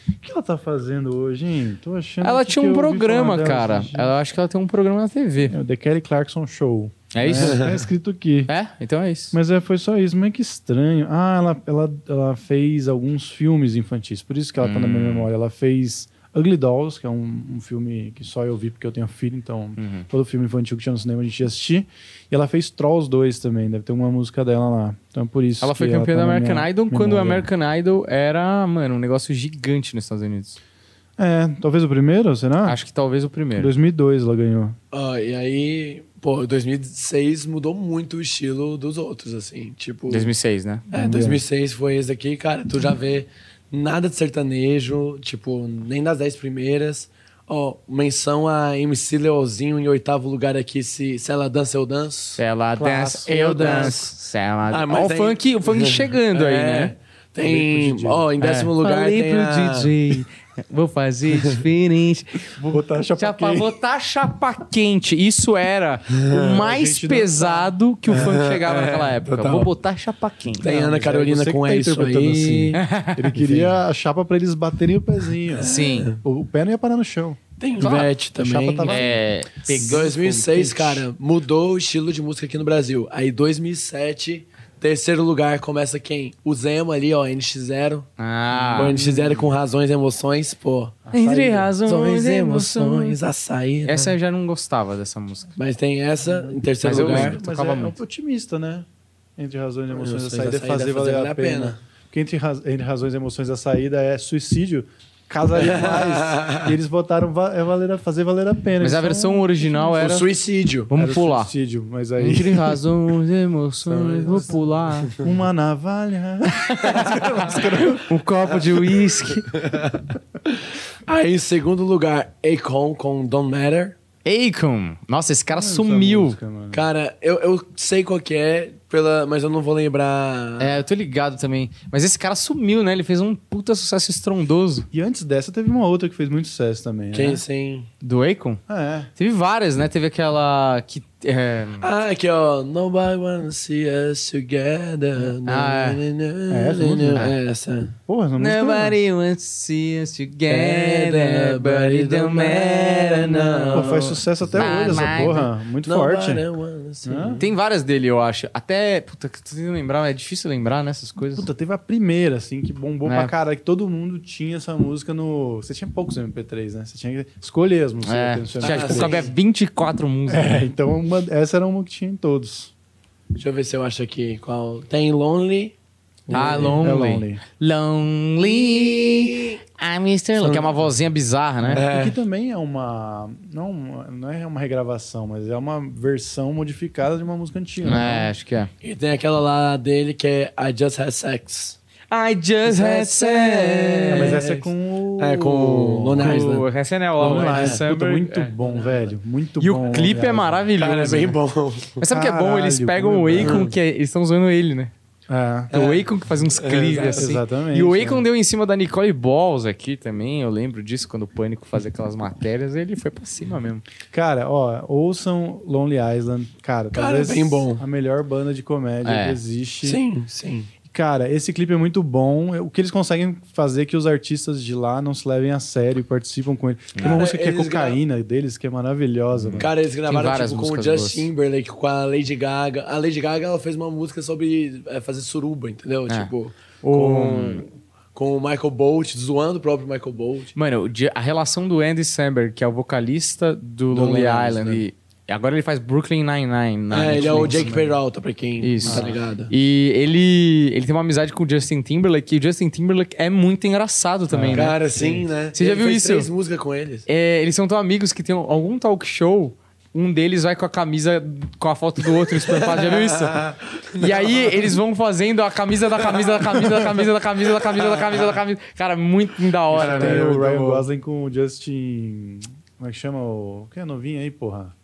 Speaker 2: O que ela tá fazendo hoje, hein? Tô achando.
Speaker 1: Ela
Speaker 2: que
Speaker 1: tinha
Speaker 2: que
Speaker 1: um
Speaker 2: eu ouvi
Speaker 1: programa,
Speaker 2: falar dela
Speaker 1: cara.
Speaker 2: esses dias.
Speaker 1: Ela acho que ela tem um programa na TV.
Speaker 2: É o The Kelly Clarkson Show.
Speaker 1: É isso?
Speaker 2: É, tá escrito aqui.
Speaker 1: É? Então é isso.
Speaker 2: Mas é, foi só isso. Mas que estranho. Ah, ela, ela, ela fez alguns filmes infantis. Por isso que ela tá na minha
Speaker 1: Hum.
Speaker 2: memória. Ela fez Ugly Dolls, que é um, um filme que só eu vi porque eu tenho filho. Então,
Speaker 1: Uhum.
Speaker 2: todo filme infantil que tinha no cinema a gente ia assistir. E ela fez Trolls 2 também. Deve ter uma música dela lá. Então, é por isso
Speaker 1: Ela foi
Speaker 2: que
Speaker 1: campeã
Speaker 2: tá
Speaker 1: da
Speaker 2: na
Speaker 1: American
Speaker 2: minha
Speaker 1: Idol quando o
Speaker 2: memória.
Speaker 1: American Idol era, mano, um negócio gigante nos Estados Unidos.
Speaker 2: É, talvez o primeiro, será?
Speaker 1: Acho que talvez o primeiro.
Speaker 2: 2002 ela ganhou.
Speaker 3: ó, e aí, pô, 2006 mudou muito o estilo dos outros, assim. Tipo,
Speaker 1: 2006, né?
Speaker 3: é, 2006 foi esse daqui, cara. Tu já vê nada de sertanejo, tipo, nem das 10 primeiras. Ó, menção a MC Leozinho em oitavo lugar aqui, se, se ela dança, eu danço.
Speaker 1: Se ela
Speaker 2: Clássico.
Speaker 1: dança, eu
Speaker 3: Eu
Speaker 1: danço.
Speaker 3: danço.
Speaker 1: Se ela
Speaker 3: Ah,
Speaker 1: dança.
Speaker 3: mas
Speaker 1: É, Ó, o
Speaker 3: tem-
Speaker 1: funk, o funk chegando aí,
Speaker 3: É,
Speaker 1: né?
Speaker 3: Tem,
Speaker 2: Falei pro DJ.
Speaker 3: ó, em
Speaker 1: É.
Speaker 3: décimo lugar
Speaker 1: Falei
Speaker 3: tem
Speaker 1: pro
Speaker 3: a...
Speaker 1: DJ, vou fazer diferente.
Speaker 2: Vou botar a chapa
Speaker 1: Chapa,
Speaker 2: quente.
Speaker 1: botar tá chapa quente. Isso era o mais
Speaker 2: gente
Speaker 1: pesado que o funk
Speaker 3: É,
Speaker 1: chegava naquela época.
Speaker 3: total.
Speaker 1: Vou botar chapa quente.
Speaker 3: então tá Tem
Speaker 2: Não,
Speaker 3: Ana
Speaker 2: mas é
Speaker 3: Carolina
Speaker 2: você
Speaker 3: com
Speaker 2: que
Speaker 3: É Isso
Speaker 2: interpretando
Speaker 3: Aí.
Speaker 2: assim. Ele queria a chapa pra eles baterem o pezinho.
Speaker 1: Sim.
Speaker 2: O, o pé não ia parar no chão.
Speaker 3: Tem Ivete
Speaker 1: tá
Speaker 2: a chapa
Speaker 3: também.
Speaker 2: tava-
Speaker 1: É,
Speaker 3: Em 2006, cara, mudou o estilo de música aqui no Brasil. Aí 2007, terceiro lugar, começa quem? O Zema ali, ó, NX0.
Speaker 1: Ah.
Speaker 3: O NX0 com razões e emoções, pô.
Speaker 1: Entre razões
Speaker 3: Razões
Speaker 1: e
Speaker 3: e
Speaker 1: emoções.
Speaker 3: emoções, açaí. né?
Speaker 1: Essa eu já não gostava dessa música.
Speaker 3: Mas tem essa em terceiro
Speaker 1: Mas eu
Speaker 3: lugar.
Speaker 1: lembro.
Speaker 2: Mas é,
Speaker 1: Tocava
Speaker 2: é um
Speaker 1: muito.
Speaker 2: otimista, né? Entre razões e emoções,
Speaker 3: Emoções,
Speaker 2: a saída
Speaker 3: a
Speaker 2: é fazer
Speaker 3: saída
Speaker 2: valer a, pena. Porque entre, raz- entre razões e emoções, a saída é suicídio, casaria mais. e eles botaram va- é valer a- fazer valer a pena.
Speaker 1: Mas a
Speaker 2: Então,
Speaker 1: versão original
Speaker 3: O
Speaker 1: era.
Speaker 3: suicídio.
Speaker 1: Vamos
Speaker 2: era
Speaker 1: pular.
Speaker 2: Suicídio, mas aí.
Speaker 1: Entre razões e emoções, vou pular.
Speaker 2: Uma navalha.
Speaker 1: Um copo de uísque.
Speaker 3: Aí em segundo lugar, Akon com Don't Matter.
Speaker 1: Akon. Nossa, esse cara sumiu.
Speaker 3: Cara, eu, eu sei qual que é, pela, mas eu não vou lembrar.
Speaker 1: É, eu tô ligado também. Mas esse cara sumiu, né? Ele fez um puta sucesso estrondoso
Speaker 2: E antes dessa, teve uma outra que fez muito sucesso também.
Speaker 3: Quem
Speaker 2: Né?
Speaker 3: sem...
Speaker 1: do Akon.
Speaker 2: Ah, é.
Speaker 1: Teve várias, né? Teve aquela que. é,
Speaker 3: Ah, aqui ó, Nobody Wanna See Us Together.
Speaker 1: Ah, é.
Speaker 2: É essa música?
Speaker 3: É essa.
Speaker 2: Porra, essa música-
Speaker 1: Nobody wants to see us together, but it don't matter now.
Speaker 2: Pô, faz sucesso até
Speaker 1: Na-
Speaker 2: hoje
Speaker 1: na-
Speaker 2: essa porra. Muito forte.
Speaker 3: Nobody Wanna See
Speaker 2: Hã?
Speaker 1: Tem várias dele, eu acho. Até. Puta, que tô tentando lembrar, é difícil lembrar, né? Essas coisas.
Speaker 2: Puta, teve a primeira, assim, que bombou
Speaker 1: É.
Speaker 2: pra caralho, que todo mundo tinha essa música no. Você tinha poucos MP3, né? Você tinha que escolher as músicas
Speaker 1: é,
Speaker 2: no seu
Speaker 1: tinha,
Speaker 2: MP3.
Speaker 1: tipo, cabia 24 músicas.
Speaker 2: É, então uma- essa era uma que tinha em todos.
Speaker 3: Deixa eu ver se eu acho aqui qual. Tem Lonely.
Speaker 1: Ah,
Speaker 2: É
Speaker 1: Lonely.
Speaker 2: Lonely.
Speaker 1: Lonely. I'm Mr. Lonely. Que é uma vozinha bizarra, né?
Speaker 2: E que também é uma. Não, não é uma regravação, mas é uma versão modificada de uma música antiga.
Speaker 1: é
Speaker 2: né?
Speaker 1: acho que é.
Speaker 3: E tem aquela lá dele que é I Just Had Sex.
Speaker 1: I just had
Speaker 2: É,
Speaker 1: sex.
Speaker 2: mas essa é com o.
Speaker 3: É, com o Lonely
Speaker 1: Com
Speaker 3: Island.
Speaker 1: o SNL,
Speaker 2: Lonely
Speaker 1: Lonely
Speaker 2: Island.
Speaker 1: December.
Speaker 2: Puta, muito
Speaker 1: né? É.
Speaker 2: bom, velho. Muito
Speaker 1: E
Speaker 2: bom.
Speaker 1: o clipe é
Speaker 2: aliás.
Speaker 1: maravilhoso.
Speaker 3: Cara, é bem bom.
Speaker 1: Mas sabe o que é bom? Eles
Speaker 2: Caralho,
Speaker 1: pegam
Speaker 2: como
Speaker 1: o
Speaker 2: é bom.
Speaker 1: Akon, que é- eles estão zoando ele, né?
Speaker 2: É.
Speaker 1: O Akon que faz uns clives
Speaker 2: exa-
Speaker 1: assim.
Speaker 2: exatamente,
Speaker 1: E o
Speaker 2: é.
Speaker 1: Akon deu em cima da Nicole Balls aqui também. Eu lembro disso quando o Pânico fazia aquelas matérias. Ele foi pra cima mesmo.
Speaker 2: Cara, ó, ouçam Lonely Island. Cara,
Speaker 3: Cara, é
Speaker 2: talvez
Speaker 3: bem bom.
Speaker 2: a melhor banda de comédia
Speaker 1: É.
Speaker 2: que existe.
Speaker 3: Sim, sim.
Speaker 2: Cara, esse clipe é muito bom. O que eles conseguem fazer é que os artistas de lá não se levem a sério e participam com ele. Tem uma
Speaker 3: Cara,
Speaker 2: música que é
Speaker 3: eles gra-
Speaker 2: cocaína deles, que é maravilhosa, mano.
Speaker 3: Cara, eles gravaram
Speaker 1: várias
Speaker 3: tipo, com o
Speaker 1: músicas
Speaker 3: Justin
Speaker 1: boas.
Speaker 3: Timberlake, com a Lady Gaga. A Lady Gaga ela fez uma música sobre é, fazer suruba, entendeu?
Speaker 1: É.
Speaker 3: Tipo, com, com o Michael Bolt, zoando o próprio Michael Bolt.
Speaker 1: Mano, o dia- a relação do Andy Samberg, que é o vocalista do, Lonely
Speaker 3: Lonely
Speaker 1: Island,
Speaker 3: Island,
Speaker 1: e agora ele faz Brooklyn Nine-Nine. na
Speaker 3: é, ele é o
Speaker 1: Netflix,
Speaker 3: Jake
Speaker 1: né?
Speaker 3: Peralta, pra quem
Speaker 1: Isso.
Speaker 3: tá ligado.
Speaker 1: E ele, ele tem uma amizade com o Justin Timberlake, e o Justin Timberlake é muito engraçado também, né?
Speaker 3: Ah, Cara, sim, né?
Speaker 1: Você já
Speaker 3: Ele
Speaker 1: viu
Speaker 3: fez
Speaker 1: isso?
Speaker 3: três músicas com eles.
Speaker 1: É, eles são tão amigos que tem algum talk show, um deles vai com a camisa com a foto do outro estampada. Já viu isso? e aí eles vão fazendo a camisa da camisa da camisa da camisa da camisa da camisa da camisa da camisa. Cara, muito da hora,
Speaker 2: Tem
Speaker 3: é
Speaker 1: né?
Speaker 2: o
Speaker 1: Muito
Speaker 2: Ryan
Speaker 1: bom.
Speaker 2: Gosling com o Justin. Como é que chama? O que é novinho aí, porra?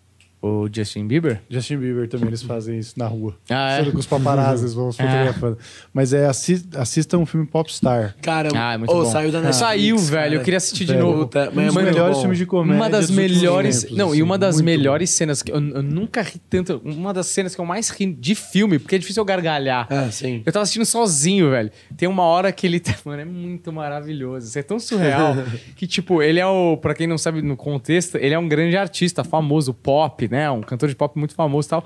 Speaker 1: O Justin Bieber?
Speaker 2: Justin Bieber também, eles fazem isso na rua.
Speaker 1: Ah, é?
Speaker 2: Sendo que os paparazzis vão fotografando. Mas é, assi- assistam o filme Popstar.
Speaker 3: Cara,
Speaker 1: Ah, é muito
Speaker 3: oh,
Speaker 1: bom.
Speaker 3: saiu da Netflix.
Speaker 1: Saiu, velho. Eu
Speaker 3: cara.
Speaker 1: queria assistir de
Speaker 2: Sério.
Speaker 1: novo.
Speaker 3: Puta, mas
Speaker 2: Um
Speaker 3: é
Speaker 2: dos
Speaker 3: muito
Speaker 2: melhores
Speaker 3: bom.
Speaker 2: filmes de comédia.
Speaker 1: Uma das
Speaker 2: dos últimos
Speaker 1: melhores.
Speaker 2: tempos,
Speaker 1: não,
Speaker 2: assim,
Speaker 1: e uma das
Speaker 2: muito
Speaker 1: melhores cenas que eu, eu nunca ri tanto. Uma das cenas que eu mais ri de filme, porque é difícil eu gargalhar.
Speaker 3: Ah, sim.
Speaker 1: Eu tava assistindo sozinho, velho. Tem uma hora que ele tá. Mano, é muito maravilhoso. Isso é tão surreal. que, tipo, ele é o. Pra quem não sabe no contexto, ele é um grande artista, famoso, pop, né? Um cantor de pop muito famoso e tal.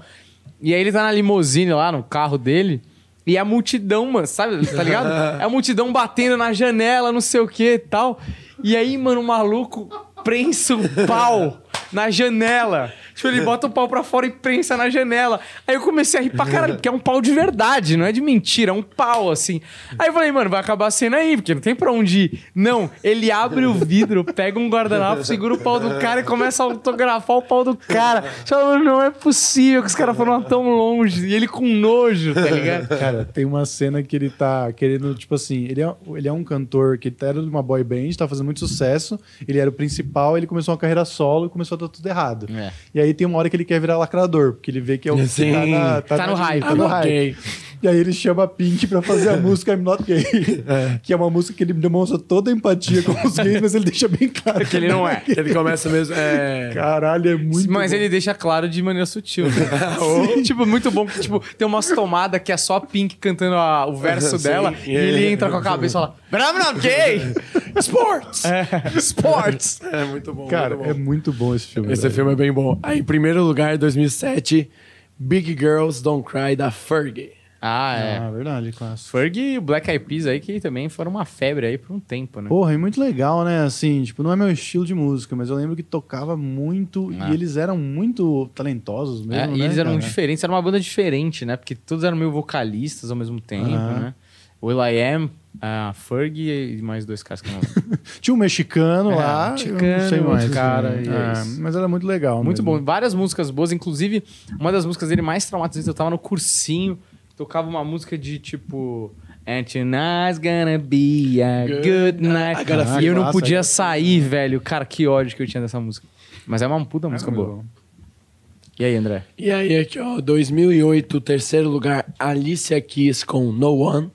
Speaker 1: E aí ele tá na limusine lá, no carro dele. E a multidão, mano, sabe? Tá ligado? É a multidão batendo na janela, não sei o que e tal. E aí, mano, o maluco prensa o pau na janela. Tipo, ele bota o pau pra fora e prensa na janela. Aí eu comecei a rir pra caralho, porque é um pau de verdade, não é de mentira, é um pau, assim. Aí eu falei, mano, vai acabar a cena aí, porque não tem pra onde ir. Não, ele abre o vidro, pega um guardanapo, segura o pau do cara e começa a autografar o pau do cara. Eu falo, mano, não é possível que os caras foram tão longe. E ele com nojo, tá ligado?
Speaker 2: Cara, tem uma cena que ele tá querendo, tipo assim, ele é, ele é um cantor que era de uma boy band, tá fazendo muito sucesso, ele era o principal, ele começou uma carreira solo e começou a dar tudo errado.
Speaker 1: É.
Speaker 2: E aí tem uma hora que ele quer virar lacrador, porque ele vê que é o que
Speaker 3: Sim.
Speaker 2: tá, na-
Speaker 1: Tá no
Speaker 2: na-
Speaker 1: hype.
Speaker 2: tá no hype. E aí ele chama a Pink pra fazer a música I'm Not Gay, que é uma música que ele demonstra toda a empatia com os gays, mas ele deixa bem claro.
Speaker 1: Que ele não é.
Speaker 3: Ele começa mesmo. É...
Speaker 2: Caralho, é muito
Speaker 1: Mas
Speaker 2: bom.
Speaker 1: ele deixa claro de maneira sutil. Né? tipo, muito bom que tipo, tem umas tomadas que é só a Pink cantando a- o verso
Speaker 3: Sim,
Speaker 1: dela e
Speaker 3: é.
Speaker 1: ele entra com a cabeça e fala: But I'm not gay! Sports! Sports!
Speaker 3: é muito bom.
Speaker 2: Cara,
Speaker 3: muito bom.
Speaker 2: é muito bom esse filme.
Speaker 3: Esse
Speaker 2: velho.
Speaker 3: filme é bem bom. Aí, em primeiro lugar, 2007, Big Girls Don't Cry, da Fergie.
Speaker 1: Ah, é.
Speaker 2: Ah, verdade, clássico.
Speaker 1: Ferg e o Black Eyed Peas aí que também foram uma febre aí por um tempo, né?
Speaker 2: Porra, é muito legal, né? Assim, tipo, não é meu estilo de música, mas eu lembro que tocava muito
Speaker 1: Ah.
Speaker 2: e eles eram muito talentosos mesmo,
Speaker 1: É,
Speaker 2: né?
Speaker 1: e eles eram
Speaker 2: cara?
Speaker 1: diferentes, era uma banda diferente, né? Porque todos eram meio vocalistas ao mesmo tempo,
Speaker 2: Aham.
Speaker 1: né? O I Am, a Ferg e mais dois caras que eu não lembro.
Speaker 2: Tinha um mexicano
Speaker 1: É, um
Speaker 2: lá, eu não sei
Speaker 1: mexicano,
Speaker 2: mais.
Speaker 1: cara,
Speaker 2: né?
Speaker 1: e
Speaker 2: É,
Speaker 1: é isso.
Speaker 2: mas era muito legal.
Speaker 1: Muito
Speaker 2: mesmo.
Speaker 3: Uhum.
Speaker 1: bom. né, Várias músicas boas, inclusive uma das músicas dele mais traumatizantes, eu tava no cursinho, tocava uma música de tipo. And tonight's gonna be a good night.
Speaker 3: Ah, cara,
Speaker 1: e eu não
Speaker 2: massa,
Speaker 1: podia
Speaker 2: cara.
Speaker 1: sair, velho. Cara, que ódio que eu tinha dessa música. Mas é uma puta música
Speaker 2: muito
Speaker 1: boa. E aí, André?
Speaker 3: E aí, aqui, ó, 2008, terceiro lugar, Alicia Keys com No One.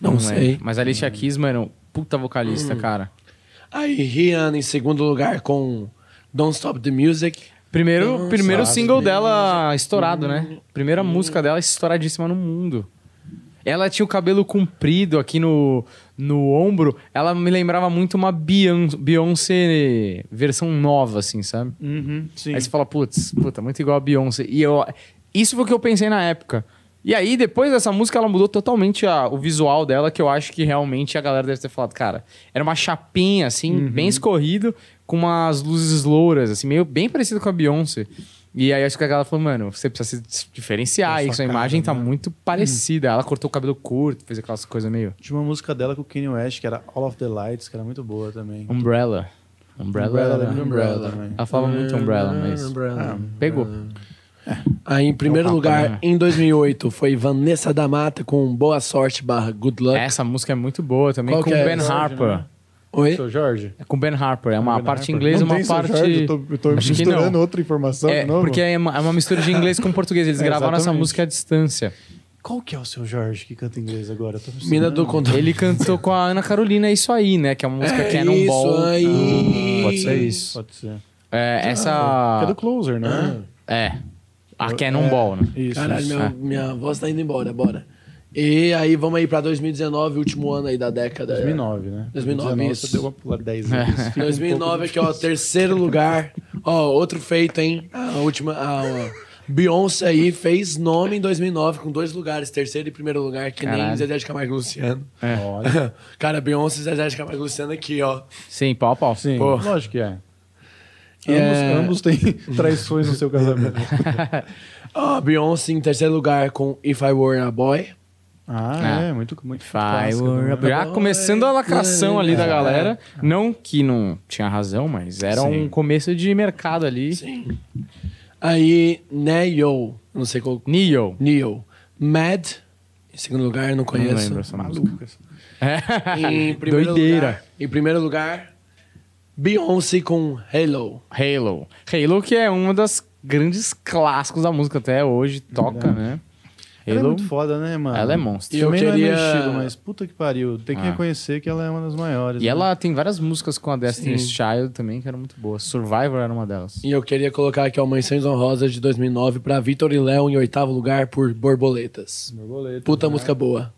Speaker 3: Não,
Speaker 1: lembro. é?
Speaker 3: sei. Hum.
Speaker 1: Mas a Alicia Keys, mano, puta vocalista, cara.
Speaker 3: Aí, Rihanna em segundo lugar com Don't Stop the Music.
Speaker 1: Primeiro,
Speaker 3: Nossa,
Speaker 1: primeiro
Speaker 3: acho
Speaker 1: single
Speaker 3: bem-
Speaker 1: dela estourado, né? Primeira música dela estouradíssima no mundo. Ela tinha o cabelo comprido aqui no, no ombro. Ela me lembrava muito uma Beyon- Beyoncé versão nova, assim, sabe?
Speaker 2: Uhum, sim.
Speaker 1: Aí você fala, putz, puta, muito igual a Beyoncé. E eu, isso foi o que eu pensei na época. E aí, depois dessa música, ela mudou totalmente a- o visual dela, que eu acho que realmente a galera deve ter falado, cara, era uma chapinha, assim, bem escorrido, com umas luzes louras, assim, meio bem parecido com a Beyoncé. E aí acho que a galera falou, mano, você precisa se diferenciar, aí,
Speaker 2: sua
Speaker 1: sua
Speaker 2: cara,
Speaker 1: imagem tá muito parecida. Ela cortou o cabelo curto, fez aquelas coisas meio...
Speaker 2: Tinha uma música dela com o Kanye West, que era All of the Lights, que era muito boa também.
Speaker 1: Umbrella. Umbrella, né?
Speaker 2: Umbrella, né?
Speaker 1: era-
Speaker 2: lembro de Umbrella também.
Speaker 1: Ela falava muito Umbrella, mas...
Speaker 3: Umbrella.
Speaker 1: Pegou.
Speaker 3: Ah. Aí, em primeiro
Speaker 1: É um
Speaker 3: lugar,
Speaker 1: papo, né?
Speaker 3: em 2008, foi Vanessa da Mata com Boa Sorte barra Good Luck.
Speaker 1: Essa música é muito boa também,
Speaker 3: Qual
Speaker 1: com
Speaker 3: que é?
Speaker 1: Ben
Speaker 3: Jorge,
Speaker 1: Harper.
Speaker 2: né?
Speaker 3: Oi?
Speaker 2: Seu Jorge?
Speaker 1: É com Ben Harper. É uma
Speaker 2: Ben
Speaker 1: parte
Speaker 2: Harper.
Speaker 1: inglesa e
Speaker 2: Não
Speaker 1: uma
Speaker 2: tem Seu
Speaker 1: parte.
Speaker 2: Jorge? Eu tô, eu tô
Speaker 1: Acho que
Speaker 2: misturando
Speaker 1: não.
Speaker 2: outra informação
Speaker 1: É,
Speaker 2: de novo?
Speaker 1: porque é uma, é uma mistura de inglês com português. Eles
Speaker 2: É,
Speaker 1: gravaram essa
Speaker 2: exatamente.
Speaker 1: música à distância.
Speaker 2: Qual que é o seu Jorge que canta inglês agora? Eu tô pensando,
Speaker 3: Mina do
Speaker 2: né?
Speaker 3: controle.
Speaker 1: Ele cantou com a Ana Carolina, é isso aí, né? Que é uma música
Speaker 3: É
Speaker 1: Cannon
Speaker 3: isso
Speaker 1: Ball.
Speaker 3: aí.
Speaker 1: Ah, Pode ser isso.
Speaker 2: Pode ser.
Speaker 1: É,
Speaker 2: É
Speaker 1: essa.
Speaker 2: do Closer, né?
Speaker 1: É. A
Speaker 2: Eu-
Speaker 1: Cannon
Speaker 2: é,
Speaker 1: Ball, né?
Speaker 2: Isso.
Speaker 3: Caralho,
Speaker 2: isso.
Speaker 3: minha, minha voz tá indo embora, bora. E aí vamos aí pra 2019, último ano aí da década.
Speaker 2: 2009, né?
Speaker 3: 2009, isso.
Speaker 2: Deu uma pulada de 10 anos. Fica um pouco
Speaker 3: 2009 aqui, ó,
Speaker 2: difícil.
Speaker 3: terceiro lugar. Ó, outro feito, hein? A última. A, a Beyoncé aí fez nome em 2009 com dois lugares, terceiro e primeiro lugar, que nem
Speaker 1: Caralho.
Speaker 3: Zezé de Camargo e Luciano.
Speaker 2: Olha.
Speaker 3: Cara, Beyoncé e Zezé de Camargo e Luciano aqui, ó.
Speaker 1: Sim, pau a pau.
Speaker 2: Sim,
Speaker 3: Pô.
Speaker 2: lógico que é.
Speaker 3: É.
Speaker 2: Ambos, ambos têm traições no seu casamento.
Speaker 3: Ó, Beyoncé em terceiro lugar com If I Were a Boy.
Speaker 2: Ah, é, muito, muito
Speaker 1: Vai,
Speaker 2: clássico, né?
Speaker 1: já começando a lacração ali
Speaker 3: É.
Speaker 1: da galera. Não que não tinha razão, mas era
Speaker 2: Sim.
Speaker 1: um começo de mercado ali.
Speaker 3: Sim. Aí, Neo, não sei qual.
Speaker 1: Neo.
Speaker 3: Neo. Mad, em segundo lugar, não
Speaker 1: Não
Speaker 3: conheço.
Speaker 1: lembro essa
Speaker 2: é
Speaker 1: música.
Speaker 2: Malucas.
Speaker 3: Em primeiro
Speaker 1: Doideira.
Speaker 3: Lugar, em primeiro lugar, Beyoncé com Halo.
Speaker 1: Halo. Halo que é uma das grandes clássicos da música até hoje. Toca, né?
Speaker 2: Ela é
Speaker 1: Halo,
Speaker 2: muito foda, né, mano?
Speaker 1: ela é monstro.
Speaker 3: E eu
Speaker 2: Também não é
Speaker 3: queria-
Speaker 2: meu estilo, mas puta que pariu. Tem que
Speaker 1: Ah.
Speaker 2: reconhecer que ela é uma das maiores.
Speaker 1: E
Speaker 2: né?
Speaker 1: ela tem várias músicas com a Destiny's
Speaker 3: Sim.
Speaker 1: Child também, que eram muito boas. Survivor era uma delas.
Speaker 3: E eu queria colocar aqui ó, Menções Honrosas de 2009 pra Vitor e Léo em oitavo lugar por Borboletas.
Speaker 2: Borboletas,
Speaker 3: Puta
Speaker 1: Uhum.
Speaker 2: né?
Speaker 3: música boa.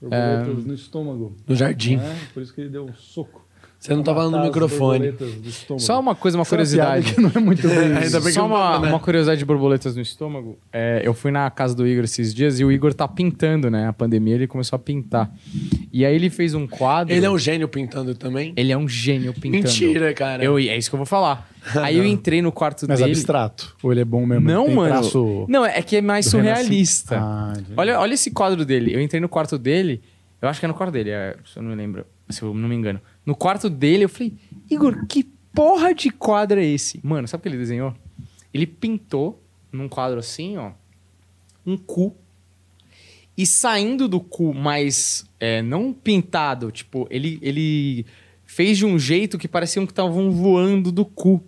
Speaker 2: Borboletas no estômago.
Speaker 3: No Jardim.
Speaker 1: Uhum.
Speaker 2: né? Por isso que ele deu um soco.
Speaker 3: Você não tava no
Speaker 2: Matar as
Speaker 3: microfone.
Speaker 2: borboletas do estômago.
Speaker 1: Só uma coisa, uma
Speaker 2: Essa é piada
Speaker 1: curiosidade.
Speaker 2: que não é muito bem.
Speaker 3: Ainda bem que
Speaker 1: Só
Speaker 3: não
Speaker 1: uma,
Speaker 3: tava, né?
Speaker 1: uma curiosidade de borboletas no estômago. É, eu fui na casa do Igor esses dias e o Igor tá pintando, né? A pandemia ele começou a pintar. E aí ele fez um quadro.
Speaker 3: Ele é um gênio pintando também.
Speaker 1: Ele é um gênio pintando.
Speaker 3: Mentira, cara.
Speaker 1: Eu, é isso que eu vou falar. Aí eu entrei no quarto
Speaker 2: Mas
Speaker 1: dele.
Speaker 2: abstrato. Ou ele é bom mesmo?
Speaker 1: Não,
Speaker 2: Tem
Speaker 1: mano.
Speaker 2: traço
Speaker 1: Não, é que é mais
Speaker 2: do
Speaker 1: surrealista.
Speaker 2: Renascimento? Ah, entendi.
Speaker 1: Olha, olha esse quadro dele. Eu entrei no quarto dele. Eu acho que é no quarto dele, é, se eu não me lembro. Se eu não me engano. No quarto dele, eu falei, Igor, que porra de quadro é esse? Mano, sabe o que ele desenhou? Ele pintou num quadro assim, ó, um cu. E saindo do cu, mas é, não pintado, tipo, ele, ele fez de um jeito que pareciam que estavam voando do cu.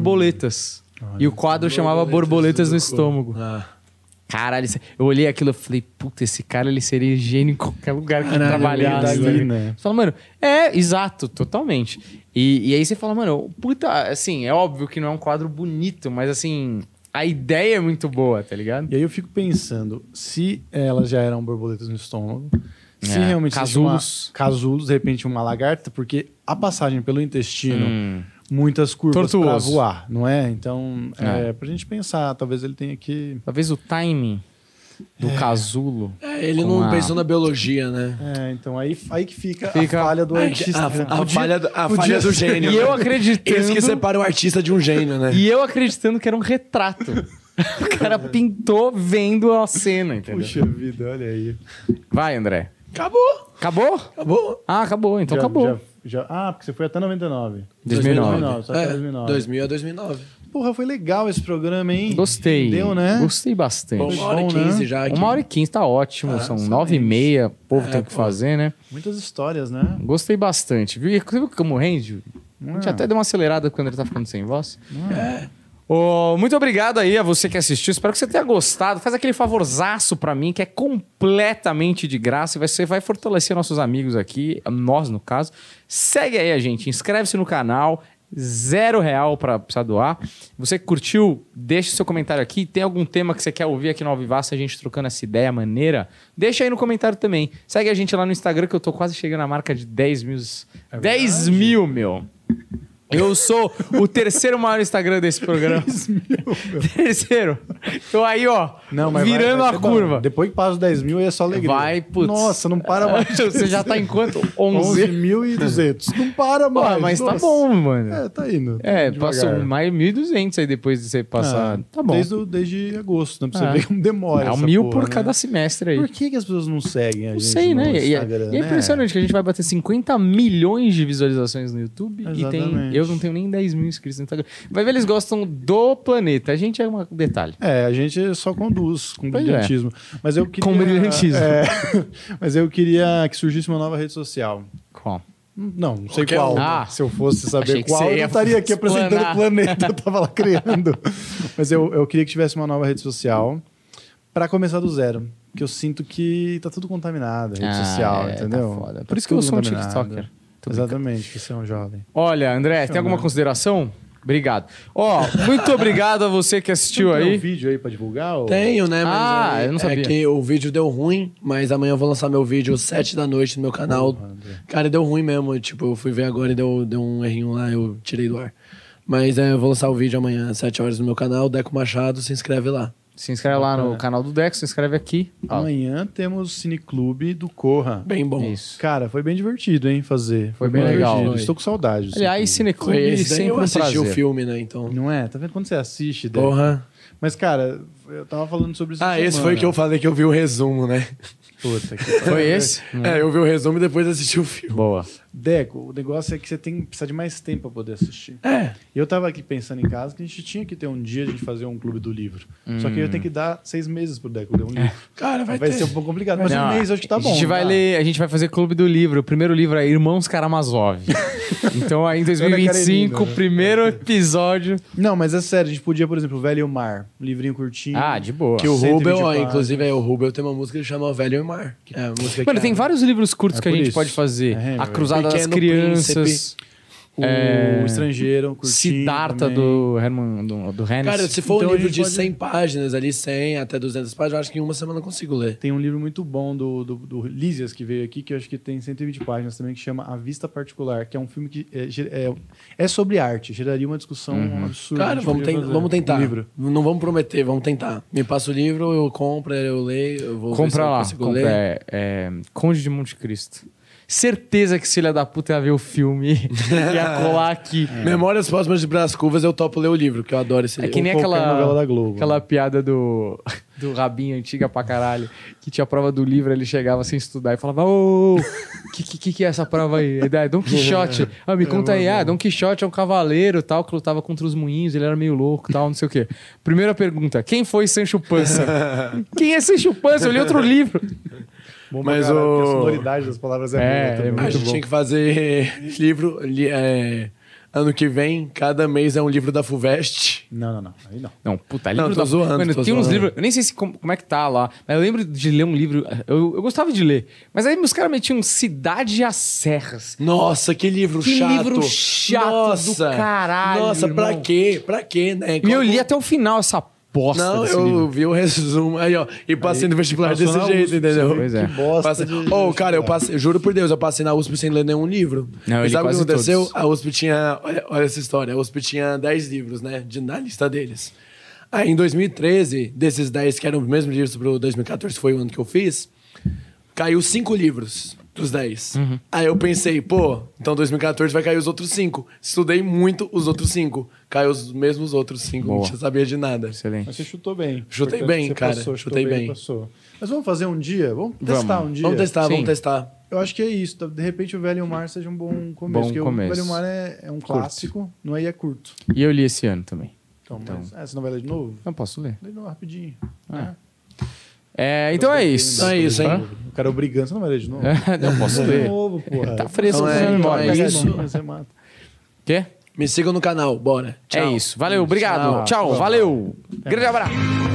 Speaker 1: Borboletas. E o quadro chamava Borboletas no
Speaker 3: Hum. do cu.
Speaker 1: Estômago.
Speaker 3: Ah.
Speaker 1: Caralho, isso- eu olhei aquilo e falei, puta, esse cara ele seria gênio em qualquer lugar que ele
Speaker 3: Caralho,
Speaker 1: trabalhasse.
Speaker 3: ele tá ali,
Speaker 1: sabe?
Speaker 2: né?
Speaker 1: Você fala, mano, é, exato, totalmente. E, e aí você fala, mano, puta, assim, é óbvio que não é um quadro bonito, mas assim, a ideia é muito boa, tá ligado?
Speaker 2: E aí eu fico pensando, se elas já eram borboletas no estômago, se
Speaker 1: É,
Speaker 2: realmente existe uma-
Speaker 1: casulos.
Speaker 2: casulos, de repente uma lagarta, porque a passagem pelo intestino,
Speaker 1: Hum.
Speaker 2: muitas curvas para
Speaker 1: Tortuoso.
Speaker 2: voar, não é? Então,
Speaker 1: É.
Speaker 2: é. pra gente pensar, talvez ele tenha que...
Speaker 1: Talvez o timing do casulo.
Speaker 3: É, ele
Speaker 1: Com
Speaker 3: não
Speaker 1: a-
Speaker 3: pensou na biologia, né?
Speaker 2: É, então aí, aí que fica,
Speaker 1: Fica-
Speaker 2: a falha do
Speaker 3: Ai,
Speaker 2: artista.
Speaker 3: a-
Speaker 2: né?
Speaker 3: a falha do- a falha do gênio. né?
Speaker 1: E eu acreditando.
Speaker 3: Isso que separa o artista de um gênio, né?
Speaker 1: E eu acreditando que era um retrato. o cara pintou vendo a cena, entendeu?
Speaker 2: Puxa vida, olha aí.
Speaker 1: Vai, André.
Speaker 3: Acabou.
Speaker 1: Acabou?
Speaker 3: Acabou.
Speaker 1: Ah, acabou. Então
Speaker 2: Já-
Speaker 1: acabou.
Speaker 2: já- já- ah, porque você foi até 99.
Speaker 1: 2009.
Speaker 2: 2009, só até
Speaker 3: É,
Speaker 2: 2009.
Speaker 3: 2000 a 2009.
Speaker 2: Porra, foi legal esse programa, hein?
Speaker 1: Gostei.
Speaker 2: Deu, né?
Speaker 1: Gostei
Speaker 3: Bom,
Speaker 1: bastante.
Speaker 3: uma hora e
Speaker 2: Bom, né?
Speaker 3: quinze já aqui.
Speaker 1: Uma hora e quinze tá ótimo. São nove e meia. O povo tem o que fazer, né?
Speaker 2: Muitas histórias, né?
Speaker 1: Gostei bastante. Viu? E Você viu como rende? A gente
Speaker 2: Ah.
Speaker 1: até deu uma acelerada quando ele tá ficando sem voz. Ô, muito obrigado aí a você que assistiu. Espero que você tenha gostado. Faz aquele favorzaço pra mim, que é completamente de graça. E Você vai fortalecer nossos amigos aqui, nós no caso. Segue aí a gente, inscreve-se no canal. Zero real pra precisar doar. Você que curtiu, deixa seu comentário aqui. Tem algum tema que você quer ouvir aqui no Alvivaça, a gente trocando essa ideia maneira? Deixa aí no comentário também. Segue a gente lá no Instagram, que eu tô quase chegando à marca de 10 mil. 10 mil, meu. Eu sou o terceiro maior Instagram desse programa. terceiro. Tô aí, ó,
Speaker 2: Não, mas vai-
Speaker 1: virando
Speaker 2: vai
Speaker 1: a
Speaker 2: ser bom.
Speaker 1: curva.
Speaker 2: Depois que passa os 10 mil, aí é só alegria.
Speaker 1: Vai, putz.
Speaker 2: Nossa, não para mais.
Speaker 1: Você já tá em quanto? 11.
Speaker 2: 11.200. Não para
Speaker 1: Pô,
Speaker 2: mais.
Speaker 1: mas tá
Speaker 2: Nossa.
Speaker 1: bom, mano.
Speaker 2: É, tá indo. tá
Speaker 1: É,
Speaker 2: indo
Speaker 1: passou
Speaker 2: devagar.
Speaker 1: mais 1.200 aí depois de você passar.
Speaker 2: Ah,
Speaker 1: tá bom.
Speaker 2: Desde, o- desde agosto, né? Pra
Speaker 1: Ah.
Speaker 2: você ver como demora.
Speaker 1: é um
Speaker 2: essa
Speaker 1: mil
Speaker 2: porra,
Speaker 1: por
Speaker 2: né?
Speaker 1: cada semestre aí.
Speaker 2: Por que, que as pessoas não seguem a
Speaker 1: Não
Speaker 2: gente?
Speaker 1: sei,
Speaker 2: no
Speaker 1: né? E, e-
Speaker 2: Instagram,
Speaker 1: e é
Speaker 2: né?
Speaker 1: impressionante que a gente vai bater 50 milhões de visualizações no YouTube e tem,
Speaker 2: Exatamente.
Speaker 1: eu não tenho nem 10 mil inscritos no Instagram. Vai ver, eles gostam do planeta. A gente é um detalhe.
Speaker 2: É, a gente só conduz com
Speaker 1: Pois é.
Speaker 2: brilhantismo. Mas eu queria.
Speaker 1: Com brilhantismo.
Speaker 2: é, mas eu queria que surgisse uma nova rede social.
Speaker 1: Qual?
Speaker 2: Não, não sei
Speaker 3: Qualquer
Speaker 2: qual.
Speaker 1: uma.
Speaker 2: né? Se eu fosse
Speaker 1: Ah. Achei
Speaker 2: saber
Speaker 1: que
Speaker 2: qual,
Speaker 1: você
Speaker 2: eu
Speaker 1: ia
Speaker 2: não estaria aqui
Speaker 1: explanar.
Speaker 2: apresentando o planeta. Eu tava lá criando. Mas eu, eu queria que tivesse uma nova rede social para começar do zero. que eu sinto que tá tudo contaminado, rede
Speaker 1: Ah,
Speaker 2: social,
Speaker 1: é, tá
Speaker 2: entendeu?
Speaker 1: foda.
Speaker 2: Tá
Speaker 1: Por isso que eu
Speaker 2: tudo
Speaker 1: sou um
Speaker 2: contaminado.
Speaker 1: TikToker. Tô brincando.
Speaker 2: Exatamente, você é um jovem.
Speaker 1: Olha, André, tem alguma consideração? Obrigado. Ó, muito obrigado a você que assistiu
Speaker 2: Você tem um
Speaker 1: aí.
Speaker 2: vídeo aí pra divulgar? ou-
Speaker 3: Tenho, né? Mas
Speaker 1: Ah,
Speaker 3: aí
Speaker 1: eu não sabia.
Speaker 3: É que o vídeo deu ruim, mas amanhã eu vou lançar meu vídeo às 7 da noite no meu canal.
Speaker 1: é.
Speaker 3: Cara, deu ruim mesmo. Tipo, eu fui ver agora e deu, deu um errinho lá, eu tirei do ar. Mas é, eu vou lançar o vídeo amanhã às 7 horas no meu canal, Deco Machado, se inscreve lá.
Speaker 1: Se inscreve lá
Speaker 2: É.
Speaker 1: no canal do Dex, se inscreve aqui. Ó,
Speaker 2: Amanhã temos o Cineclube do Corra.
Speaker 3: Bem bom.
Speaker 1: isso.
Speaker 2: Cara, foi bem divertido, hein, fazer.
Speaker 1: Foi bem legal.
Speaker 2: divertido.
Speaker 3: Foi.
Speaker 2: Estou com saudade. do
Speaker 1: Aliás,
Speaker 2: Cineclube.
Speaker 1: Cineclube
Speaker 3: Foi esse daí
Speaker 1: sempre
Speaker 3: eu
Speaker 1: um
Speaker 3: assisti
Speaker 1: prazer.
Speaker 3: o filme, né? Então.
Speaker 2: Não é? Tá vendo quando você assiste? daí-
Speaker 3: Porra.
Speaker 2: Mas, cara, eu tava falando sobre isso.
Speaker 3: Ah,
Speaker 2: essa
Speaker 3: esse foi
Speaker 2: semana.
Speaker 3: o que eu falei que eu vi o resumo, né?
Speaker 2: Puta que
Speaker 1: Foi esse?
Speaker 3: É, eu vi o resumo e depois assisti o filme.
Speaker 1: Boa.
Speaker 2: Deco, o negócio é que você tem precisa de mais tempo pra poder assistir.
Speaker 3: É.
Speaker 2: E eu tava aqui pensando em casa que a gente tinha que ter um dia de fazer um clube do livro. Só que eu ia ter que dar seis meses pro Deco ler um livro.
Speaker 3: Cara, vai,
Speaker 2: Vai
Speaker 3: ter.
Speaker 2: ser um pouco complicado, mas
Speaker 1: É, Não,
Speaker 2: um mês hoje tá bom.
Speaker 1: A gente vai
Speaker 2: tá?
Speaker 1: ler, a gente vai fazer clube do livro. O primeiro livro é Irmãos Karamazov. então aí em 2025,
Speaker 2: Karenina,
Speaker 1: o
Speaker 2: né?
Speaker 1: primeiro episódio.
Speaker 2: Não, mas é sério, a gente podia, por exemplo, o Velho e o Mar, um livrinho curtinho.
Speaker 1: Ah, de boa.
Speaker 3: Que o
Speaker 2: 120
Speaker 3: Rubel, ó,
Speaker 2: páginas.
Speaker 3: inclusive, é, o Rubel tem uma música que chama Velho e Mar. É, a música
Speaker 1: Mano,
Speaker 3: que
Speaker 1: tem
Speaker 3: abre.
Speaker 1: vários livros curtos
Speaker 2: É
Speaker 1: que a
Speaker 2: por
Speaker 1: gente
Speaker 2: isso.
Speaker 1: pode fazer.
Speaker 2: É,
Speaker 1: a
Speaker 2: meu.
Speaker 1: Cruzada das
Speaker 3: Pequeno
Speaker 1: Crianças,
Speaker 2: O
Speaker 1: É.
Speaker 2: Estrangeiro, um curtinho.
Speaker 1: Siddhartha
Speaker 2: também.
Speaker 1: do Herman do, do Hennessy.
Speaker 3: Cara, se for
Speaker 2: Então
Speaker 3: um
Speaker 2: a
Speaker 3: livro
Speaker 2: gente
Speaker 3: de
Speaker 2: pode-
Speaker 3: 100 páginas, ali 100 até 200 páginas, eu acho que em uma semana eu consigo ler.
Speaker 2: Tem um livro muito bom do, do, do Lísias que veio aqui, que eu acho que tem 120 páginas também, que chama A Vista Particular, que é um filme que é, ger- é, é sobre arte, geraria uma discussão absurda. a
Speaker 3: Cara,
Speaker 2: gente
Speaker 3: vamos,
Speaker 2: podia
Speaker 3: ten-
Speaker 2: fazer.
Speaker 3: vamos tentar.
Speaker 2: Um livro.
Speaker 3: Não vamos prometer, vamos tentar. Me passa o livro, eu compro, eu leio, eu vou ver se
Speaker 1: compra
Speaker 3: eu
Speaker 1: lá.
Speaker 3: consigo
Speaker 1: Compra,
Speaker 3: ler.
Speaker 1: é, é, Conde de Monte Cristo. Certeza que esse filho da puta ia ver o filme e ia colar aqui.
Speaker 3: Memórias Próximas de Brás Cuvas, eu topo ler o livro, que eu adoro
Speaker 1: É
Speaker 3: esse livro.
Speaker 1: que nem
Speaker 2: qualquer
Speaker 1: aquela,
Speaker 2: novela da Globo,
Speaker 1: aquela
Speaker 2: né?
Speaker 1: piada do, do Rabinho, antiga pra caralho, que tinha a prova do livro, ele chegava sem estudar e falava, ô, o que, que, que é essa prova aí? Aí, daí, Dom Quixote. Ah, me conta aí. Ah, Dom Quixote é um cavaleiro, tal, que lutava contra os moinhos, ele era meio louco, tal, não sei o quê. Primeira pergunta, quem foi Sancho Panza? quem é Sancho Panza? Eu li outro livro.
Speaker 2: Bom
Speaker 3: Mas
Speaker 2: pra caralho, porque
Speaker 3: o-
Speaker 2: a sonoridade das palavras
Speaker 1: É,
Speaker 2: é, boa
Speaker 1: é
Speaker 2: também.
Speaker 1: muito
Speaker 3: A gente tinha que fazer livro. li- é, ano que vem, cada mês é um livro da FUVEST.
Speaker 2: Não, não, não. Aí não.
Speaker 1: Não, puta,
Speaker 3: Não,
Speaker 1: livro
Speaker 3: tô
Speaker 1: da...
Speaker 3: zoando,
Speaker 1: Mano,
Speaker 3: tô
Speaker 1: tem uns
Speaker 3: zoando.
Speaker 1: livros... Eu nem sei se como, como é que tá lá, mas eu lembro de ler um livro... Eu, eu gostava de ler, mas aí meus caras metiam Cidade e as Serras.
Speaker 3: Nossa, que livro
Speaker 1: Que
Speaker 3: chato.
Speaker 1: livro chato do caralho,
Speaker 3: Nossa, pra
Speaker 1: irmão.
Speaker 3: quê? Pra quê, né?
Speaker 1: E eu
Speaker 3: Como-
Speaker 1: li até o final essa bosta
Speaker 3: Não,
Speaker 1: desse
Speaker 3: eu
Speaker 1: livro.
Speaker 3: vi o resumo aí, ó. E passei no vestibular
Speaker 2: Passou
Speaker 3: desse
Speaker 2: na
Speaker 3: jeito,
Speaker 2: USP,
Speaker 3: entendeu?
Speaker 1: Pois é.
Speaker 2: Que bosta
Speaker 3: Passei-
Speaker 2: de-
Speaker 3: Ô,
Speaker 2: de
Speaker 3: cara, eu
Speaker 2: vestibular.
Speaker 3: passei, juro por Deus, eu passei na USP sem ler nenhum livro.
Speaker 1: Não, eu
Speaker 3: e
Speaker 1: li
Speaker 3: sabe o que
Speaker 1: quase
Speaker 3: aconteceu?
Speaker 1: todos.
Speaker 3: A USP tinha. Olha, olha essa história. A USP tinha 10 livros, né? De, na lista deles. Aí em 2013, desses 10 que eram os mesmos livros pro 2014, foi o ano que eu fiz, caiu 5 livros dos 10.
Speaker 1: Uhum.
Speaker 3: Aí eu pensei, pô, então 2014 vai cair os outros 5. Estudei muito os outros 5. Caiu os mesmos outros 5,
Speaker 1: Boa. é
Speaker 3: não tinha- sabia de nada.
Speaker 1: Excelente.
Speaker 2: Mas você chutou bem.
Speaker 3: Chutei
Speaker 2: Portanto,
Speaker 3: bem,
Speaker 2: você
Speaker 3: cara,
Speaker 2: passou, chutou
Speaker 3: chutei bem.
Speaker 2: Passou. Mas vamos fazer um dia? Vamos testar um dia?
Speaker 3: Vamos testar,
Speaker 1: Sim.
Speaker 3: vamos testar.
Speaker 2: Eu acho que é isso. tá? De repente o Velho e o Mar seja um bom começo.
Speaker 1: Bom
Speaker 2: porque
Speaker 1: começo.
Speaker 2: o Velho e o Mar é, é um clássico, não é e é curto.
Speaker 1: E eu li esse ano também.
Speaker 2: Então, Mas, é, você não vai ler de novo?
Speaker 1: Não posso ler.
Speaker 2: Lê de novo rapidinho.
Speaker 1: É, então é isso.
Speaker 3: Então é isso, hein? É.
Speaker 2: O cara obrigando, você não vai ler de novo?
Speaker 1: Não posso
Speaker 2: De
Speaker 1: ler.
Speaker 2: novo, porra.
Speaker 1: Tá fresco
Speaker 3: Então
Speaker 1: na
Speaker 3: é,
Speaker 1: minha
Speaker 3: então
Speaker 1: memória.
Speaker 3: é
Speaker 1: Mas-
Speaker 3: isso.
Speaker 2: Você mata.
Speaker 1: Quê?
Speaker 3: Me sigam no canal, bora. Tchau.
Speaker 1: É isso. Valeu, obrigado.
Speaker 2: Tchau.
Speaker 1: Tchau, valeu. Grande abraço.